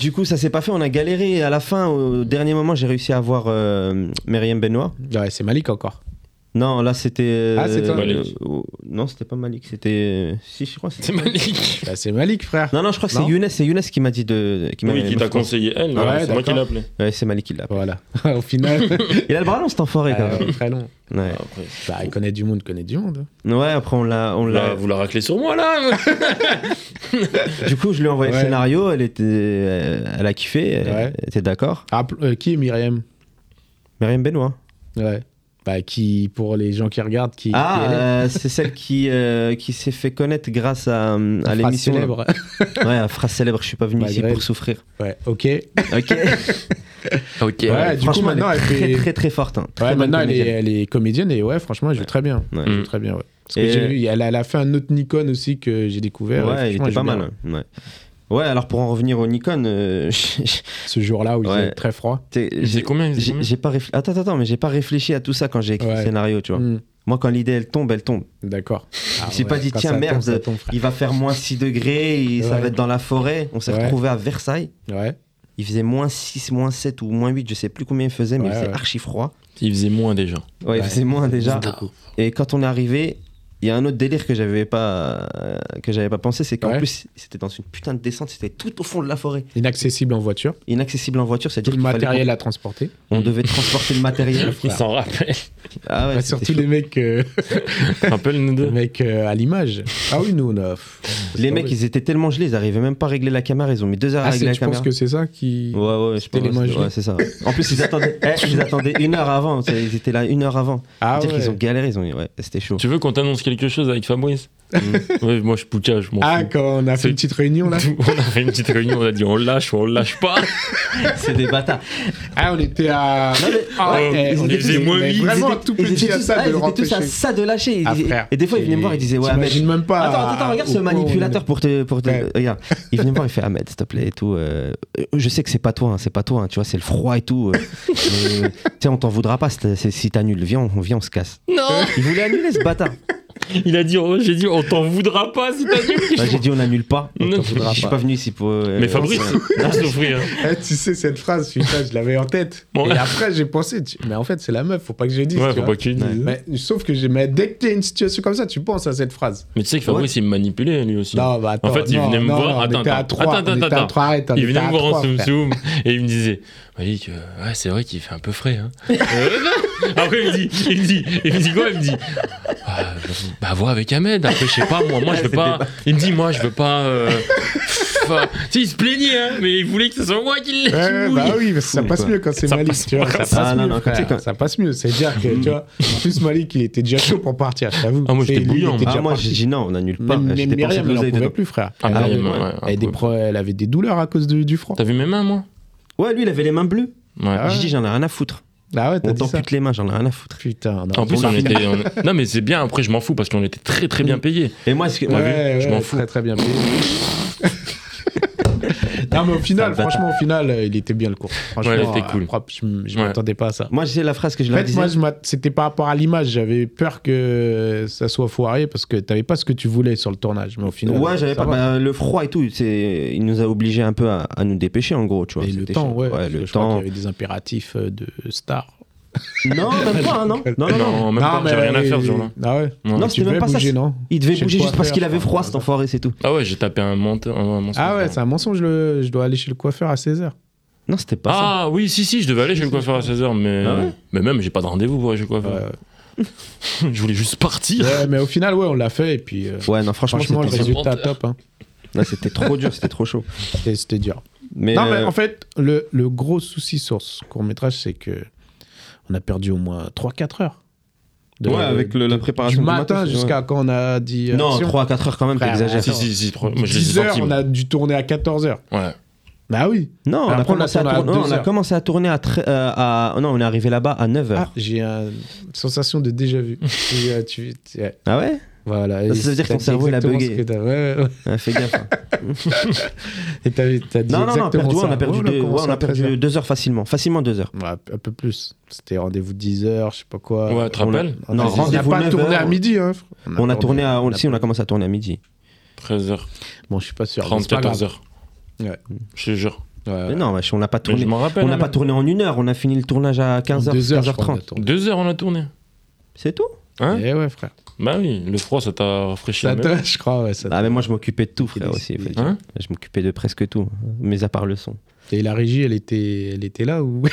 Speaker 2: du coup, ça s'est pas fait, on a galéré. Et à la fin, au dernier moment, j'ai réussi à voir euh, Myriam Benoît.
Speaker 1: Ouais, c'est Malik encore.
Speaker 2: Non, là c'était.
Speaker 1: Ah, c'était
Speaker 2: euh,
Speaker 3: Malik.
Speaker 2: euh, non, c'était pas Malik, c'était. euh, Si, je crois. que
Speaker 3: C'est
Speaker 2: c'était-
Speaker 3: Malik.
Speaker 1: Bah, c'est Malik, frère.
Speaker 2: Non, non, je crois que c'est
Speaker 1: Non.
Speaker 2: Younes, c'est Younes qui m'a dit de. Qui m'a-
Speaker 3: Oui, qui t'a conseillé elle, voilà, c'est moi
Speaker 1: d'accord.
Speaker 3: qui l'ai appelé.
Speaker 2: Ouais, c'est Malik qui l'a.
Speaker 1: Voilà. (laughs) Au
Speaker 2: (laughs)
Speaker 1: final,
Speaker 2: Il a le bras long cet enfoiré quand
Speaker 1: euh,
Speaker 2: même.
Speaker 1: très long.
Speaker 2: Ouais.
Speaker 3: Après,
Speaker 1: Bah, il connaît du monde, connaît du monde. hein.
Speaker 2: Ouais, après on l'a. on
Speaker 3: vous la-
Speaker 2: l'a-
Speaker 3: vous la raclez sur moi là
Speaker 2: Du coup, je lui ai envoyé
Speaker 1: Ouais.
Speaker 2: le scénario, elle, était... euh, elle a kiffé, elle
Speaker 1: Ouais.
Speaker 2: elle était d'accord.
Speaker 1: Ah, pl- euh, qui est Myriam
Speaker 2: Myriam Benoît.
Speaker 1: Ouais. Bah, qui, pour les gens qui regardent, qui. qui
Speaker 2: Ah,
Speaker 1: elle est
Speaker 2: euh, c'est celle qui, euh, qui s'est fait connaître grâce à, euh, à
Speaker 1: Phrase
Speaker 2: l'émission. là. (laughs)
Speaker 1: célèbre.
Speaker 2: Ouais, à phrase célèbre, je suis pas venu
Speaker 1: Bah,
Speaker 2: ici
Speaker 1: grave. (laughs)
Speaker 2: pour souffrir.
Speaker 1: Ouais, ok.
Speaker 2: Ok.
Speaker 3: Ok.
Speaker 1: Ouais, Ah, du coup,
Speaker 2: Franchement,
Speaker 1: maintenant, elle
Speaker 2: est très,
Speaker 1: fait.
Speaker 2: très très forte. hein. Très
Speaker 1: Ouais,
Speaker 2: bonne
Speaker 1: maintenant, elle est,
Speaker 2: comédienne.
Speaker 1: elle est comédienne et ouais, franchement, elle joue
Speaker 2: Ouais.
Speaker 1: très bien.
Speaker 2: Ouais.
Speaker 1: Elle joue
Speaker 3: Mm.
Speaker 1: très bien, ouais. Parce que
Speaker 2: Et-
Speaker 1: j'ai vu, elle a, elle a fait un autre Nikon aussi que j'ai découvert. et
Speaker 2: Ouais, il
Speaker 1: franchement,
Speaker 2: était
Speaker 1: elle
Speaker 2: pas
Speaker 1: joue bien.
Speaker 2: mal. Ouais. Ouais, alors pour en revenir au Nikon, euh, (laughs)
Speaker 1: Ce jour-là où il
Speaker 2: Ouais.
Speaker 1: faisait très froid.
Speaker 2: t'es-
Speaker 3: C'est
Speaker 2: j'ai
Speaker 3: combien, il faisait
Speaker 2: j'ai-
Speaker 3: combien
Speaker 2: j'ai pas réfléchi. Attends, attends, mais j'ai pas réfléchi à tout ça quand j'ai écrit
Speaker 1: Ouais.
Speaker 2: le scénario, tu vois.
Speaker 1: Mm.
Speaker 2: Moi, quand l'idée elle tombe, elle tombe.
Speaker 1: D'accord. Ah
Speaker 2: J'ai pas dit,
Speaker 1: quand
Speaker 2: tiens,
Speaker 1: ça
Speaker 2: merde,
Speaker 1: tombe, ça tombe, frère.
Speaker 2: Il va faire moins 6 degrés, et ça
Speaker 1: Ouais.
Speaker 2: va être dans la forêt. On s'est
Speaker 1: Ouais.
Speaker 2: retrouvé à Versailles.
Speaker 1: Ouais.
Speaker 2: Il faisait moins 6, moins 7 ou moins 8, je sais plus combien il faisait, mais
Speaker 1: Ouais,
Speaker 2: il faisait
Speaker 1: ouais.
Speaker 2: archi froid.
Speaker 3: Il faisait moins déjà.
Speaker 2: Ouais, il
Speaker 1: Ouais.
Speaker 2: faisait moins déjà.
Speaker 1: C'était beaucoup.
Speaker 2: Et quand on est arrivé, il y a un autre délire que j'avais pas, euh, que j'avais pas pensé, c'est qu'en
Speaker 1: Ouais.
Speaker 2: plus, c'était dans une putain de descente, c'était tout au fond de la forêt.
Speaker 1: Inaccessible en voiture.
Speaker 2: Inaccessible en voiture,
Speaker 1: Tout
Speaker 2: c'est-à-dire
Speaker 1: le
Speaker 2: qu'il fallait
Speaker 1: matériel à transporter.
Speaker 2: qu'on- on devait transporter le
Speaker 1: (laughs)
Speaker 2: matériel.
Speaker 3: Il s'en rappelle.
Speaker 2: Ah ouais,
Speaker 1: Bah,
Speaker 2: c'était
Speaker 1: surtout
Speaker 2: chaud.
Speaker 1: les mecs, euh,
Speaker 2: (laughs)
Speaker 3: Rappelle-nous
Speaker 1: les
Speaker 3: deux.
Speaker 1: mecs euh, à l'image. Ah oui, nous, on a. pff, c'est
Speaker 2: les
Speaker 1: pas
Speaker 2: mecs,
Speaker 1: vrai.
Speaker 2: ils étaient tellement gelés, ils arrivaient même pas à régler la caméra, ils ont mis deux heures à
Speaker 1: Ah,
Speaker 2: régler
Speaker 1: c'est-
Speaker 2: la
Speaker 1: je pense
Speaker 2: caméra.
Speaker 1: que c'est ça qui.
Speaker 2: Ouais, ouais, je
Speaker 1: C'était
Speaker 2: pense
Speaker 1: les mains
Speaker 2: ouais,
Speaker 1: gelées.
Speaker 2: c'est ça. En plus,
Speaker 1: (laughs)
Speaker 2: ils attendaient, eh, ils attendaient une heure avant, tu sais, ils étaient là une heure avant.
Speaker 1: Ah
Speaker 2: C'est-à-dire qu'ils ont
Speaker 1: ouais.
Speaker 2: galéré, ils ont ouais, c'était chaud.
Speaker 3: Tu veux qu'on t'annonce quelque chose avec Fabrice (laughs) Ouais, Moi je pouca, je m'en
Speaker 1: Ah,
Speaker 3: fous.
Speaker 1: quand on a fait
Speaker 3: C'est-
Speaker 1: une petite réunion
Speaker 2: (laughs)
Speaker 1: là
Speaker 3: On a fait une petite réunion, on a dit on le lâche ou on le lâche pas.
Speaker 2: C'est des bâtards.
Speaker 1: Ah, on était à. Ah,
Speaker 3: Oh,
Speaker 1: eh,
Speaker 3: ils
Speaker 1: on
Speaker 3: étaient
Speaker 1: était-
Speaker 3: moins
Speaker 1: on était
Speaker 3: huit.
Speaker 1: Vraiment tout
Speaker 2: Ils
Speaker 1: petit
Speaker 2: étaient
Speaker 1: à
Speaker 2: tous-
Speaker 1: ça
Speaker 2: ah,
Speaker 1: de
Speaker 2: ils
Speaker 1: leur
Speaker 2: étaient tous à
Speaker 1: empêcher.
Speaker 2: ça de lâcher. Ils
Speaker 1: Ah,
Speaker 2: disaient-
Speaker 1: frère.
Speaker 2: et des fois, ils venaient me voir, ils disaient Ouais, Ahmed.
Speaker 1: T'imagines même pas.
Speaker 2: Attends, attends, regarde ce
Speaker 3: Ah, oh,
Speaker 1: au point où on est.
Speaker 2: manipulateur pour te. Pour te
Speaker 1: Ouais.
Speaker 2: Regarde, il venait me voir, il fait Ahmed, s'il te plaît, et tout. euh, euh, je sais que c'est pas toi, hein, c'est pas toi, hein, tu vois, c'est le froid et tout.
Speaker 3: (laughs)
Speaker 2: euh, mais, tu sais, on t'en voudra pas si t'as- c'est- si t'annules. Viens, on, viens, on se casse.
Speaker 3: Non
Speaker 2: Il voulait annuler ce bâtard.
Speaker 3: Il a dit, oh, j'ai dit on t'en voudra pas si t'as dit.
Speaker 2: Bah, J'ai dit On annule pas. on
Speaker 3: Non,
Speaker 2: t'en voudra
Speaker 3: je
Speaker 2: Je suis pas venu ici pour. euh,
Speaker 3: Mais Fabrice,
Speaker 2: euh,
Speaker 3: on souffrir.
Speaker 1: Eh, tu sais, cette phrase, putain, je l'avais en tête.
Speaker 3: Ouais.
Speaker 1: Et après, j'ai pensé, tu- mais en fait, c'est la meuf, faut pas que je le dise.
Speaker 3: Ouais,
Speaker 1: tu
Speaker 3: faut
Speaker 1: vois.
Speaker 3: pas que tu le dises.
Speaker 1: Mais, sauf que j'ai. Mais dès que t'es une situation comme ça, tu penses à cette phrase.
Speaker 3: Mais tu sais que Fabrice, il me manipulait lui aussi.
Speaker 1: Non, bah attends.
Speaker 3: En fait, il
Speaker 1: non,
Speaker 3: venait me
Speaker 1: non,
Speaker 3: voir-
Speaker 1: non,
Speaker 3: attends,
Speaker 1: on était à
Speaker 3: attends.
Speaker 1: 3.
Speaker 3: Attends,
Speaker 1: on était
Speaker 3: attends,
Speaker 1: à 3, arrête, on
Speaker 3: Il
Speaker 1: était
Speaker 3: venait
Speaker 1: à
Speaker 3: me voir en
Speaker 1: trois,
Speaker 3: soum
Speaker 1: frère.
Speaker 3: soum et il me disait Malik, euh, ouais, c'est vrai qu'il fait un peu frais. Hein. Euh, après, il me dit, il me dit, il me dit quoi Il me dit Ah, bah, vois avec Ahmed. Après, je sais pas, moi, (laughs) moi, je veux pas. Il me dit, moi, je veux pas. euh, enfin, tu sais, il se plaignait, hein, mais il voulait que ce soit moi qui le
Speaker 1: Ouais,
Speaker 3: mouille.
Speaker 1: bah oui, parce que ça
Speaker 2: Oui,
Speaker 1: passe
Speaker 2: quoi.
Speaker 1: mieux quand c'est
Speaker 3: Ça
Speaker 1: Malik,
Speaker 3: passe
Speaker 1: tu vois. Ça passe
Speaker 2: Ah, non,
Speaker 1: mieux,
Speaker 2: non, quand
Speaker 1: frère,
Speaker 2: t'es- quand-
Speaker 1: ça passe mieux. C'est-à-dire que, tu vois, en plus, Malik, il était déjà chaud pour partir, je t'avoue.
Speaker 3: Ah, moi,
Speaker 1: Et
Speaker 3: j'étais
Speaker 1: lui, il
Speaker 3: bouillant,
Speaker 1: était
Speaker 3: moi.
Speaker 1: déjà
Speaker 2: Ah, moi,
Speaker 1: parti.
Speaker 2: j'ai dit non, on annule pas.
Speaker 1: Même,
Speaker 2: J'ai
Speaker 1: même
Speaker 2: dépensé
Speaker 1: Myriam,
Speaker 2: de
Speaker 1: elle en
Speaker 2: l'oseille
Speaker 1: pouvait
Speaker 2: dedans.
Speaker 1: plus, frère.
Speaker 3: Ah,
Speaker 1: elle,
Speaker 3: Myriam,
Speaker 1: avait,
Speaker 3: ouais, ouais,
Speaker 1: elle, avait des
Speaker 3: ouais.
Speaker 1: pro- elle avait des douleurs à cause de- du froid.
Speaker 3: T'as vu mes mains, moi
Speaker 2: Ouais, lui, il avait les mains bleues.
Speaker 3: Ouais.
Speaker 1: Ah ouais.
Speaker 2: J'ai dit J'en ai rien à foutre.
Speaker 1: Ah ouais, t'as
Speaker 2: On
Speaker 1: dit ça
Speaker 2: t'ampute les mains, j'en ai rien à foutre.
Speaker 1: Putain, non.
Speaker 3: Oh, En plus,
Speaker 1: bon,
Speaker 3: on Mm.
Speaker 1: bah,
Speaker 3: était. on- Non, mais c'est bien, après, je m'en fous parce qu'on était très très bien payés.
Speaker 2: Et moi, ce que-
Speaker 1: Ouais,
Speaker 2: moi,
Speaker 1: ouais,
Speaker 3: je m'en fous.
Speaker 1: Très très bien
Speaker 3: (laughs)
Speaker 1: payé. non mais au final,
Speaker 2: Ça va.
Speaker 1: franchement au final, euh, il était bien le cours. Franchement,
Speaker 3: Ouais, il était
Speaker 1: euh,
Speaker 3: cool.
Speaker 1: propre, je m- je
Speaker 3: Ouais.
Speaker 1: m'attendais pas à ça.
Speaker 2: Moi, j'ai la phrase que je
Speaker 1: En
Speaker 2: leur
Speaker 1: fait,
Speaker 2: disais.
Speaker 1: moi, je m'att- c'était par rapport à l'image. J'avais peur que ça soit foiré parce que t'avais pas ce que tu voulais sur le tournage. Mais au final,
Speaker 2: Ouais, j'avais
Speaker 1: ça
Speaker 2: pas
Speaker 1: va.
Speaker 2: bah, le froid et tout. C'est, il nous a obligés un peu à, à nous dépêcher en gros, tu vois.
Speaker 1: Et le
Speaker 2: C'était
Speaker 1: temps,
Speaker 2: chaud.
Speaker 1: ouais. parce
Speaker 2: le
Speaker 1: que je crois
Speaker 2: temps.
Speaker 1: qu'il y avait des impératifs euh, de star.
Speaker 2: Non, même pas, hein, non. non, non, non.
Speaker 3: Non, en même temps, j'avais rien à faire ce jour-là.
Speaker 1: Ah ouais.
Speaker 3: Non,
Speaker 1: Mais
Speaker 2: c'était
Speaker 1: tu
Speaker 2: même
Speaker 1: devais
Speaker 2: pas ça,
Speaker 1: bouger,
Speaker 2: c'est-
Speaker 1: non
Speaker 2: Il devait
Speaker 1: Je sais
Speaker 2: bouger
Speaker 1: quoi
Speaker 2: juste parce
Speaker 1: faire,
Speaker 2: qu'il avait
Speaker 1: enfin,
Speaker 2: froid, cet enfoiré, c'est tout.
Speaker 3: Ah ouais, j'ai tapé un menteur. un mensonge.
Speaker 1: Ah ouais, c'est un mensonge. le- Je dois aller chez le coiffeur à 16h.
Speaker 3: (laughs)
Speaker 2: Non, c'était pas ça.
Speaker 3: Ah oui, si, si, je devais aller chez le coiffeur à 16h, mais...
Speaker 2: Ah ouais
Speaker 3: mais même, j'ai pas de rendez-vous pour aller chez le coiffeur. (laughs) je voulais juste partir.
Speaker 1: Ouais, mais au final, ouais, on l'a fait. Et puis, euh,
Speaker 2: Ouais, non, franchement,
Speaker 1: franchement, le
Speaker 2: c'était,
Speaker 3: c'est-
Speaker 1: résultat top. hein.
Speaker 2: non, c'était trop dur, c'était trop chaud.
Speaker 1: C'était c'était dur.
Speaker 2: Mais,
Speaker 1: Non, mais
Speaker 2: euh,
Speaker 1: en fait, le, le gros souci sur ce court-métrage, c'est que on a perdu au moins 3-4 heures. De-
Speaker 2: ouais, avec le- la préparation
Speaker 1: Du
Speaker 2: du
Speaker 1: matin
Speaker 2: matos,
Speaker 1: jusqu'à quand on a dit. euh,
Speaker 2: non,
Speaker 1: action.
Speaker 2: 3 à 4 heures quand même,
Speaker 1: Frère,
Speaker 2: t'exagères.
Speaker 3: Si, si, si, trop- moi, je les ai
Speaker 1: 10 heures,
Speaker 3: sentis.
Speaker 1: on
Speaker 3: moi.
Speaker 1: a dû tourner à 14 heures.
Speaker 3: Ouais.
Speaker 1: Bah oui.
Speaker 2: Non, on
Speaker 1: Après,
Speaker 2: a,
Speaker 1: on a
Speaker 2: commencé à
Speaker 1: tourné à
Speaker 2: tourner, non,
Speaker 1: deux
Speaker 2: on a
Speaker 1: heures.
Speaker 2: commencé à tourner à, tre- euh, à- Non, on est arrivé là-bas à 9
Speaker 1: Ah,
Speaker 2: heures.
Speaker 1: j'ai un- une sensation de
Speaker 2: (laughs)
Speaker 1: déjà-vu. Et, euh, tu- tu- ouais.
Speaker 2: Ah ouais
Speaker 1: Voilà.
Speaker 2: Ça veut dire que ton
Speaker 1: t'as dit
Speaker 2: cerveau, il a
Speaker 1: exactement
Speaker 2: bugué.
Speaker 1: ce que t'as- ouais, ouais.
Speaker 2: Ah, Fais gaffe. hein.
Speaker 1: Et t'as t'as dit
Speaker 2: Non, non, non, on a
Speaker 1: exactement
Speaker 2: perdu, ouais, on
Speaker 1: ça.
Speaker 2: a
Speaker 1: Ouais,
Speaker 2: perdu,
Speaker 1: on a
Speaker 2: deux, ouais,
Speaker 1: commencé
Speaker 2: on a
Speaker 1: à 13
Speaker 2: perdu
Speaker 1: heures.
Speaker 2: 2 heures facilement. Facilement 2 heures.
Speaker 1: Ouais, un peu plus. C'était rendez-vous 10 heures, je sais pas quoi.
Speaker 3: Ouais, tu te
Speaker 2: on l'a-
Speaker 3: rappelles
Speaker 1: On
Speaker 2: Non,
Speaker 1: a- on n'a
Speaker 2: rendez-vous
Speaker 1: pas
Speaker 2: 9
Speaker 1: tourné
Speaker 2: heures.
Speaker 1: à midi. Hein. fr-
Speaker 2: On a tourné à. on- Si, on
Speaker 1: a-
Speaker 2: a commencé à tourner à midi.
Speaker 3: 13h,
Speaker 1: Bon, je suis pas sûr. mais
Speaker 3: 30,
Speaker 1: c'est pas grave.
Speaker 3: 14h.
Speaker 1: Ouais.
Speaker 3: Je te jure.
Speaker 1: Ouais,
Speaker 2: Mais
Speaker 1: ouais.
Speaker 2: non, wesh, on n'a pas
Speaker 3: Mais je
Speaker 2: tourné.
Speaker 3: m'en rappelle.
Speaker 2: On n'a pas tourné en une heure, on a fini le tournné à 15h,
Speaker 1: Deux heures, je crois, on a
Speaker 2: 15h30.
Speaker 1: tourné.
Speaker 3: 2 heures, on a tourné.
Speaker 2: C'est tout
Speaker 3: Hein
Speaker 1: Eh ouais, frère.
Speaker 3: Bah oui, le froid, ça t'a rafraîchi.
Speaker 1: Ça
Speaker 3: la mémoire.
Speaker 1: te- je crois, ouais. Ça te-
Speaker 2: Ah, mais moi, je m'occupais de tout, frère, aussi. en fait.
Speaker 3: Hein
Speaker 2: Je m'occupais de presque tout, mais à part le son.
Speaker 1: Et la régie, elle était, elle était là ou
Speaker 2: Ouais,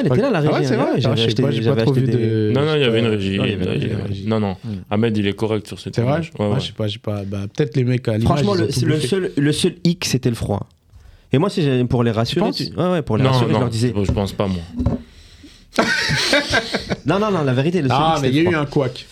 Speaker 2: elle était là, la régie.
Speaker 1: Ah ouais, c'est
Speaker 2: hein,
Speaker 1: vrai.
Speaker 2: ouais,
Speaker 1: Ah ouais,
Speaker 2: j'avais
Speaker 1: je sais
Speaker 2: acheté-
Speaker 1: pas, j'ai pas
Speaker 2: j'avais
Speaker 1: trop
Speaker 2: acheté
Speaker 1: vu
Speaker 2: des-
Speaker 1: de.
Speaker 3: Non, non, il y avait une régie.
Speaker 1: Euh, Non, il y
Speaker 3: il y
Speaker 1: avait une
Speaker 3: avait-
Speaker 1: régie.
Speaker 3: Non, non.
Speaker 1: Hmm.
Speaker 3: Ahmed, il est correct sur cette
Speaker 1: C'est vrai
Speaker 3: Ouais,
Speaker 1: Ah,
Speaker 3: ouais.
Speaker 1: Je sais pas, j'ai pas. Bah, peut-être les mecs à l'image.
Speaker 2: Franchement,
Speaker 1: ils ont
Speaker 2: le,
Speaker 1: tout
Speaker 2: c'est le
Speaker 1: bouffé.
Speaker 2: seul, le seul hic, c'était le froid. Et moi, si j'ai- pour les rassurer,
Speaker 1: penses
Speaker 2: tu- ouais, ouais, pour les
Speaker 3: Non,
Speaker 2: rassurer, je
Speaker 3: non,
Speaker 2: leur disais.
Speaker 3: je pense pas, moi.
Speaker 2: Non, non, non, la vérité, le seul
Speaker 1: Ah,
Speaker 2: hic,
Speaker 1: mais il
Speaker 2: c'était
Speaker 1: y a
Speaker 2: le
Speaker 1: eu un
Speaker 2: froid.
Speaker 1: couac.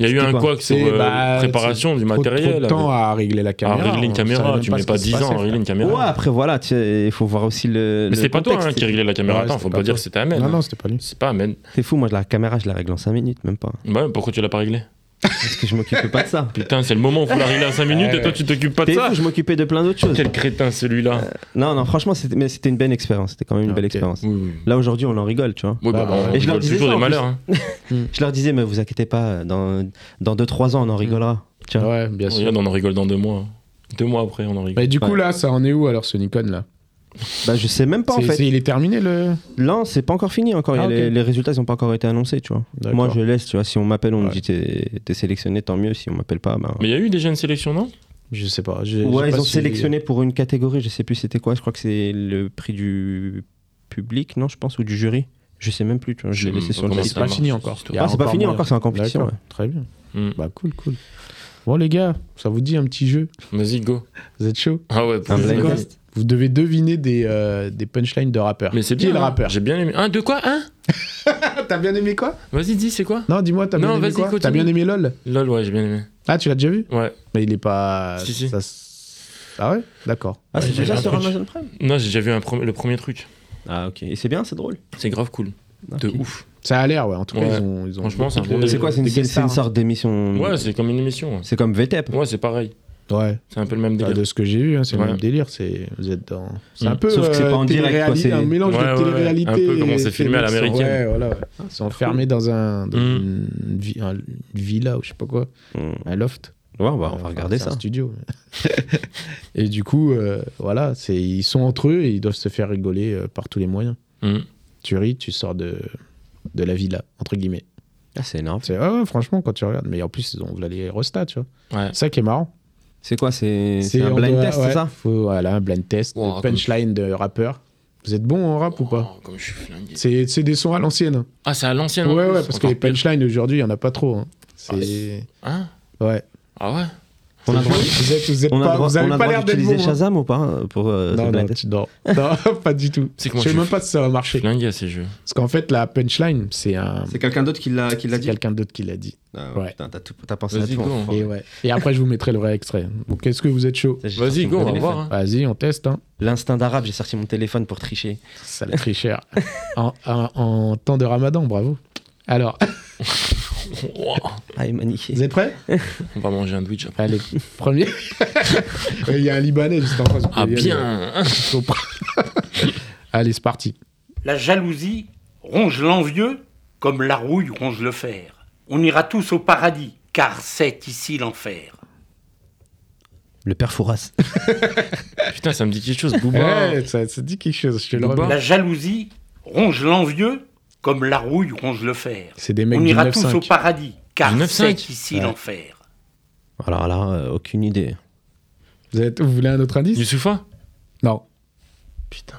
Speaker 3: Il y a eu
Speaker 2: C'était
Speaker 3: un
Speaker 2: quoi
Speaker 3: couac sur
Speaker 1: C'est,
Speaker 3: euh,
Speaker 1: bah,
Speaker 3: préparation du
Speaker 1: Trop, trop
Speaker 3: matériel.
Speaker 1: de
Speaker 3: avec-
Speaker 1: temps à régler la
Speaker 3: À
Speaker 1: caméra.
Speaker 3: régler une
Speaker 1: on savait
Speaker 3: Ah, caméra,
Speaker 1: même
Speaker 3: tu
Speaker 1: pas
Speaker 3: mets
Speaker 1: ce
Speaker 3: pas
Speaker 1: qui se
Speaker 3: 10 ans à
Speaker 1: passait,
Speaker 3: régler une caméra.
Speaker 2: Ouais, après, voilà, tu sais, il faut voir aussi le.
Speaker 3: Mais
Speaker 2: le
Speaker 3: c'était pas toi
Speaker 2: contexte.
Speaker 3: hein, qui réglais la caméra.
Speaker 1: Ouais,
Speaker 3: Attends,
Speaker 1: c'était
Speaker 3: faut
Speaker 1: pas
Speaker 3: pas dire
Speaker 1: toi.
Speaker 3: que c'était Ahmed.
Speaker 1: Non,
Speaker 3: hein.
Speaker 1: non, c'était pas lui.
Speaker 3: C'est pas Ahmed.
Speaker 2: C'est fou, moi, la caméra, je la règle en 5 minutes, même pas.
Speaker 3: Bah, pourquoi tu l'as pas réglé
Speaker 2: Parce que je m'occupais pas de ça.
Speaker 3: Putain, c'est le moment où faut la
Speaker 1: (laughs)
Speaker 3: régler à 5 minutes et
Speaker 1: Ouais. Euh.
Speaker 3: toi tu t'occupes pas de
Speaker 2: T'es
Speaker 3: ça.
Speaker 2: fou, je m'occupais de plein d'autres choses.
Speaker 3: Quel crétin celui-là.
Speaker 2: Non, non, franchement, c'était mais c'était une belle expérience. C'était quand même une belle
Speaker 1: Ok.
Speaker 2: expérience.
Speaker 3: Oui, oui.
Speaker 2: Là, aujourd'hui, on en rigole, tu vois.
Speaker 1: Ah,
Speaker 3: Ouais, bah,
Speaker 1: bah,
Speaker 3: on
Speaker 1: ouais.
Speaker 2: Et je leur
Speaker 3: rigole
Speaker 2: disais
Speaker 3: toujours
Speaker 2: ça,
Speaker 3: des
Speaker 2: en plus.
Speaker 3: malheurs. hein.
Speaker 2: Je leur disais, mais vous inquiétez pas, dans 2-3 ans, on en rigolera. Tu vois.
Speaker 1: Mm. Ouais, bien sûr.
Speaker 3: Regarde, on en rigole dans deux mois. Deux mois après, on en rigole.
Speaker 1: Mais du coup,
Speaker 2: Ouais.
Speaker 1: là, ça en est où alors ce Nikon là
Speaker 2: Bah, je sais même pas, en
Speaker 1: C'est-
Speaker 2: fait.
Speaker 1: c'est- Il est terminé le.
Speaker 2: Là, c'est pas encore fini encore. Il y a
Speaker 1: Ah, ok.
Speaker 2: les, les résultats, ils ont pas encore été annoncés, tu vois.
Speaker 1: D'accord.
Speaker 2: Moi, je laisse, tu vois. Si on m'appelle, on me
Speaker 1: Ouais.
Speaker 2: dit t'es t'es sélectionné, tant mieux. Si on m'appelle pas, ben.
Speaker 3: Mais il y a eu déjà une sélection, non
Speaker 1: Je sais pas. j'ai- j'ai
Speaker 2: ouais, ils
Speaker 1: pas
Speaker 2: ont
Speaker 1: suivi.
Speaker 2: sélectionné pour une catégorie. Je sais plus c'était quoi. Je crois que c'est le prix du public, non, je pense, ou du jury. Je sais même plus. Tu vois. Je l'ai
Speaker 3: Je
Speaker 2: laissé
Speaker 3: sais même
Speaker 2: sur
Speaker 3: pas
Speaker 2: le
Speaker 3: comment
Speaker 1: C'est
Speaker 2: site.
Speaker 3: ça
Speaker 1: pas
Speaker 3: marche,
Speaker 1: fini
Speaker 3: cette
Speaker 1: encore.
Speaker 3: histoire.
Speaker 1: Il y a
Speaker 2: Ah, c'est pas fini
Speaker 1: moyen.
Speaker 2: encore, c'est en compétition,
Speaker 1: D'accord,
Speaker 2: ouais.
Speaker 1: Très bien.
Speaker 3: Hmm.
Speaker 1: Bah cool, cool. Bon les gars, ça vous dit un petit jeu
Speaker 3: Hmm. Vas-y, go.
Speaker 1: Vous êtes chaud
Speaker 3: Ah ouais,
Speaker 2: Un
Speaker 3: pour-
Speaker 2: blind
Speaker 1: quoi
Speaker 2: test.
Speaker 1: Vous devez deviner des, euh, des punchlines de rappeurs.
Speaker 3: Mais c'est
Speaker 1: Qui
Speaker 3: bien
Speaker 1: est le
Speaker 3: hein.
Speaker 1: rappeur
Speaker 3: J'ai bien aimé. Hein, de quoi Hein
Speaker 2: Ah,
Speaker 1: T'as bien aimé quoi
Speaker 3: Vas-y, dis, c'est quoi
Speaker 1: Non, dis-moi, t'as
Speaker 3: Non,
Speaker 1: bien aimé
Speaker 3: vas-y,
Speaker 1: quoi
Speaker 3: continue.
Speaker 1: T'as bien aimé LOL
Speaker 3: Lol, ouais, j'ai bien aimé.
Speaker 1: Ah, tu l'as déjà vu
Speaker 3: Ouais.
Speaker 1: Mais il est pas...
Speaker 3: Si, si.
Speaker 1: ça s- Ah ouais D'accord.
Speaker 2: Ah, c'est
Speaker 3: Ouais,
Speaker 2: déjà
Speaker 3: j'ai
Speaker 2: sur
Speaker 3: un truc.
Speaker 2: Amazon Prime.
Speaker 3: Non, j'ai déjà vu un pre- le premier truc.
Speaker 2: Ah, ok. Et c'est bien, c'est drôle.
Speaker 3: C'est grave cool.
Speaker 1: Ah,
Speaker 3: De ouf.
Speaker 1: Ça a l'air, ouais. En tout cas,
Speaker 3: Ouais.
Speaker 1: ils ont... Ils ont
Speaker 3: Franchement, c'est un
Speaker 1: beaucoup
Speaker 3: bon
Speaker 1: de-
Speaker 3: délire.
Speaker 2: C'est quoi C'est une,
Speaker 1: des
Speaker 2: c'est
Speaker 1: Euh, guest stars, hein.
Speaker 2: une sorte d'émission.
Speaker 3: Ouais, c'est comme une émission. ouais.
Speaker 2: C'est comme E VTEP.
Speaker 3: Ouais, c'est pareil.
Speaker 1: Ouais.
Speaker 3: C'est un peu le même
Speaker 1: Bah,
Speaker 3: délire.
Speaker 1: de ce que j'ai vu, hein, c'est
Speaker 3: Ouais.
Speaker 1: le même délire. C'est vous êtes dans. C'est
Speaker 3: Mm.
Speaker 1: un peu
Speaker 2: Sauf que c'est pas en direct, quoi,
Speaker 1: téléréalité,
Speaker 2: c'est-
Speaker 1: un mélange
Speaker 3: Ouais, ouais,
Speaker 1: de
Speaker 3: ouais.
Speaker 1: télé-réalité.
Speaker 3: Un peu comme on
Speaker 1: et
Speaker 3: s'est filmé à
Speaker 1: ces mecs sont-
Speaker 3: l'américaine.
Speaker 1: Ouais, voilà. ouais. Ils sont enfermés dans un dans
Speaker 3: Mm.
Speaker 1: une, vi- un- une villa ou je sais pas quoi,
Speaker 2: Hmm.
Speaker 1: un loft.
Speaker 2: Ouais, on va, on
Speaker 1: Enfin,
Speaker 2: va regarder
Speaker 1: c'est
Speaker 2: ça.
Speaker 1: Un studio. (laughs) et du coup, euh, voilà, c'est ils sont entre eux et ils doivent se faire rigoler euh, par tous les moyens.
Speaker 3: Mm.
Speaker 1: Tu ris, tu sors de de la villa entre guillemets.
Speaker 2: Ah, c'est énorme.
Speaker 1: C'est ouais, ouais, franchement quand tu regardes, mais en plus ils ont voilà, les restats, tu vois.
Speaker 3: Ouais.
Speaker 1: C'est Ça qui est marrant.
Speaker 2: C'est quoi C'est c'est un
Speaker 1: on
Speaker 2: blind
Speaker 1: doit-
Speaker 2: test,
Speaker 1: ouais,
Speaker 2: c'est ça
Speaker 1: faut- Voilà, un blind test,
Speaker 3: Wow,
Speaker 1: de punchline de rappeur. Vous êtes bon en rap ou pas
Speaker 3: Oh, comme je suis flingué.
Speaker 1: C'est c'est des sons à l'ancienne. hein.
Speaker 3: Ah, c'est à l'ancienne. en
Speaker 1: Ouais,
Speaker 3: plus.
Speaker 1: ouais, parce que
Speaker 3: Encore
Speaker 1: les
Speaker 3: pire.
Speaker 1: punchlines aujourd'hui, il n'y en a pas trop. hein. C'est.
Speaker 3: Hein
Speaker 1: Ouais.
Speaker 3: Ah ouais
Speaker 2: On a
Speaker 1: Vous êtes- vous êtes
Speaker 2: On a
Speaker 1: pas-
Speaker 2: droit-
Speaker 1: vous
Speaker 2: on a
Speaker 1: avez pas
Speaker 2: droit
Speaker 1: l'air d'être
Speaker 2: d'utiliser
Speaker 1: bon. hein.
Speaker 2: Shazam ou pas euh, pour euh, ce
Speaker 1: Non, non,
Speaker 2: blind test
Speaker 1: tu- non, non, (laughs) pas du tout.
Speaker 3: C'est que
Speaker 1: Je
Speaker 3: moi,
Speaker 1: sais
Speaker 3: je
Speaker 1: même
Speaker 3: suis
Speaker 1: pas si ça va marcher.
Speaker 3: flingué à ces jeux.
Speaker 1: Parce qu'en fait, la punchline, c'est un.
Speaker 2: C'est quelqu'un d'autre qui l'a
Speaker 1: c'est quelqu'un d'autre qui l'a dit.
Speaker 2: Ah,
Speaker 1: Ouais.
Speaker 2: Putain, t'as tout- t'as pensé à
Speaker 3: Vas-y,
Speaker 2: tout.
Speaker 3: go,
Speaker 2: hein.
Speaker 3: on
Speaker 1: Et, ouais. Et après, je vous mettrai le vrai extrait. Donc, est-ce que vous êtes chaud
Speaker 2: J'ai sorti
Speaker 3: Vas-y,
Speaker 2: mon
Speaker 3: go, on va
Speaker 2: téléphone.
Speaker 3: voir. hein.
Speaker 1: Vas-y, on teste. Hein.
Speaker 2: L'instinct d'arabe, j'ai sorti mon téléphone pour tricher.
Speaker 1: Ça l'a très cher. en, en- en temps de ramadan, bravo. Alors,
Speaker 3: Wow.
Speaker 2: Ah, il m'a niqué.
Speaker 1: vous êtes prêts
Speaker 3: On va manger un Twitch après.
Speaker 1: Allez, premier. Ouais, (laughs) Il y a un Libanais juste en face. vous
Speaker 3: Ah
Speaker 1: pouvez y aller.
Speaker 3: bien
Speaker 1: Faut pas- Allez, c'est parti.
Speaker 10: La jalousie ronge l'envieux comme la rouille ronge le fer. On ira tous au paradis, car c'est ici l'enfer.
Speaker 2: Le père Fouras.
Speaker 3: (laughs) Putain, ça me dit quelque chose, Booba.
Speaker 1: Ouais, Eh, ça, ça dit quelque chose. Je te le
Speaker 3: Booba.
Speaker 1: remets.
Speaker 10: La jalousie ronge l'envieux comme la rouille ronge le fer.
Speaker 1: C'est des mecs
Speaker 10: On
Speaker 1: du
Speaker 10: ira tous au
Speaker 1: 9-5.
Speaker 10: paradis, car
Speaker 3: Du 9-5.
Speaker 10: c'est ici l'enfer.
Speaker 2: Alors là, euh, aucune idée.
Speaker 1: Vous, êtes- vous voulez un autre indice
Speaker 3: Youssoufa
Speaker 1: Non.
Speaker 3: Putain.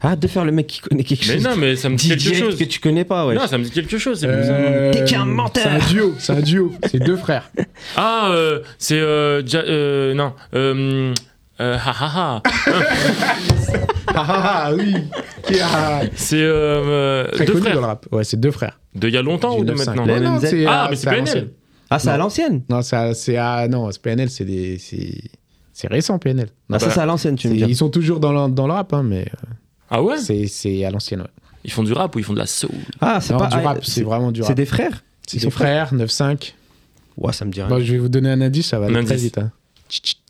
Speaker 2: Ah, de faire le mec qui connaît quelque
Speaker 3: Mais
Speaker 2: chose.
Speaker 3: non, mais ça me dit
Speaker 2: Didier,
Speaker 3: quelque chose.
Speaker 2: que tu connais pas, ouais.
Speaker 3: Non, ça me dit quelque chose. c'est bizarre.
Speaker 1: Euh,
Speaker 2: T'es qu'un menteur.
Speaker 1: C'est un duo. C'est un duo. (laughs) c'est deux frères.
Speaker 3: Ah, euh, c'est. Euh, Ja- euh, non. Euh, euh, ha, ha, ha.
Speaker 1: Ah, ah, ah, oui. Qui a-
Speaker 3: C'est euh, euh,
Speaker 1: ah. Très
Speaker 3: deux
Speaker 1: connu dans
Speaker 3: frères.
Speaker 1: le rap. Ouais, c'est deux frères.
Speaker 3: De il y a longtemps
Speaker 1: Du
Speaker 3: ou de
Speaker 1: 9-5.
Speaker 3: maintenant
Speaker 1: Non,
Speaker 2: Les
Speaker 1: non,
Speaker 2: LMZ.
Speaker 1: c'est
Speaker 3: Ah,
Speaker 1: à-
Speaker 3: mais c'est
Speaker 1: à
Speaker 3: PNL.
Speaker 1: l'ancienne.
Speaker 2: Ah, c'est à
Speaker 1: Non.
Speaker 2: l'ancienne
Speaker 1: Non, c'est à- c'est à. Non, c'est PNL, c'est des. C'est c'est récent, PNL. Non,
Speaker 2: Ah, ça,
Speaker 1: bah,
Speaker 2: c'est à l'ancienne, tu me
Speaker 1: c'est-
Speaker 2: dis.
Speaker 1: Ils sont toujours dans le, dans le rap, hein, mais euh,
Speaker 3: Ah ouais
Speaker 1: c'est- c'est à l'ancienne. Ouais.
Speaker 3: Ils font du rap ou ils font de la soul
Speaker 2: Ah, c'est
Speaker 1: Non,
Speaker 2: pas.
Speaker 1: du
Speaker 2: ah,
Speaker 1: rap, c'est vraiment du
Speaker 2: C'est
Speaker 1: rap.
Speaker 2: des frères
Speaker 1: C'est
Speaker 2: ils
Speaker 1: des
Speaker 2: sont
Speaker 1: frères, 9-5.
Speaker 2: Ouais, ça me dit rien.
Speaker 1: Bon, je vais vous donner un indice, ça va
Speaker 3: Un
Speaker 1: aller très
Speaker 3: indice.
Speaker 1: vite. Hein. Tchit, tchit.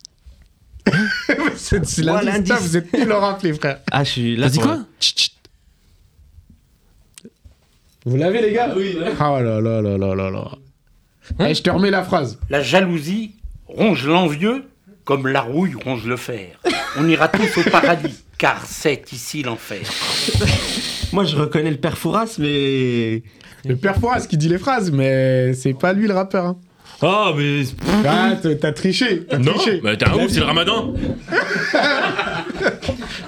Speaker 1: c'est c'est l'indice.
Speaker 2: Ouais,
Speaker 1: Putain,
Speaker 2: l'indice.
Speaker 1: Vous êtes plus le rap, les frères.
Speaker 2: Ah, je suis là.
Speaker 3: T'as dit
Speaker 2: pour-
Speaker 3: quoi
Speaker 1: Tchit, tchit. Vous l'avez, les gars Oui. Ah là là là là là là.
Speaker 3: Hein
Speaker 1: Eh, je te remets la phrase.
Speaker 10: La jalousie ronge l'envieux comme la rouille ronge le fer. On ira tous au paradis, car c'est ici l'enfer.
Speaker 2: Moi, je reconnais le père Fouras, mais.
Speaker 1: Le père Fouras qui dit les phrases, mais c'est pas lui le rappeur. (laughs) hein.
Speaker 3: Ah, mais.
Speaker 1: Ah, t'as t'as triché, t'as
Speaker 3: Non,
Speaker 1: triché.
Speaker 3: mais t'es un ouf, c'est le ramadan.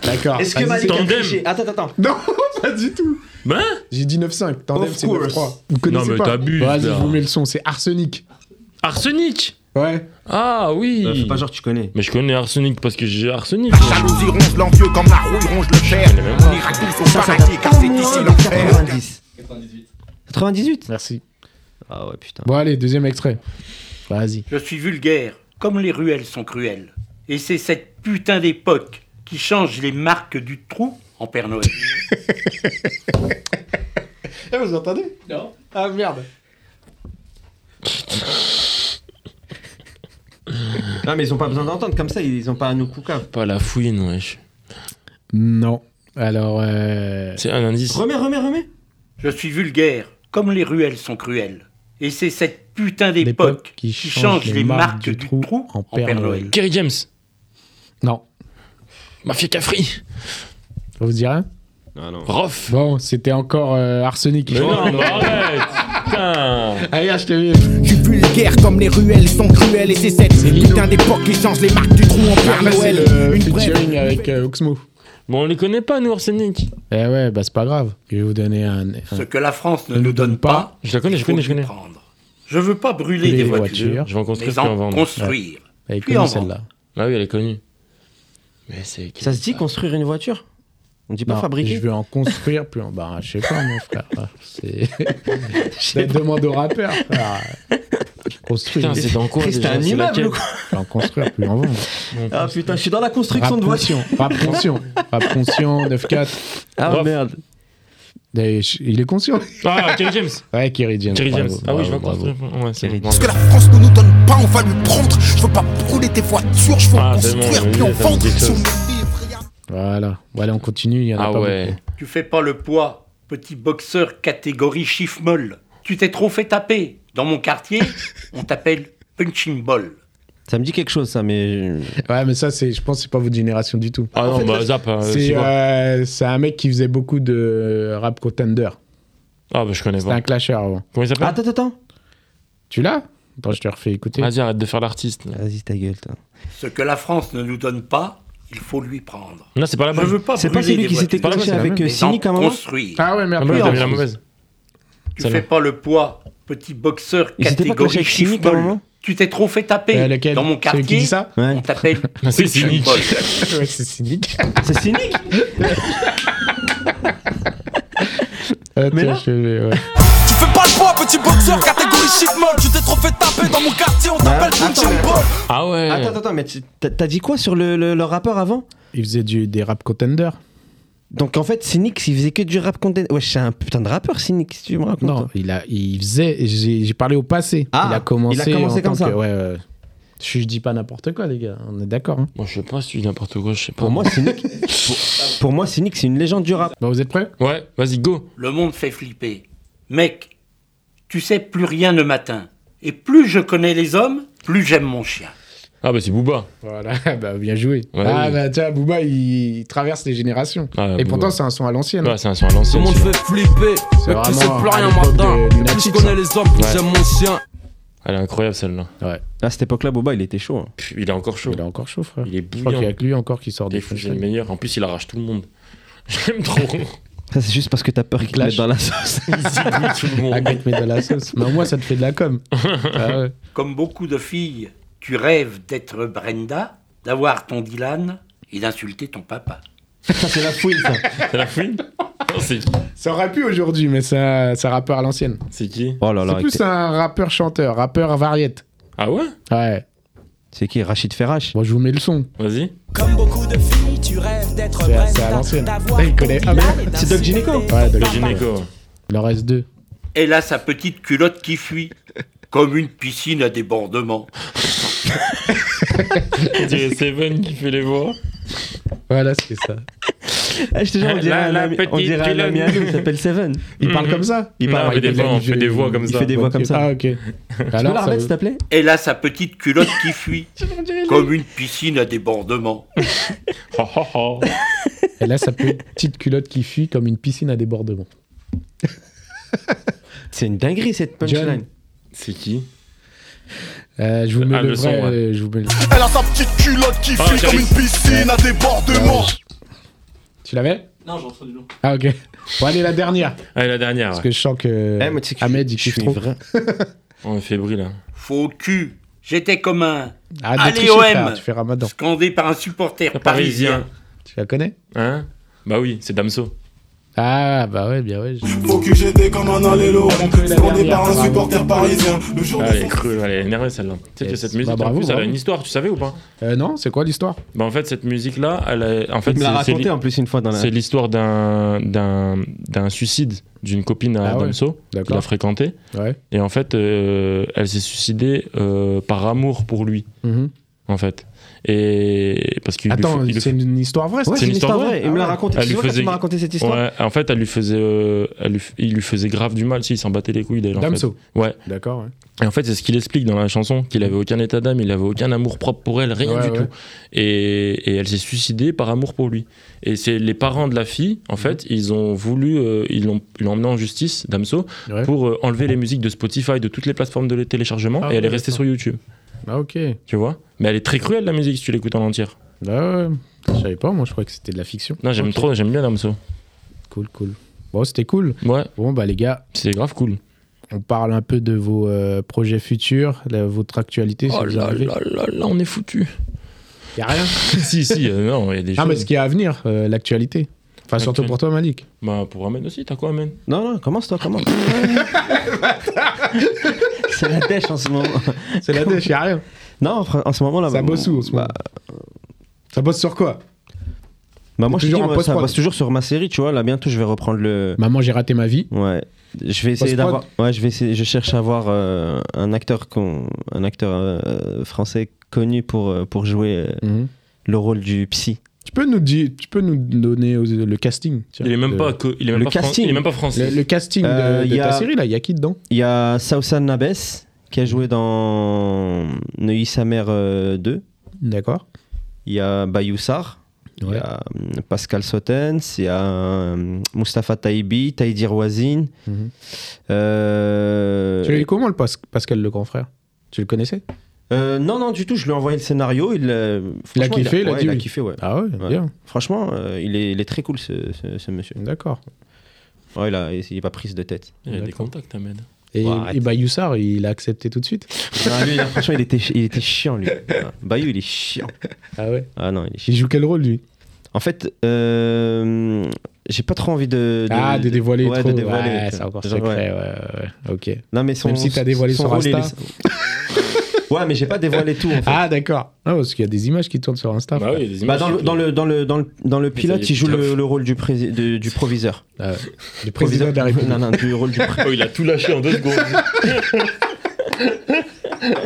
Speaker 1: D'accord.
Speaker 2: Est-ce que
Speaker 1: vas-y.
Speaker 2: Malik a
Speaker 3: Tandem.
Speaker 2: triché Attends, attends, attends.
Speaker 1: Non, (laughs) pas du tout.
Speaker 3: Ben
Speaker 1: J'ai dit 9-5, tandem
Speaker 2: Of
Speaker 1: c'est
Speaker 2: course.
Speaker 1: 9-3. Vous connaissez
Speaker 3: mais
Speaker 1: pas
Speaker 3: t'abuses,
Speaker 1: Vas-y, je
Speaker 3: là.
Speaker 1: vous mets le son, c'est Arsenic.
Speaker 3: Arsenic
Speaker 1: Ouais.
Speaker 3: Ah
Speaker 2: Euh,
Speaker 3: oui
Speaker 2: fais pas genre, tu connais.
Speaker 3: Mais je connais Arsenic parce que j'ai Arsenic.
Speaker 11: Jalousie ronge l'envieux comme la rouille ronge le fer. On ira tous au paradis car c'est ici l'enfer.
Speaker 2: 90. 98
Speaker 1: Merci.
Speaker 2: Ah ouais, putain.
Speaker 1: Bon, allez, deuxième extrait. Vas-y.
Speaker 10: Je suis vulgaire, comme les ruelles sont cruelles. Et c'est cette putain d'époque qui change les marques du trou en Père Noël.
Speaker 1: Eh, vous entendez Non. Ah merde.
Speaker 2: Non, mais ils ont pas besoin d'entendre comme ça, ils ont pas à nous coucave.
Speaker 3: Pas la fouine, wesh.
Speaker 1: Non. Alors, euh...
Speaker 3: C'est un indice.
Speaker 2: Remets, remets, remets.
Speaker 10: Je suis vulgaire, comme les ruelles sont cruelles. Et c'est cette putain
Speaker 1: L'époque
Speaker 10: d'époque
Speaker 1: qui
Speaker 10: qui
Speaker 1: change
Speaker 10: change
Speaker 1: les
Speaker 10: les
Speaker 1: marques
Speaker 10: marques
Speaker 1: du
Speaker 10: du
Speaker 1: trou
Speaker 10: trou
Speaker 1: en
Speaker 10: en
Speaker 1: Père
Speaker 10: Père
Speaker 1: Noël.
Speaker 10: Noël.
Speaker 3: Kerry James,
Speaker 1: non.
Speaker 3: Mafia Cafri,
Speaker 1: Ça vous dit rien
Speaker 2: Non, non.
Speaker 3: Rof.
Speaker 1: Bon, c'était encore euh, Arsenic. (laughs)
Speaker 3: Mais non, mais arrête Putain
Speaker 1: Allez, HTV.
Speaker 11: Je suis vulgaire comme les ruelles sont cruelles. Et c'est cette putain d'époque qui change les marques du trou en
Speaker 1: Après,
Speaker 11: Père
Speaker 1: Ah, bah, c'est
Speaker 11: Noël.
Speaker 1: le
Speaker 11: Ah, Une brève
Speaker 1: featuring avec euh, Oxmo.
Speaker 3: Bon, on les connaît pas, nous, Arsenic.
Speaker 1: Eh ouais, bah c'est pas grave. Je vais vous donner un. un-
Speaker 10: Ce que la France ne nous donne pas,
Speaker 3: Je la connais, je
Speaker 10: faut
Speaker 3: connais, je
Speaker 10: lui
Speaker 3: connais.
Speaker 10: prendre. Je veux pas brûler
Speaker 1: Les
Speaker 10: des
Speaker 1: voitures.
Speaker 10: voitures,
Speaker 3: Je vais en construire
Speaker 10: mais
Speaker 3: puis en
Speaker 10: en
Speaker 3: vendre.
Speaker 10: construire.
Speaker 1: Elle est
Speaker 10: Puis
Speaker 1: connue,
Speaker 10: en vend.
Speaker 1: celle-là.
Speaker 3: Ah oui, elle est connue. Mais c'est.
Speaker 2: Ça se dit construire une voiture On dit pas
Speaker 1: Non,
Speaker 2: fabriquer
Speaker 1: Je vais en construire plus en bah, je sais pas, mon frère. Ah, C'est. Je demande au rappeur, frère. Je construis.
Speaker 3: Putain,
Speaker 1: je
Speaker 3: c'est dans quoi
Speaker 2: Christ,
Speaker 3: déjà
Speaker 2: t'as un
Speaker 3: C'est
Speaker 2: immeuble
Speaker 3: laquelle
Speaker 2: ou quoi
Speaker 1: vais en construire plus en vendre.
Speaker 2: Ah putain, je suis dans la construction
Speaker 1: Rap
Speaker 2: de voiture.
Speaker 1: conscient. (laughs) Rap conscient. Rap conscient, 9-4.
Speaker 2: Ah
Speaker 3: Rof.
Speaker 2: merde.
Speaker 1: Eh, je- Il est conscient.
Speaker 3: Ah, Kerry James
Speaker 1: Ouais, Kerry James.
Speaker 3: Kerry James.
Speaker 1: bravo,
Speaker 3: Ah oui, je vais en
Speaker 1: bravo, bravo.
Speaker 3: construire. Ouais, c'est
Speaker 2: Kerry
Speaker 3: bon.
Speaker 11: Ce que la France ne nous donne pas, on va lui prendre. Je veux pas brûler tes voitures, je veux
Speaker 3: Ah,
Speaker 11: en
Speaker 3: c'est bon,
Speaker 11: construire
Speaker 3: oui,
Speaker 11: puis en
Speaker 3: ça me
Speaker 11: vendre.
Speaker 3: dit
Speaker 11: Si on
Speaker 3: chose.
Speaker 11: est livré à
Speaker 1: Voilà. Bon, allez, on continue. Il y en a
Speaker 3: Ah
Speaker 1: pas
Speaker 3: ouais.
Speaker 1: beaucoup.
Speaker 10: Tu fais pas le poids, petit boxeur catégorie chiffre molle. Tu t'es trop fait taper. Dans mon quartier, on t'appelle punching ball.
Speaker 2: Ça me dit quelque chose, ça, mais.
Speaker 1: Ouais, mais ça, c'est, je pense que c'est pas votre génération du tout.
Speaker 3: Ah non, bah zap. euh,
Speaker 1: C'est
Speaker 3: c'est quoi
Speaker 1: euh, c'est un mec qui faisait beaucoup de rap contender.
Speaker 3: Ah bah je connais
Speaker 1: C'était
Speaker 3: pas.
Speaker 1: un clasher avant.
Speaker 3: Comment il s'appelle
Speaker 2: Attends, attends, attends.
Speaker 1: Tu l'as Attends, je te refais écouter.
Speaker 3: Vas-y, arrête de faire l'artiste. là.
Speaker 2: Vas-y, ta gueule, toi.
Speaker 10: Ce que la France ne nous donne pas, il faut lui prendre.
Speaker 3: Non, c'est pas la
Speaker 10: Je
Speaker 3: bonne.
Speaker 10: veux pas
Speaker 2: C'est
Speaker 10: brûler
Speaker 2: pas celui
Speaker 10: des
Speaker 2: qui s'était
Speaker 10: voitures,
Speaker 2: clashé
Speaker 1: c'est la
Speaker 2: avec
Speaker 1: même.
Speaker 2: euh,
Speaker 10: mais en
Speaker 2: Cynic à un moment
Speaker 10: construire.
Speaker 1: Ah ouais,
Speaker 3: Ah
Speaker 1: merde.
Speaker 3: bah,
Speaker 1: pardon.
Speaker 3: t'as mis la mauvaise.
Speaker 10: Tu
Speaker 3: Ça
Speaker 10: fais
Speaker 3: va.
Speaker 10: pas le poids, petit boxeur
Speaker 2: Ils étaient pas clashés
Speaker 10: catégorie
Speaker 2: avec
Speaker 10: chiffre
Speaker 2: Cynic à un
Speaker 10: molle.
Speaker 2: moment
Speaker 10: Tu t'es trop fait
Speaker 1: Euh,
Speaker 10: taper.
Speaker 1: lequel
Speaker 10: Dans mon
Speaker 1: Celui qui
Speaker 10: quartier,
Speaker 1: dit ça (laughs)
Speaker 2: Ouais.
Speaker 10: on t'appelle
Speaker 3: C'est
Speaker 10: punching
Speaker 3: cynique.
Speaker 10: ball.
Speaker 1: ouais, c'est cynique.
Speaker 2: C'est Cynic
Speaker 1: Attends,
Speaker 2: Mais là-
Speaker 1: Euh, je te mets, ouais.
Speaker 11: Tu fais pas le poids, petit boxeur, catégorie shit molle. Tu t'es trop fait taper dans mon quartier, on t'appelle
Speaker 2: attends,
Speaker 11: punching
Speaker 2: mais-
Speaker 11: ball.
Speaker 3: Ah ouais.
Speaker 2: Attends, attends, attends, mais tu- t'as t'as dit quoi sur le, le, le rappeur avant
Speaker 1: Il faisait du, des rap contender.
Speaker 2: Donc en fait, Cynic, il faisait que du rap content. Ouais, c'est un putain de rappeur, Cynic, si tu me racontes.
Speaker 1: Non, il, a, il faisait. J'ai j'ai parlé au passé.
Speaker 2: Ah,
Speaker 1: il a commencé,
Speaker 2: il a commencé
Speaker 1: en tant
Speaker 2: comme ça.
Speaker 1: que- ouais, ouais. Je, je dis pas n'importe quoi, les gars. On est d'accord. hein.
Speaker 3: Moi je sais pas si tu dis n'importe quoi, je sais pas.
Speaker 2: Pour moi, Cynic, pour, pour moi, Cynic, c'est une légende du rap.
Speaker 1: Bon, Bah, vous êtes prêts
Speaker 3: Ouais, vas-y, go.
Speaker 10: Le monde fait flipper. Mec, tu sais plus rien le matin. Et plus je connais les hommes, plus j'aime mon chien.
Speaker 3: Ah bah c'est Booba.
Speaker 1: Voilà, (laughs) bah, bien joué.
Speaker 3: Ouais,
Speaker 1: ah,
Speaker 3: oui.
Speaker 1: bah tiens, Booba, il, il traverse les générations.
Speaker 3: Ah,
Speaker 1: Et
Speaker 3: Booba.
Speaker 1: pourtant, c'est un son à l'ancienne.
Speaker 3: Ouais, c'est un son à l'ancienne.
Speaker 12: Tout le monde
Speaker 3: celui-là.
Speaker 12: fait flipper,
Speaker 1: C'est
Speaker 12: mais plus
Speaker 1: vraiment
Speaker 12: c'est plus
Speaker 1: à
Speaker 12: rien
Speaker 1: l'époque
Speaker 12: matin.
Speaker 1: de- du
Speaker 12: Et plus
Speaker 1: Natchez,
Speaker 12: je connais les hommes, plus
Speaker 3: Ouais.
Speaker 12: j'aime mon chien.
Speaker 3: Elle est incroyable celle-là.
Speaker 2: À cette époque-là, Boba, il était chaud. hein.
Speaker 3: Puis, Il est encore chaud.
Speaker 1: Il est encore chaud, frère.
Speaker 3: Il est
Speaker 1: Je crois qu'il y a
Speaker 3: bouillant.
Speaker 1: que lui encore qui sort
Speaker 3: Il est
Speaker 1: des
Speaker 3: fou, c'est
Speaker 1: freestyles.
Speaker 3: le meilleur. En plus, il arrache tout le monde. (laughs) J'aime trop.
Speaker 2: Ça, c'est juste parce que t'as peur qu'il te
Speaker 1: clash.
Speaker 2: mette dans la sauce.
Speaker 3: Il zigouille tout
Speaker 1: (laughs)
Speaker 3: le monde.
Speaker 1: Agathe met de
Speaker 3: (laughs)
Speaker 1: la sauce. Mais au moins, ça te fait de la com. Ah ouais.
Speaker 10: Comme beaucoup de filles, tu rêves d'être Brenda, d'avoir ton Dylan et d'insulter ton papa.
Speaker 2: (laughs) ça, c'est la fouille, ça.
Speaker 3: C'est la fouine Non, c'est-
Speaker 1: Ça aurait pu aujourd'hui, mais ça, ça rappeur à l'ancienne.
Speaker 3: C'est qui
Speaker 2: Oh là
Speaker 1: C'est
Speaker 2: là.
Speaker 1: plus
Speaker 2: t'es-
Speaker 1: un rappeur-chanteur, rappeur variette.
Speaker 3: Ah ouais
Speaker 1: Ouais.
Speaker 2: C'est qui Rachid Ferrache
Speaker 1: Bon, je vous mets le son.
Speaker 3: Vas-y.
Speaker 12: Comme beaucoup de filles, tu rêves d'être
Speaker 1: C'est c'est à l'ancienne. Là, il connaît. Ah, mais là,
Speaker 2: C'est Doc Gynéco
Speaker 1: Ouais, Doc
Speaker 3: Le gynéco.
Speaker 1: il en reste deux.
Speaker 10: Elle a sa petite culotte qui fuit, comme une piscine à débordement.
Speaker 3: On dirait Seven qui fait les voix.
Speaker 1: Voilà, c'est
Speaker 3: (laughs)
Speaker 1: ça.
Speaker 2: Ah, Je te jure, on dirait
Speaker 3: La-
Speaker 2: un
Speaker 3: la
Speaker 2: ami- on
Speaker 3: petite
Speaker 2: dirait un ami
Speaker 3: Dylan.
Speaker 2: à nous qui s'appelle Seven.
Speaker 1: Il parle
Speaker 3: Mhm.
Speaker 1: comme ça
Speaker 2: Il
Speaker 3: Non,
Speaker 2: parle-
Speaker 3: on fait des
Speaker 1: il-
Speaker 3: voix, on
Speaker 1: il-
Speaker 3: fait des voix comme
Speaker 2: il
Speaker 3: ça.
Speaker 2: fait des voix comme ça.
Speaker 1: Ah, ok.
Speaker 2: Tu peux
Speaker 1: Alors,
Speaker 2: la
Speaker 1: ça
Speaker 2: remettre,
Speaker 1: veut-
Speaker 2: s'il te plaît
Speaker 10: Elle a sa petite culotte qui fuit, comme une piscine à débordement.
Speaker 3: Oh, oh, oh.
Speaker 1: Et là, ça peut être petite culotte qui fuit comme une piscine à débordement.
Speaker 2: C'est une dinguerie cette punchline.
Speaker 3: C'est qui
Speaker 1: Euh, je vous mets
Speaker 3: Ah,
Speaker 1: le
Speaker 3: le son,
Speaker 1: vrai.
Speaker 3: ouais.
Speaker 1: euh, je vous mets le-
Speaker 13: Elle a sa petite culotte qui
Speaker 1: Ah,
Speaker 13: fuit comme
Speaker 1: j'avais-
Speaker 13: une piscine à débordement.
Speaker 1: Tu l'avais
Speaker 7: Non, j'ai entendu non.
Speaker 1: Ah, ok. Bon, allez, la dernière.
Speaker 3: Allez, Ah, la dernière.
Speaker 1: Parce que je sens que
Speaker 2: Eh, moi, tu sais que
Speaker 1: euh, Ahmed, il
Speaker 2: je
Speaker 1: kiffe
Speaker 2: suis
Speaker 1: trop.
Speaker 2: vrai.
Speaker 3: On est fébrile. Hein.
Speaker 10: Faux cul. J'étais comme un.
Speaker 1: Arrête de
Speaker 10: Allez
Speaker 1: tricher, frère,
Speaker 10: OM
Speaker 1: tu fais ramadan.
Speaker 10: Scandé par un supporter parisien.
Speaker 3: Parisien.
Speaker 1: Tu la connais
Speaker 3: Hein Bah oui, c'est Damso.
Speaker 1: Ah, bah ouais, bien ouais. je-
Speaker 13: Faut que j'étais comme un allélo. Scandé
Speaker 1: dernière,
Speaker 13: par un
Speaker 1: bravo.
Speaker 13: supporter parisien. Le jour
Speaker 3: Ah,
Speaker 13: de
Speaker 3: elle est crue, elle est énervée celle-là. Tu sais que
Speaker 1: Yes.
Speaker 3: cette musique,
Speaker 1: Bah, bravo,
Speaker 3: en plus, elle a
Speaker 1: bravo.
Speaker 3: une histoire, tu savais ou pas
Speaker 1: Euh, non, c'est quoi l'histoire
Speaker 3: Bah en fait, cette musique-là, elle a- en fait,
Speaker 2: Il me l'a
Speaker 3: c'est- c'est
Speaker 2: raconté
Speaker 3: li-
Speaker 2: en plus une fois dans la.
Speaker 3: C'est l'histoire d'un, d'un, d'un suicide d'une copine à
Speaker 1: Ah ouais,
Speaker 3: Damso qu'il
Speaker 1: d'accord.
Speaker 3: a fréquenté.
Speaker 1: Ouais.
Speaker 3: Et en fait, euh, elle s'est suicidée euh, par amour pour lui,
Speaker 1: Mhm.
Speaker 3: en fait. Et parce qu'il lui
Speaker 1: Attends,
Speaker 3: fa- il lui
Speaker 1: c'est une histoire vraie ça
Speaker 2: Ouais, c'est une histoire vraie. Il me l'a raconté.
Speaker 3: Elle
Speaker 2: C'est
Speaker 3: lui
Speaker 2: vrai que
Speaker 3: faisait-
Speaker 2: tu m'as raconté cette histoire.
Speaker 3: Ouais, en fait, elle lui faisait, euh, elle lui f- il lui faisait grave du mal, si, il s'en battait les couilles d'elle. en
Speaker 1: Damso.
Speaker 3: fait. Ouais.
Speaker 1: D'accord, ouais.
Speaker 3: Et en fait, c'est ce qu'il explique dans la chanson, qu'il avait aucun état d'âme, il avait aucun amour propre pour elle, rien
Speaker 1: Ouais,
Speaker 3: du
Speaker 1: ouais.
Speaker 3: tout. Et, et elle s'est suicidée par amour pour lui. Et c'est les parents de la fille, en
Speaker 1: Mhm.
Speaker 3: fait, ils ont voulu, euh, ils l'ont ils l'ont emmené en justice, Damso,
Speaker 1: Ouais.
Speaker 3: pour euh, enlever les musiques de Spotify, de toutes les plateformes de téléchargement,
Speaker 1: Ah
Speaker 3: et elle
Speaker 1: ouais,
Speaker 3: est restée
Speaker 1: d'accord.
Speaker 3: sur YouTube.
Speaker 1: Ah, ok.
Speaker 3: Tu vois Mais elle est très cruelle la musique si tu l'écoutes en entière.
Speaker 1: Ah, ouais. Je savais pas, moi, je croyais que c'était de la fiction.
Speaker 3: Non, j'aime
Speaker 1: Ok.
Speaker 3: trop, j'aime bien Damso.
Speaker 1: Cool, cool. Bon, c'était cool.
Speaker 3: Ouais.
Speaker 1: Bon, bah, les gars.
Speaker 3: C'est grave cool.
Speaker 1: On parle un peu de vos euh, projets futurs, la- votre actualité.
Speaker 3: Oh là là là là, on est foutu. (laughs)
Speaker 1: Y a rien.
Speaker 3: si si, euh, non, il y a des
Speaker 1: Ah,
Speaker 3: choses.
Speaker 1: mais ce qui est à venir, euh, l'actualité. Enfin, surtout
Speaker 3: Actualité.
Speaker 1: pour toi, Malik.
Speaker 3: Bah pour Amen aussi, t'as quoi Amen
Speaker 2: Non, non, commence toi,
Speaker 1: (laughs)
Speaker 2: commence. c'est la dèche en ce moment.
Speaker 1: C'est la dèche, y a rien.
Speaker 2: Non, fr- en ce moment là.
Speaker 1: Ça
Speaker 2: bah,
Speaker 1: bosse où en ce moment Ça bosse sur quoi
Speaker 2: Bah moi, je te
Speaker 1: Toujours
Speaker 2: dis,
Speaker 1: en
Speaker 2: moi, ça
Speaker 1: post-prod.
Speaker 2: bosse toujours sur ma série, tu vois. Là, bientôt, je vais reprendre le.
Speaker 1: Maman, j'ai raté ma vie.
Speaker 2: Ouais. Je vais
Speaker 1: Post-prod.
Speaker 2: essayer d'avoir. Ouais, je vais essayer. Je cherche à avoir euh, un acteur, con... un acteur euh, français connu pour euh, pour jouer euh,
Speaker 3: Mhm.
Speaker 2: le rôle du psy.
Speaker 1: Tu peux nous, dire, tu peux nous donner aux- le casting tiens,
Speaker 3: Il est même
Speaker 1: de-
Speaker 3: pas co- il est même
Speaker 2: Le
Speaker 3: pas fran-
Speaker 2: casting.
Speaker 3: il est même pas français.
Speaker 1: Le, le casting de-
Speaker 2: Euh,
Speaker 1: de,
Speaker 2: y
Speaker 1: ta
Speaker 2: a-
Speaker 1: série, là, il y a qui dedans
Speaker 2: Il y a Sausan Nabes qui a joué dans Neuilly sa mère euh, 2.
Speaker 1: D'accord.
Speaker 2: Il y a Bayou Sarr. Il y
Speaker 1: Ouais.
Speaker 2: a euh, Pascal Sotens, il y a euh, Mustapha Taïbi, Taïdir Wazine.
Speaker 1: Mhm.
Speaker 2: Euh,
Speaker 1: Tu l'as eu comment, le Pas- Pascal, le grand frère Tu le connaissais
Speaker 2: euh, non, non, du tout, je lui ai envoyé le scénario. Il, euh,
Speaker 1: Il a
Speaker 2: franchement,
Speaker 1: kiffé, il a
Speaker 2: ouais,
Speaker 1: dit
Speaker 2: il a
Speaker 1: oui.
Speaker 2: kiffé, ouais.
Speaker 1: Ah ouais,
Speaker 2: Ouais.
Speaker 1: bien.
Speaker 2: Franchement, euh, il, est, il est très cool, ce, ce- ce monsieur.
Speaker 1: D'accord.
Speaker 2: Ouais, il, a, il est pas prise de tête.
Speaker 3: Il y a des
Speaker 1: D'accord.
Speaker 3: contacts Amen.
Speaker 1: Et,
Speaker 2: Ouais, arrête.
Speaker 1: et bah, Youssar, il a accepté tout de suite
Speaker 2: Non, lui, il a- franchement, il était, chi- il était chiant, lui. Ouais. Bayou, il est chiant.
Speaker 1: Ah ouais
Speaker 2: Ah non, il est chiant.
Speaker 1: Il joue quel rôle, lui
Speaker 2: En fait, euh, j'ai pas trop envie de.
Speaker 1: Ah, de dévoiler
Speaker 2: ouais,
Speaker 1: trop.
Speaker 2: de dévoiler.
Speaker 1: ouais,
Speaker 2: tu
Speaker 1: c'est
Speaker 2: vois.
Speaker 1: encore
Speaker 2: Genre,
Speaker 1: secret,
Speaker 2: ouais.
Speaker 1: ouais, ouais, ouais. Ok.
Speaker 2: Non, mais son,
Speaker 1: Même si t'as dévoilé
Speaker 2: son
Speaker 1: sur
Speaker 2: rôle, il
Speaker 1: Insta.
Speaker 2: est- (laughs) ouais, mais j'ai pas dévoilé tout. En fait.
Speaker 1: Ah, d'accord. Ah, parce qu'il y a des images qui tournent sur Insta.
Speaker 3: Bah
Speaker 1: frère.
Speaker 3: oui, il y a des
Speaker 2: Bah,
Speaker 3: images.
Speaker 2: dans, le, dans, le, dans, le, dans, le, dans le
Speaker 3: ça y
Speaker 2: pilote,
Speaker 3: est,
Speaker 2: il joue
Speaker 3: putain.
Speaker 2: le, le rôle du, prési- de- du proviseur.
Speaker 1: Ah
Speaker 2: (laughs)
Speaker 1: ouais. Le président de la République.
Speaker 2: Non, non, du rôle du pré-
Speaker 3: Oh, il a tout lâché en deux secondes. (laughs)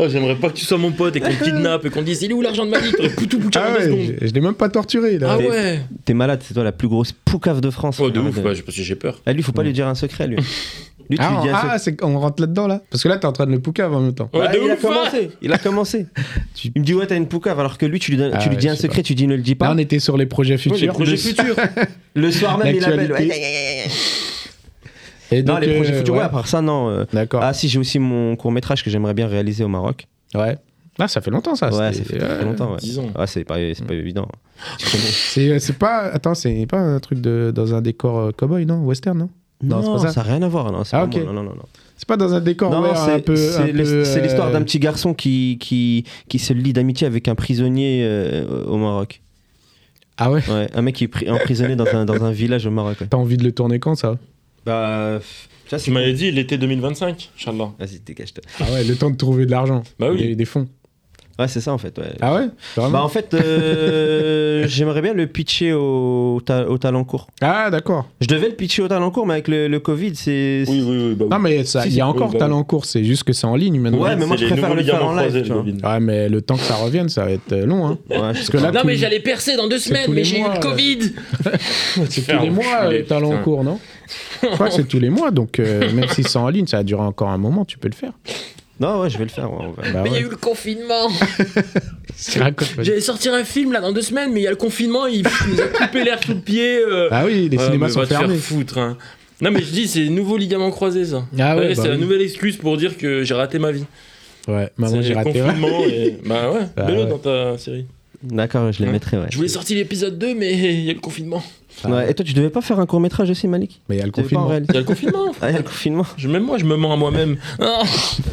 Speaker 3: oh, j'aimerais pas que tu sois mon pote et qu'on te kidnappe et qu'on te dise il est où l'argent de ma vie Poutou poutou
Speaker 1: Ah
Speaker 3: en deux
Speaker 1: ouais,
Speaker 3: secondes.
Speaker 1: je, je l'ai même pas torturé, là.
Speaker 3: Ah ouais
Speaker 2: T'es malade, c'est toi la plus grosse poucave de France.
Speaker 3: Oh, de
Speaker 2: Arrête
Speaker 3: ouf, bah, je- parce que j'ai peur.
Speaker 2: Ah, lui, faut pas lui dire un
Speaker 1: (laughs)
Speaker 2: secret, lui. Lui, tu
Speaker 1: Ah,
Speaker 2: lui dis
Speaker 1: on,
Speaker 2: un
Speaker 1: ah,
Speaker 2: secret.
Speaker 1: c'est- on rentre là-dedans, là Parce que là, t'es en train de le poucave en même temps.
Speaker 3: Ouais,
Speaker 2: Ah,
Speaker 3: de
Speaker 2: il a
Speaker 3: ouf, hein.
Speaker 2: commencé, il a commencé.
Speaker 1: (laughs) Tu-
Speaker 2: Il me dit ouais t'as une poucave alors que lui tu lui, donnes-
Speaker 1: Ah
Speaker 2: tu lui
Speaker 1: ouais,
Speaker 2: dis
Speaker 1: je
Speaker 2: un
Speaker 1: sais
Speaker 2: secret,
Speaker 1: pas.
Speaker 2: tu dis ne le dis
Speaker 1: Là,
Speaker 2: pas.
Speaker 1: on était sur les projets
Speaker 3: Ouais, les
Speaker 1: futurs.
Speaker 3: projets
Speaker 1: Le-
Speaker 3: futurs.
Speaker 2: Le soir même il appelle.
Speaker 1: L'actualité.
Speaker 2: ouais.
Speaker 1: Et
Speaker 2: Non
Speaker 1: donc,
Speaker 2: les
Speaker 1: euh,
Speaker 2: projets futurs, ouais,
Speaker 1: ouais.
Speaker 2: à part ça non. euh,
Speaker 1: D'accord.
Speaker 2: Ah si j'ai aussi mon court métrage que j'aimerais bien réaliser au Maroc.
Speaker 1: Ouais. Là, ça fait longtemps, ça.
Speaker 2: Ah. ouais ça
Speaker 1: c'était- euh,
Speaker 2: fait très
Speaker 1: Ah, ouais. Mm.
Speaker 2: longtemps. Ouais.
Speaker 3: dix ans.
Speaker 2: Ah c'est pas c'est pas évident. hein.
Speaker 1: (gasps) C'est euh, c'est pas. Attends, c'est pas un truc de, dans un décor euh, cowboy, non Western, non
Speaker 2: Non,
Speaker 1: c'est pas ça.
Speaker 2: ça n'a rien à voir. Non, c'est
Speaker 1: Ah, ok.
Speaker 2: pas moi, non, non, non, non.
Speaker 1: C'est pas dans un décor
Speaker 2: Non,
Speaker 1: ouais, un
Speaker 2: c'est
Speaker 1: peu. un
Speaker 2: c'est
Speaker 1: peu,
Speaker 2: l'his- c'est
Speaker 1: euh,
Speaker 2: l'histoire d'un petit garçon qui, qui, qui se lie d'amitié avec un prisonnier euh, au Maroc.
Speaker 1: Ah ouais
Speaker 2: Ouais, un mec qui est pri- emprisonné dans un, dans un village au Maroc. ouais.
Speaker 1: T'as envie de le tourner quand, ça
Speaker 2: Bah, pff, ça
Speaker 3: Tu
Speaker 2: c'est.
Speaker 3: m'avais dit l'été 2025, Inch'Allah.
Speaker 2: Vas-y, dégage-toi.
Speaker 1: Ah ouais, le temps de trouver de l'argent.
Speaker 3: Bah oui.
Speaker 1: Des, des fonds.
Speaker 2: Ouais, c'est ça en fait. ouais.
Speaker 1: Ah ouais Vraiment
Speaker 2: bah, en fait,
Speaker 1: (laughs)
Speaker 2: euh, j'aimerais bien le pitcher au, ta- au talent court.
Speaker 1: Ah d'accord.
Speaker 2: Je devais le pitcher au talent court, mais avec le, le Covid, c'est. c'est-
Speaker 3: Oui, oui, oui. Bah,
Speaker 1: Non mais ça,
Speaker 3: Si,
Speaker 1: il
Speaker 3: si,
Speaker 1: y a
Speaker 3: oui,
Speaker 1: encore
Speaker 3: bah
Speaker 1: talent en cours, c'est juste que c'est en ligne maintenant.
Speaker 2: Ouais, mais moi, je préfère le faire en live, tu vois.
Speaker 1: Ouais, mais le temps que ça revienne, ça va être euh, long. Hein.
Speaker 2: Ouais,
Speaker 1: Parce que là, tous les-
Speaker 3: percer dans deux
Speaker 1: c'est tous les mois, euh, c'est tous les mois euh, talent en cours, non Je crois que c'est tous les mois, donc euh, même si c'est en ligne, ça a duré encore un moment, tu peux le faire.
Speaker 2: Non, ouais, je vais le faire. ouais, on va- bah
Speaker 3: mais
Speaker 1: (laughs)
Speaker 3: il y
Speaker 2: ouais.
Speaker 3: a eu le confinement.
Speaker 1: raconte, vas-y.
Speaker 3: J'allais sortir un film là dans deux semaines, mais il y a le confinement, il il nous a coupé l'air sous le pied. euh.
Speaker 1: Ah oui, les
Speaker 3: Ouais,
Speaker 1: cinémas
Speaker 3: mais
Speaker 1: sont
Speaker 3: va te faire
Speaker 1: fermés.
Speaker 3: foutre, hein. Non mais je dis, c'est nouveau ligament croisé ça.
Speaker 1: Ah ouais, bah
Speaker 3: c'est la
Speaker 1: oui.
Speaker 3: nouvelle excuse pour dire que j'ai raté ma vie.
Speaker 1: Ouais, maman,
Speaker 3: C'est
Speaker 1: j'ai
Speaker 3: le
Speaker 1: raté.
Speaker 3: confinement et- Bah ouais,
Speaker 1: Bah
Speaker 3: mets-le
Speaker 1: ouais.
Speaker 3: dans ta série.
Speaker 2: D'accord, je les mettrai, ouais.
Speaker 3: Je voulais sortir l'épisode 2, mais (laughs) il y a le confinement.
Speaker 2: Ouais, et toi, tu devais pas faire un court métrage aussi, Malik
Speaker 1: Mais il y a le
Speaker 3: Il y a le confinement.
Speaker 2: Ah, Il y a le confinement.
Speaker 3: Je- Même moi, je me mens à moi-même. Ah.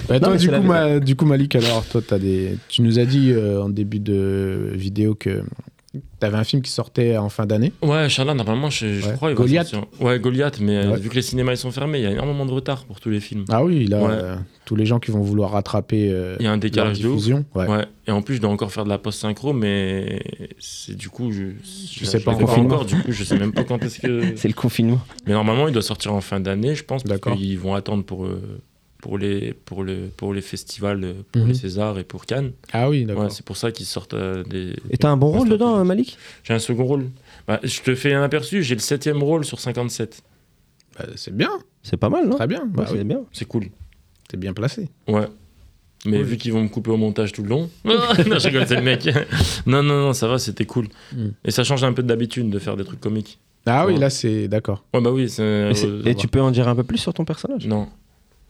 Speaker 1: Bah,
Speaker 3: Non,
Speaker 1: toi,
Speaker 3: mais
Speaker 1: du
Speaker 3: c'est
Speaker 1: coup,
Speaker 3: la-
Speaker 1: ma- du coup, Malik, alors, toi, as des... tu nous as dit euh, en début de vidéo que t'avais un film qui sortait en fin d'année.
Speaker 3: Ouais, Charles, normalement, je, je crois. il va
Speaker 1: Goliath.
Speaker 3: sortir- Ouais, Goliath, mais euh,
Speaker 1: Ouais.
Speaker 3: vu que les cinémas ils sont fermés, il y a énormément de retard pour tous les films.
Speaker 1: Ah oui, là,
Speaker 3: Ouais.
Speaker 1: euh, tous les gens qui vont vouloir rattraper. euh,
Speaker 3: Il y a un
Speaker 1: leur
Speaker 3: décalage de ouf.
Speaker 1: diffusion. Ouais.
Speaker 3: Ouais. Et en plus, je dois encore faire de la post-synchro, mais c'est du coup, je, je-
Speaker 1: sais
Speaker 3: je
Speaker 1: pas
Speaker 3: l'ai
Speaker 1: encore.
Speaker 3: encore. Du coup, je sais même pas quand est-ce que.
Speaker 2: (laughs) C'est le confinement.
Speaker 3: Mais normalement, il doit sortir en fin d'année, je pense.
Speaker 1: D'accord.
Speaker 3: D'accord. Ils vont attendre pour euh, pour les pour le pour les festivals, euh, pour
Speaker 2: Mhm.
Speaker 3: les Césars et pour Cannes.
Speaker 1: Ah oui,
Speaker 3: d'accord. c'est pour ça qu'ils sortent euh, des.
Speaker 2: Et t'as un bon rôle dedans, euh, Malik
Speaker 3: J'ai un second rôle. Bah, je te fais un aperçu. J'ai le septième rôle sur 57.
Speaker 1: Bah, c'est bien.
Speaker 2: C'est pas mal, non
Speaker 1: Très bien. bah
Speaker 2: c'est
Speaker 1: oui.
Speaker 2: bien.
Speaker 3: C'est cool.
Speaker 1: T'es bien placé.
Speaker 3: Ouais. Mais
Speaker 1: Cool. Oh.
Speaker 3: vu qu'ils vont me couper au montage tout le long. (laughs) non, je rigole, c'est le mec. (laughs) non, non, non, ça va, c'était cool.
Speaker 1: Mm.
Speaker 3: Et ça change un peu de d'habitude de faire des trucs comiques.
Speaker 1: Ah
Speaker 3: Ouais.
Speaker 1: oui, là, c'est d'accord.
Speaker 3: Ouais, bah oui. c'est-
Speaker 2: Mais c'est-
Speaker 3: euh,
Speaker 2: Et tu peux en dire un peu plus sur ton personnage
Speaker 3: Non.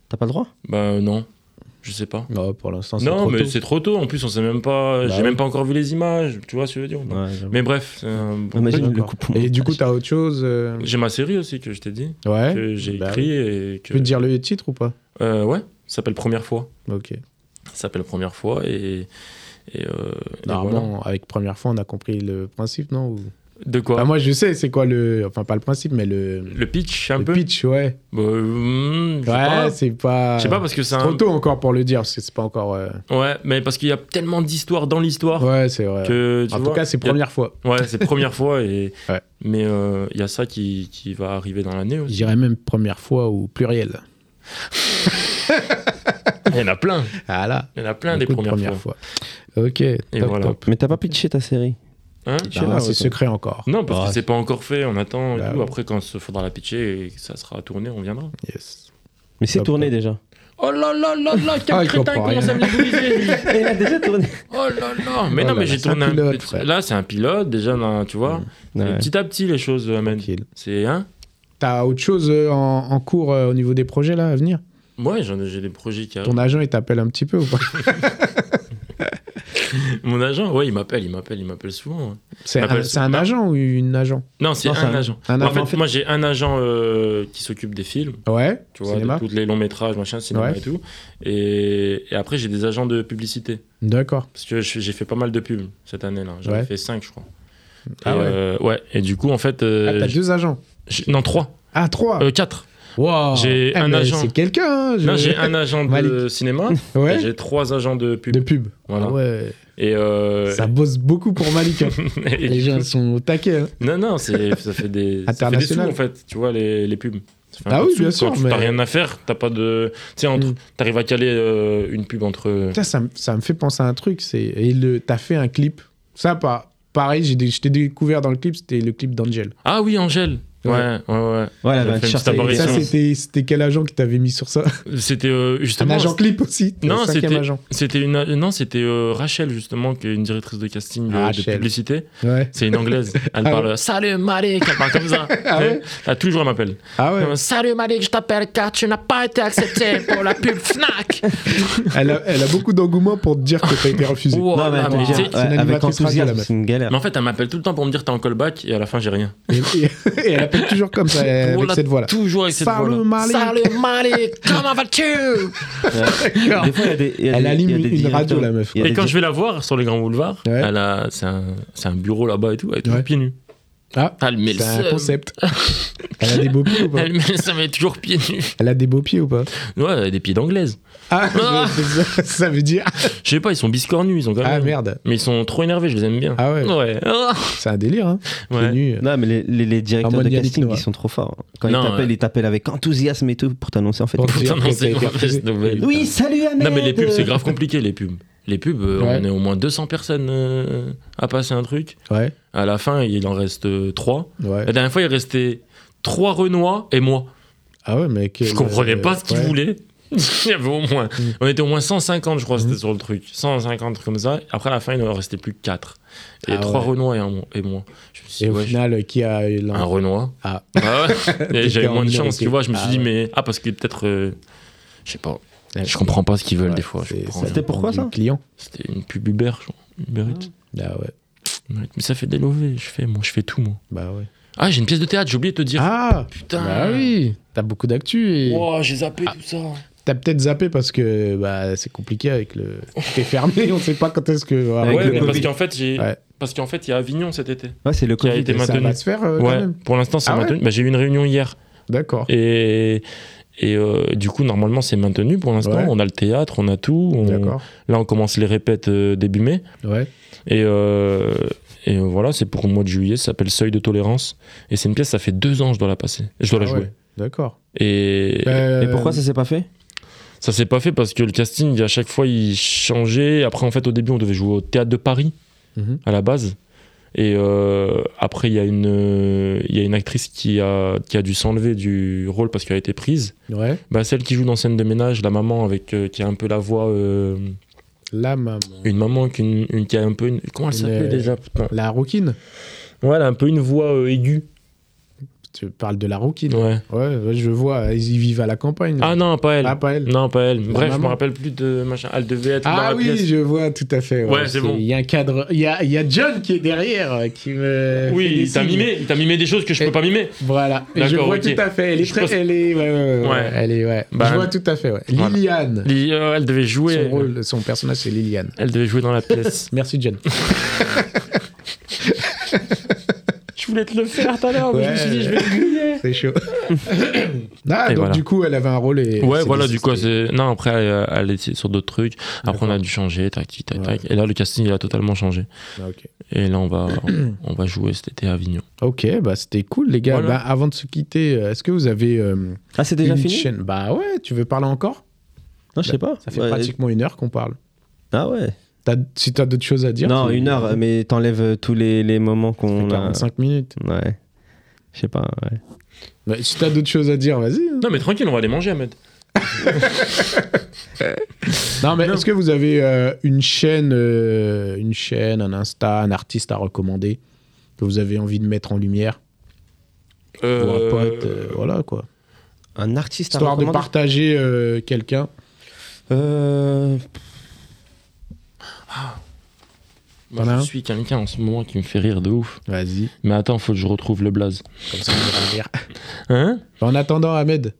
Speaker 2: T'as pas le droit
Speaker 3: Bah euh, non. Je sais pas.
Speaker 1: Non, Bah, pour l'instant, Oh, c'est
Speaker 3: Non,
Speaker 1: trop
Speaker 3: mais
Speaker 1: tôt.
Speaker 3: c'est trop tôt. En plus, on sait même pas.
Speaker 1: Bah
Speaker 3: J'ai
Speaker 1: oui.
Speaker 3: même pas encore vu les images. Tu vois ce que je veux dire ou pas
Speaker 2: Ouais, j'avoue.
Speaker 3: Mais bref. c'est un bon truc.
Speaker 1: Et du coup, t'as autre chose euh,
Speaker 3: J'ai ma série aussi que je t'ai dit.
Speaker 1: Ouais.
Speaker 3: Que j'ai
Speaker 1: Bah
Speaker 3: écrit
Speaker 1: oui.
Speaker 3: et que.
Speaker 1: Tu peux te dire le titre ou pas
Speaker 3: Euh, ouais. Ça s'appelle Première fois.
Speaker 1: Ok.
Speaker 3: Ça s'appelle Première fois et. et, euh, et
Speaker 1: Normalement,
Speaker 3: voilà.
Speaker 1: avec première fois, on a compris le principe, non Ou-
Speaker 3: De quoi
Speaker 1: Bah, Moi, je sais, c'est quoi le. Enfin, pas le principe, mais le.
Speaker 3: Le pitch, un
Speaker 1: le
Speaker 3: peu
Speaker 1: pitch, ouais.
Speaker 3: Bah, hmm, je sais
Speaker 1: Ouais,
Speaker 3: pas.
Speaker 1: c'est pas.
Speaker 3: Je sais pas, parce que c'est
Speaker 1: c'est trop
Speaker 3: un-
Speaker 1: tôt encore pour le dire, parce que c'est pas encore. euh,
Speaker 3: Ouais, mais parce qu'il y a tellement d'histoires dans l'histoire.
Speaker 1: Ouais, c'est vrai.
Speaker 3: Que, tu
Speaker 1: en tout
Speaker 3: vois,
Speaker 1: cas, c'est
Speaker 3: il y a-
Speaker 1: première fois.
Speaker 3: Ouais, c'est première fois. Et...
Speaker 1: (laughs) Ouais.
Speaker 3: Mais euh, il y a ça qui, qui va arriver dans l'année aussi.
Speaker 1: J'irais même première fois ou (laughs) pluriel.
Speaker 3: Il y en a plein.
Speaker 1: Ah là.
Speaker 3: Il y en a plein des
Speaker 1: Beaucoup de
Speaker 3: premières, fois.
Speaker 1: Ok, top,
Speaker 3: voilà.
Speaker 1: top.
Speaker 2: Mais t'as pas pitché ta série
Speaker 3: Hein
Speaker 1: Bah, là, c'est secret encore.
Speaker 3: Non, parce
Speaker 1: Ah,
Speaker 3: que c'est pas encore fait. On attend. et
Speaker 1: Bah
Speaker 3: tout.
Speaker 1: ouais.
Speaker 3: Après, quand il faudra la pitcher et que ça sera tourné,
Speaker 1: (laughs)
Speaker 3: on viendra.
Speaker 1: Yes.
Speaker 2: Mais c'est tourné déjà.
Speaker 3: Oh là là là là, quel
Speaker 2: Ah, il
Speaker 3: crétin, il
Speaker 2: comprend
Speaker 3: commence à me
Speaker 2: rien.
Speaker 3: briser, lui.
Speaker 2: Il a déjà tourné.
Speaker 3: Oh là là. Mais
Speaker 2: Oh là
Speaker 3: non, mais
Speaker 2: là,
Speaker 3: j'ai
Speaker 2: c'est un
Speaker 3: tourné un
Speaker 2: pilote,
Speaker 3: petit- Là, c'est un pilote, déjà, là, tu vois.
Speaker 1: (laughs)
Speaker 3: Et
Speaker 1: Ouais.
Speaker 3: Petit à petit, les choses euh, amènent. C'est un.
Speaker 1: T'as autre chose euh, en, en cours euh, au niveau des projets là à venir
Speaker 3: Ouais, j'en ai- j'ai des projets qui arrivent.
Speaker 1: Ton agent il t'appelle un petit peu ou pas
Speaker 3: Mon agent, ouais, il m'appelle, il m'appelle, il m'appelle souvent. ouais.
Speaker 1: (laughs) C'est
Speaker 3: Il m'appelle
Speaker 1: un, c'est un
Speaker 3: souvent.
Speaker 1: agent ou une agent
Speaker 3: Non, c'est un, agent.
Speaker 1: Un
Speaker 3: Moi, en,
Speaker 1: agent.
Speaker 3: fait, moi, j'ai un agent euh, qui s'occupe des films.
Speaker 1: Ouais,
Speaker 3: Tu vois,
Speaker 1: cinéma.
Speaker 3: de tous les longs métrages, machin, cinéma
Speaker 1: Ouais.
Speaker 3: et tout. Et, et après, j'ai des agents de publicité.
Speaker 1: D'accord.
Speaker 3: Parce que je- j'ai fait pas mal de pubs cette année-là. J'en ai
Speaker 1: Ouais.
Speaker 3: fait 5, je crois.
Speaker 1: Ah
Speaker 3: et,
Speaker 1: ouais.
Speaker 3: euh, ouais. Et du coup, en fait. euh,
Speaker 1: Ah, t'as
Speaker 3: je-
Speaker 1: deux agents
Speaker 3: j'ai- Non, 3.
Speaker 1: Ah, trois
Speaker 3: 4.
Speaker 1: Wow.
Speaker 3: Euh, J'ai
Speaker 1: Eh,
Speaker 3: un
Speaker 1: mais
Speaker 3: agent.
Speaker 1: C'est quelqu'un. hein, je-
Speaker 3: Non,
Speaker 1: (laughs)
Speaker 3: j'ai un agent de cinéma.
Speaker 1: Ouais.
Speaker 3: et J'ai trois agents de pub.
Speaker 1: De pub.
Speaker 3: Voilà.
Speaker 1: Ah ouais.
Speaker 3: Et euh, (laughs)
Speaker 1: Ça bosse beaucoup pour Malik. hein.
Speaker 3: Et-
Speaker 1: les gens sont au taquet. hein.
Speaker 3: Non, non, c'est- ça fait des, ça fait des sous
Speaker 1: International.
Speaker 3: en fait, tu vois, les, les pubs. Ça fait un
Speaker 1: Ah
Speaker 3: peu de
Speaker 1: oui,
Speaker 3: sous.
Speaker 1: bien sûr,
Speaker 3: Quand tu-
Speaker 1: mais- Mm.
Speaker 3: T'as rien à faire, t'as pas de. Tu sais, entre- t'arrives à caler euh, une pub entre.
Speaker 1: Putain, ça, me- ça me fait penser à un truc. C'est et le t'as fait un clip. Ça pas. Pareil, j'ai dé- je t'ai découvert dans le clip. C'était le clip d'Angel.
Speaker 3: Ah oui, Angèle Ouais, ouais,
Speaker 2: Ouais,
Speaker 3: ouais.
Speaker 2: elle
Speaker 3: J'ai
Speaker 2: avait un
Speaker 3: fait une
Speaker 2: t-shirt
Speaker 3: petite
Speaker 1: Et ça,
Speaker 3: apparition.
Speaker 1: c'était c'était quel agent qui t'avait mis sur ça
Speaker 3: C'était euh, justement.
Speaker 1: Un agent clip aussi. t'es
Speaker 3: Non,
Speaker 1: le cinquième
Speaker 3: c'était
Speaker 1: agent.
Speaker 3: c'était une non c'était euh, Rachel justement qui est une directrice de casting euh, de
Speaker 1: Rachel.
Speaker 3: publicité.
Speaker 1: Ouais.
Speaker 3: C'est
Speaker 1: (laughs)
Speaker 3: une anglaise. Elle
Speaker 1: Ah
Speaker 3: parle
Speaker 1: ouais.
Speaker 3: salut Malik, elle parle comme ça.
Speaker 1: (laughs) Ah ouais
Speaker 3: Ah, toujours elle m'appelle.
Speaker 1: Ah ouais.
Speaker 3: Euh, Salut Malik, je t'appelle car tu n'as pas été accepté pour la pub Fnac.
Speaker 1: elle, a, elle a beaucoup d'engouement pour te dire que t'as été
Speaker 3: (laughs)
Speaker 1: refusé.
Speaker 3: Wow,
Speaker 2: mais
Speaker 3: ah,
Speaker 2: elle te
Speaker 3: mais
Speaker 2: dit,
Speaker 3: c'est-
Speaker 2: ouais,
Speaker 3: c'est une
Speaker 2: avec
Speaker 1: animatrice radio,
Speaker 2: enthousiasme,
Speaker 1: la meuf.
Speaker 2: c'est une galère.
Speaker 3: Mais en fait, elle m'appelle tout le temps pour me dire t'es en callback et à la fin j'ai rien.
Speaker 1: Et, et- et elle appelle toujours comme ça,
Speaker 3: Pour
Speaker 1: Eh, avec
Speaker 3: la-
Speaker 1: cette voix-là.
Speaker 3: Toujours avec cette
Speaker 1: Salut,
Speaker 3: voix.
Speaker 1: Malik.
Speaker 3: Salut Malik, comment vas-tu
Speaker 1: D'accord.
Speaker 2: Des fois, il y a des- il y a
Speaker 1: Elle
Speaker 2: des-
Speaker 1: anime
Speaker 2: il y a des
Speaker 1: une radio,
Speaker 2: directeurs-
Speaker 1: la meuf.
Speaker 2: il y a
Speaker 3: Et
Speaker 2: des
Speaker 3: quand je vais la voir sur les grands boulevards, elle a, c'est un, c'est un bureau là-bas et tout, elle est toujours pieds nus.
Speaker 1: Ah,
Speaker 3: elle met le
Speaker 1: C'est un
Speaker 3: seum. (laughs)
Speaker 1: concept. Elle a des beaux pieds ou pas
Speaker 3: Elle met, ça met toujours pieds nus.
Speaker 1: Elle a des beaux pieds ou pas
Speaker 3: (laughs) Ouais, elle a des pieds d'anglaise.
Speaker 1: Ah, ça, ça veut dire.
Speaker 3: Je sais pas, ils sont biscornus, ils ont quand même.
Speaker 1: Ah merde.
Speaker 3: Mais ils sont trop énervés, je les aime bien.
Speaker 1: Ah ouais.
Speaker 3: Ouais.
Speaker 1: C'est un délire, hein.
Speaker 3: Ouais.
Speaker 2: Non, mais les, les- les directeurs
Speaker 1: mode
Speaker 2: de
Speaker 1: Yannick
Speaker 2: casting,
Speaker 1: Noah.
Speaker 2: ils sont trop forts. Quand
Speaker 3: Non,
Speaker 2: ils t'appellent,
Speaker 3: ouais.
Speaker 2: ils t'appellent avec enthousiasme et tout pour t'annoncer en fait.
Speaker 1: Pour dire
Speaker 3: Non,
Speaker 1: que
Speaker 3: c'est
Speaker 1: t'as été
Speaker 3: une mauvaise
Speaker 1: refusé.
Speaker 3: nouvelle.
Speaker 2: Oui, salut Ahmed
Speaker 3: Non, mais les pubs, c'est grave compliqué, les pubs. Les pubs, euh,
Speaker 1: Ouais.
Speaker 3: on est au moins 200 personnes euh, à passer un truc.
Speaker 1: Ouais.
Speaker 3: À la fin, il en reste 3.
Speaker 1: Ouais.
Speaker 3: La dernière fois, il restait 3 Renois et moi.
Speaker 1: Ah ouais, mais.
Speaker 3: Je comprenais pas ce qu'ils voulaient. (laughs) Il y avait au moins.
Speaker 1: Mm.
Speaker 3: On était au moins 150, je crois, c'était sur le truc. 150 comme ça. Après, à la fin, il en restait plus que 4. Et
Speaker 1: Ah
Speaker 3: 3
Speaker 1: ouais.
Speaker 3: Renois et, un, mo- et moi. Je me suis
Speaker 1: Et
Speaker 3: dit,
Speaker 1: au
Speaker 3: ouais, je-
Speaker 1: final, qui a eu
Speaker 3: un Renoir.
Speaker 1: Ah. (laughs)
Speaker 3: Ah ouais. Et
Speaker 1: T'étais
Speaker 3: J'avais
Speaker 1: en
Speaker 3: moins de chance,
Speaker 1: minorité.
Speaker 3: tu vois. Je me suis
Speaker 1: Ah
Speaker 3: dit,
Speaker 1: ouais.
Speaker 3: mais. Ah, parce que peut-être. euh, Je sais pas. Je comprends pas ce qu'ils veulent des fois. je
Speaker 1: c'est-
Speaker 3: comprends
Speaker 1: ça
Speaker 3: rien.
Speaker 1: C'était pourquoi, ça client.
Speaker 3: C'était une pub Uber, je crois. Uber Eats.
Speaker 1: Ah ouais.
Speaker 3: Ouais, Mais ça fait des lovés, je fais, moi, je fais tout, moi.
Speaker 1: Bah ouais.
Speaker 3: Ah, j'ai une pièce de théâtre, j'ai oublié de te dire.
Speaker 1: Ah
Speaker 3: Putain
Speaker 1: Bah oui, Ah. t'as beaucoup d'actu et.
Speaker 3: Wow, j'ai zappé tout ça.
Speaker 1: T'as peut-être zappé parce que bah, c'est compliqué avec
Speaker 3: (laughs)
Speaker 1: le. T'es fermé, on sait pas quand est-ce que.
Speaker 3: Ouais, mais parce
Speaker 1: Covid.
Speaker 3: qu'en fait, j'ai.
Speaker 1: Ouais.
Speaker 3: Parce qu'en fait, il y a Avignon cet été.
Speaker 2: Ouais, c'est le
Speaker 3: qui a
Speaker 2: Covid.
Speaker 3: été
Speaker 2: Ça
Speaker 3: maintenu.
Speaker 2: va se
Speaker 1: faire, euh, quand
Speaker 3: ouais,
Speaker 1: même
Speaker 3: pour l'instant, c'est
Speaker 1: Ah ouais
Speaker 3: maintenu. Bah, j'ai eu une réunion hier.
Speaker 1: D'accord.
Speaker 3: Et, et euh, du coup, normalement, c'est maintenu pour l'instant.
Speaker 1: Ouais.
Speaker 3: On a le théâtre, on a tout. on-
Speaker 1: D'accord.
Speaker 3: Là, on commence les répètes euh, début mai.
Speaker 1: Ouais.
Speaker 3: Et, euh, et euh, voilà, c'est pour le mois de juillet. Ça s'appelle Seuil de tolérance. Et c'est une pièce, ça fait deux ans que je dois la passer. Je dois la
Speaker 1: Ah
Speaker 3: jouer.
Speaker 1: ouais, D'accord.
Speaker 3: Et,
Speaker 1: Euh, Et pourquoi ça
Speaker 2: s'est pas fait
Speaker 3: Ça s'est pas fait parce que le casting, à chaque fois, il changeait. Après, en fait, au début, on devait jouer au Théâtre de Paris,
Speaker 1: Mhm.
Speaker 3: à la base. Et euh, après, il y, a une, euh, il y a une actrice qui a, qui a dû s'enlever du rôle parce qu'elle a été prise.
Speaker 1: Ouais.
Speaker 3: Bah, celle qui joue dans Scène de ménage, la maman avec, euh, qui a un peu la voix... euh,
Speaker 1: La maman.
Speaker 3: une maman qui, une, une- qui a un peu... Une, comment elle
Speaker 1: Une,
Speaker 3: s'appelle
Speaker 1: euh,
Speaker 3: déjà putain
Speaker 1: La rouquine
Speaker 3: Ouais, elle a un peu une voix euh, aiguë.
Speaker 1: Tu parles de la rouquine
Speaker 3: Ouais.
Speaker 1: Ouais, je vois, ils vivent à la campagne.
Speaker 3: Ah non, pas elle.
Speaker 1: Ah, pas elle.
Speaker 3: Non, pas elle. Bref, je me
Speaker 1: maman.
Speaker 3: rappelle plus de machin. Elle devait être dans
Speaker 1: Ah
Speaker 3: la
Speaker 1: oui,
Speaker 3: pièce.
Speaker 1: je vois tout à fait.
Speaker 3: Ouais, c'est bon.
Speaker 1: Il y a un cadre. Il y a, il y a John qui est derrière euh, qui me. fait
Speaker 3: Oui,
Speaker 1: des
Speaker 3: il t'a
Speaker 1: signes.
Speaker 3: mimé, il t'a mimé des choses que je peux pas mimer.
Speaker 1: Voilà. Et je
Speaker 3: D'accord,
Speaker 1: vois
Speaker 3: ok.
Speaker 1: tout à fait. Elle est
Speaker 3: Je
Speaker 1: très.
Speaker 3: pense-
Speaker 1: Elle est. Ouais, ouais, ouais,
Speaker 3: Ouais.
Speaker 1: ouais, Elle est. Ouais.
Speaker 3: Bah,
Speaker 1: je vois tout à fait. Ouais.
Speaker 3: voilà.
Speaker 1: Liliane.
Speaker 3: Li- euh, elle devait jouer.
Speaker 1: Son rôle, son personnage, c'est Liliane.
Speaker 3: Elle devait jouer
Speaker 1: (laughs)
Speaker 3: dans la pièce.
Speaker 1: Merci, John.
Speaker 3: je voulais te le faire tout à l'heure, mais je me suis dit, je vais le
Speaker 1: C'est chaud. (laughs) ah,
Speaker 3: Et
Speaker 1: donc
Speaker 3: voilà.
Speaker 1: du coup, elle avait un rôle. Et
Speaker 3: Ouais,
Speaker 1: c'est
Speaker 3: voilà,
Speaker 1: des-
Speaker 3: du coup, c'est- non, après, elle, elle était sur d'autres trucs. Après, on a dû changer, tac, tac, tac, tac. Et là, le casting, il a totalement changé.
Speaker 1: Ah, ok.
Speaker 3: Et là,
Speaker 1: (clears throat)
Speaker 3: on va, on va jouer cet été à Avignon.
Speaker 1: Ok, bah c'était cool, les gars.
Speaker 3: Voilà.
Speaker 1: Bah, avant de se quitter, euh, est-ce que vous avez. euh,
Speaker 2: Ah, c'est déjà
Speaker 1: une
Speaker 2: fini
Speaker 1: chaîne Bah ouais, tu veux parler encore
Speaker 2: Non, je sais pas.
Speaker 1: Ça fait
Speaker 2: Ouais.
Speaker 1: pratiquement une heure qu'on parle.
Speaker 2: Ah ouais.
Speaker 1: T'as- si t'as d'autres choses à dire
Speaker 2: non,
Speaker 1: tu-
Speaker 2: une heure, mais t'enlèves tous les, les moments qu'on a.
Speaker 1: 45 minutes.
Speaker 2: Ouais. Je sais pas, ouais.
Speaker 1: Bah, si t'as d'autres choses à dire, vas-y.
Speaker 3: Non, mais tranquille, on va aller manger, Ahmed.
Speaker 1: Non, mais est-ce que vous avez euh, une chaîne, euh, une chaîne, un Insta, un artiste à recommander que vous avez envie de mettre en lumière Ou un pote, euh, voilà quoi.
Speaker 2: Un artiste à
Speaker 1: Histoire de
Speaker 2: recommander
Speaker 1: partager euh, quelqu'un.
Speaker 2: Euh,
Speaker 3: Moi,
Speaker 1: Voilà.
Speaker 3: je suis quelqu'un en ce moment qui me fait rire de ouf.
Speaker 1: Vas-y.
Speaker 3: Mais attends, faut que je retrouve le blaze.
Speaker 1: Comme ça, on va rire.
Speaker 3: Hein
Speaker 1: En attendant, Ahmed,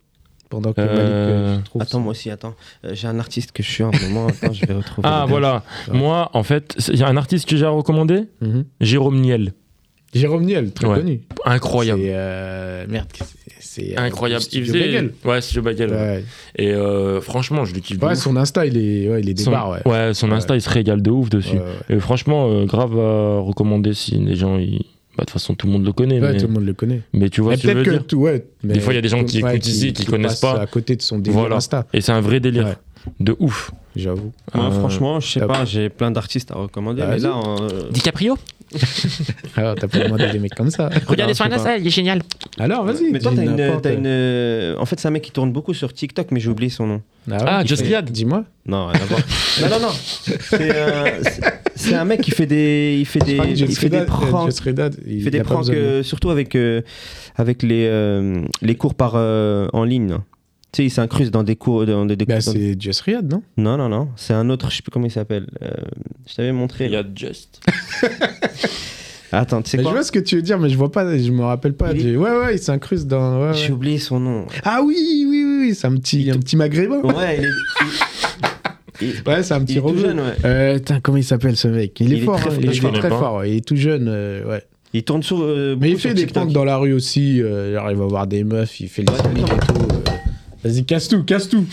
Speaker 1: pendant que Malik, euh,
Speaker 3: Euh,
Speaker 1: trouve
Speaker 2: Attends, moi aussi, attends. Euh, J'ai un artiste que je suis en ce
Speaker 1: (laughs)
Speaker 2: moment. Attends, je vais retrouver.
Speaker 3: Ah,
Speaker 2: le
Speaker 3: voilà. Moi, en fait, c'est- il y a un artiste que j'ai à recommander
Speaker 1: Mhm.
Speaker 3: Jérôme Niel.
Speaker 1: Jérôme Niel, très
Speaker 3: Ouais.
Speaker 1: connu.
Speaker 3: Incroyable.
Speaker 1: C'est, euh, merde, c'est- c'est. euh,
Speaker 3: Incroyable. Il
Speaker 1: Studio
Speaker 3: faisait.
Speaker 1: Bagel.
Speaker 3: Ouais, Studio Bagel. ouais.
Speaker 1: Ouais.
Speaker 3: Et euh, franchement, je lui kiffe. de
Speaker 1: Ouais,
Speaker 3: ouf.
Speaker 1: son Insta, il est, ouais, il est
Speaker 3: Son-
Speaker 1: débarre, ouais.
Speaker 3: son Insta, il se régale de ouf dessus.
Speaker 1: Ouais,
Speaker 3: Et franchement, euh, grave à recommander si les gens. ils- bah, De toute façon, tout le monde le connaît.
Speaker 1: Ouais,
Speaker 3: mais...
Speaker 1: tout le monde le connaît.
Speaker 3: mais tu vois
Speaker 1: Mais
Speaker 3: ce que je
Speaker 1: peut-être
Speaker 3: veux
Speaker 1: que
Speaker 3: dire.
Speaker 1: tout, ouais, mais
Speaker 3: des fois, il y a des gens qui
Speaker 1: ouais,
Speaker 3: écoutent ici, qui, connaissent
Speaker 1: passent
Speaker 3: pas.
Speaker 1: à côté de son délire
Speaker 3: Voilà.
Speaker 1: Insta.
Speaker 3: Et c'est un vrai délire.
Speaker 1: Ouais.
Speaker 3: De ouf.
Speaker 1: J'avoue.
Speaker 2: Moi,
Speaker 3: Euh,
Speaker 2: franchement, je sais
Speaker 1: top.
Speaker 2: pas, j'ai plein d'artistes à recommander.
Speaker 1: Bah,
Speaker 2: mais
Speaker 1: vas-y.
Speaker 2: là, en, euh,
Speaker 3: DiCaprio
Speaker 1: Alors, ah, t'as pas demandé des mecs comme ça.
Speaker 2: Regardez sur Insta,
Speaker 3: il est génial.
Speaker 1: (laughs) Alors, vas-y.
Speaker 2: Mais toi,
Speaker 1: dis
Speaker 2: t'as une,
Speaker 1: n'importe.
Speaker 2: t'as une, euh, En fait, c'est un mec qui tourne beaucoup sur TikTok, mais j'ai oublié son nom.
Speaker 1: Ah,
Speaker 3: Ah,
Speaker 1: ouais,
Speaker 3: Just
Speaker 1: dis-
Speaker 3: Liad.
Speaker 1: Dis-moi.
Speaker 2: Non, rien
Speaker 1: (laughs)
Speaker 2: à voir. non, non, non. C'est un, c'est- c'est un mec qui fait des, il fait des,
Speaker 1: Je crois que
Speaker 2: il
Speaker 1: Just
Speaker 2: fait des
Speaker 1: Liad- euh,
Speaker 2: pranks.
Speaker 1: Just Redad,
Speaker 2: Il fait des
Speaker 1: a pas
Speaker 2: pranks,
Speaker 1: besoin de-
Speaker 2: euh, surtout avec, euh, avec les, euh, les cours par, euh, en ligne. là. Tu sais, il s'incruste dans des cours. Dans, des- des-
Speaker 1: Bah,
Speaker 2: dans-
Speaker 1: c'est Just Riad, non
Speaker 2: Non, non, non. C'est un autre, je sais plus comment il s'appelle. Euh, je t'avais montré.
Speaker 3: Il y a Just.
Speaker 2: Attends, tu sais
Speaker 1: Mais Bah, Je
Speaker 2: quoi
Speaker 1: vois ce que tu veux dire, mais je vois pas, je me rappelle pas.
Speaker 2: Il est-
Speaker 1: du- Ouais, ouais, il s'incruste dans. ouais, ouais.
Speaker 2: J'ai oublié son nom.
Speaker 1: Ah oui, oui, oui, oui, c'est un petit, un petit maghrébin.
Speaker 2: Ouais, il est, il- il-
Speaker 1: Ouais, c'est un
Speaker 2: il est
Speaker 1: petit
Speaker 2: tout
Speaker 1: robot.
Speaker 2: jeune, ouais.
Speaker 1: Euh, tain, comment il s'appelle ce mec Il est
Speaker 2: Il est
Speaker 1: fort,
Speaker 2: très
Speaker 1: hein,
Speaker 2: fort.
Speaker 1: il
Speaker 2: Je
Speaker 1: est
Speaker 2: connais
Speaker 1: très
Speaker 2: pas.
Speaker 1: fort. Il est tout jeune, euh, ouais.
Speaker 2: Il tourne sur. euh,
Speaker 1: Mais il
Speaker 2: beaucoup
Speaker 1: fait
Speaker 2: sur
Speaker 1: des
Speaker 2: TikTok.
Speaker 1: pranks dans la rue aussi. euh, genre, il va voir des meufs, il fait le smiling et tout. euh. Vas-y, casse tout, casse tout.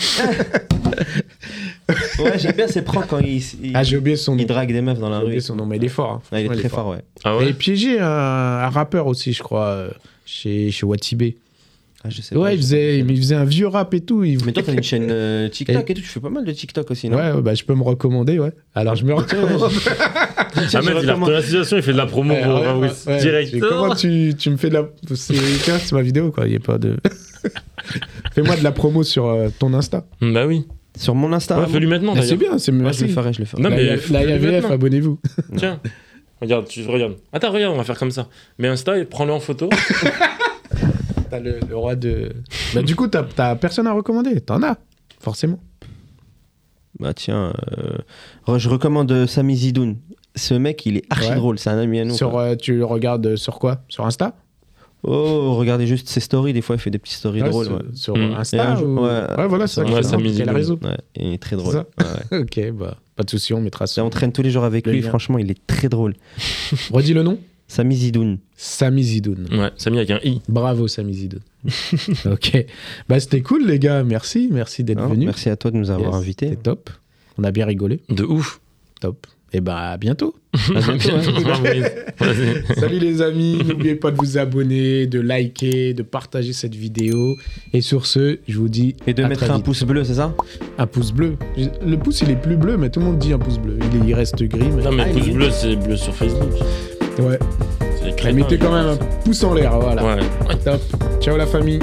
Speaker 2: Ouais, j'aime bien ses pranks quand il, il,
Speaker 1: Ah, j'ai oublié son
Speaker 2: il
Speaker 1: nom.
Speaker 2: drague des meufs dans la
Speaker 1: J'ai oublié
Speaker 2: rue.
Speaker 1: son nom, mais il est fort. hein.
Speaker 2: Ah, il est
Speaker 1: Franchement,
Speaker 2: très fort, ouais.
Speaker 3: Ah
Speaker 1: Et
Speaker 3: ouais
Speaker 1: piégé un, un rappeur aussi, je crois, euh, chez, chez Watibé.
Speaker 2: Ah, je sais
Speaker 1: Ouais,
Speaker 2: pas,
Speaker 1: il
Speaker 2: je-
Speaker 1: faisait, il faisait un vieux rap et tout. il-
Speaker 2: Mais toi, t'as
Speaker 1: (laughs)
Speaker 2: une hein. chaîne euh, TikTok et... tout, tu fais pas mal de TikTok aussi, non
Speaker 1: Ouais, ouais, bah, je peux me recommander, ouais. Alors, je
Speaker 2: (laughs)
Speaker 1: me recommande.
Speaker 2: Tiens, je
Speaker 3: Ahmed, il a
Speaker 2: recommande-
Speaker 3: retenu la situation, il fait de la promo hein, pour
Speaker 1: Ouais, ouais,
Speaker 3: Raoul.
Speaker 1: ouais.
Speaker 3: Direct.
Speaker 1: Tu- Comment tu, tu me fais de la. C'est tiens, c'est ma vidéo, quoi. Il n'y a pas de. (laughs) Fais-moi de la promo sur euh, ton Insta.
Speaker 3: Bah oui.
Speaker 2: Sur mon Insta.
Speaker 3: Ouais, fais-lui maintenant.
Speaker 1: Ah, c'est bien, c'est
Speaker 2: Ouais,
Speaker 1: merci.
Speaker 2: je le ferai, je le ferai.
Speaker 3: Non,
Speaker 1: la,
Speaker 3: mais
Speaker 1: la-
Speaker 3: fais-le
Speaker 1: la IAVF,
Speaker 3: maintenant.
Speaker 1: abonnez-vous.
Speaker 3: Tiens, regarde, tu regardes. Attends, regarde, on va faire comme ça. Mais Insta, et prends-le
Speaker 1: (laughs)
Speaker 3: en photo.
Speaker 1: T'as le, le roi de. Bah, du coup, t'as- t'as personne à recommander. T'en as, forcément.
Speaker 2: Bah tiens, euh, re- je recommande euh, Sami Zidoun. Ce mec, il est archi
Speaker 1: Ouais.
Speaker 2: drôle, c'est un ami à nous.
Speaker 1: Sur,
Speaker 2: quoi.
Speaker 1: euh, tu le regardes euh, sur quoi Sur Insta
Speaker 2: Oh, regardez juste ses stories, des fois il fait des petites stories
Speaker 1: Ouais,
Speaker 2: drôles.
Speaker 1: sur-
Speaker 2: ouais.
Speaker 1: sur
Speaker 2: Mm.
Speaker 1: Insta
Speaker 2: Et un jour-
Speaker 1: ou- Ouais, voilà, c'est ça que je demande,
Speaker 2: Sami
Speaker 1: quel
Speaker 2: Zidoun.
Speaker 1: réseau
Speaker 2: Ouais, il est très drôle.
Speaker 1: C'est ça (laughs) Ok, bah, pas de souci, on mettra ça.
Speaker 2: on traîne tous les jours avec
Speaker 1: Le
Speaker 2: lui,
Speaker 1: lien.
Speaker 2: franchement, il est très drôle.
Speaker 1: Redis le nom
Speaker 2: Sami Zidoun.
Speaker 1: Sami Zidoun.
Speaker 3: Ouais, Samy avec un i.
Speaker 1: Bravo, Sami
Speaker 2: (laughs)
Speaker 1: Zidoun. ok. Bah, c'était cool, les gars. Merci, merci d'être
Speaker 2: Non,
Speaker 1: venus.
Speaker 2: Hein Merci à toi de nous avoir
Speaker 1: Yes,
Speaker 2: invités.
Speaker 1: C'était top. On a bien rigolé.
Speaker 3: De ouf.
Speaker 1: Top. Et bah, à bientôt.
Speaker 2: (laughs) À bientôt, hein.
Speaker 3: ouais. (laughs)
Speaker 1: Salut les
Speaker 2: (laughs)
Speaker 1: amis, n'oubliez pas de vous abonner, de liker, de partager cette vidéo. Et sur ce, je vous dis
Speaker 2: Et de
Speaker 1: à
Speaker 2: mettre
Speaker 1: très
Speaker 2: un
Speaker 1: vite.
Speaker 2: pouce bleu, c'est ça
Speaker 1: Un pouce bleu. Le pouce, il est plus bleu, mais tout le monde dit un pouce bleu. Il, est- il reste gris. Mais...
Speaker 3: Non, mais
Speaker 1: Ah,
Speaker 3: le
Speaker 1: il
Speaker 3: pouce
Speaker 1: est-
Speaker 3: bleu, c'est bleu sur Facebook.
Speaker 1: Ouais.
Speaker 3: C'est crétin,
Speaker 1: Mettez
Speaker 3: lui.
Speaker 1: quand même un pouce en l'air, voilà.
Speaker 3: Ouais.
Speaker 1: Top. Ciao la famille.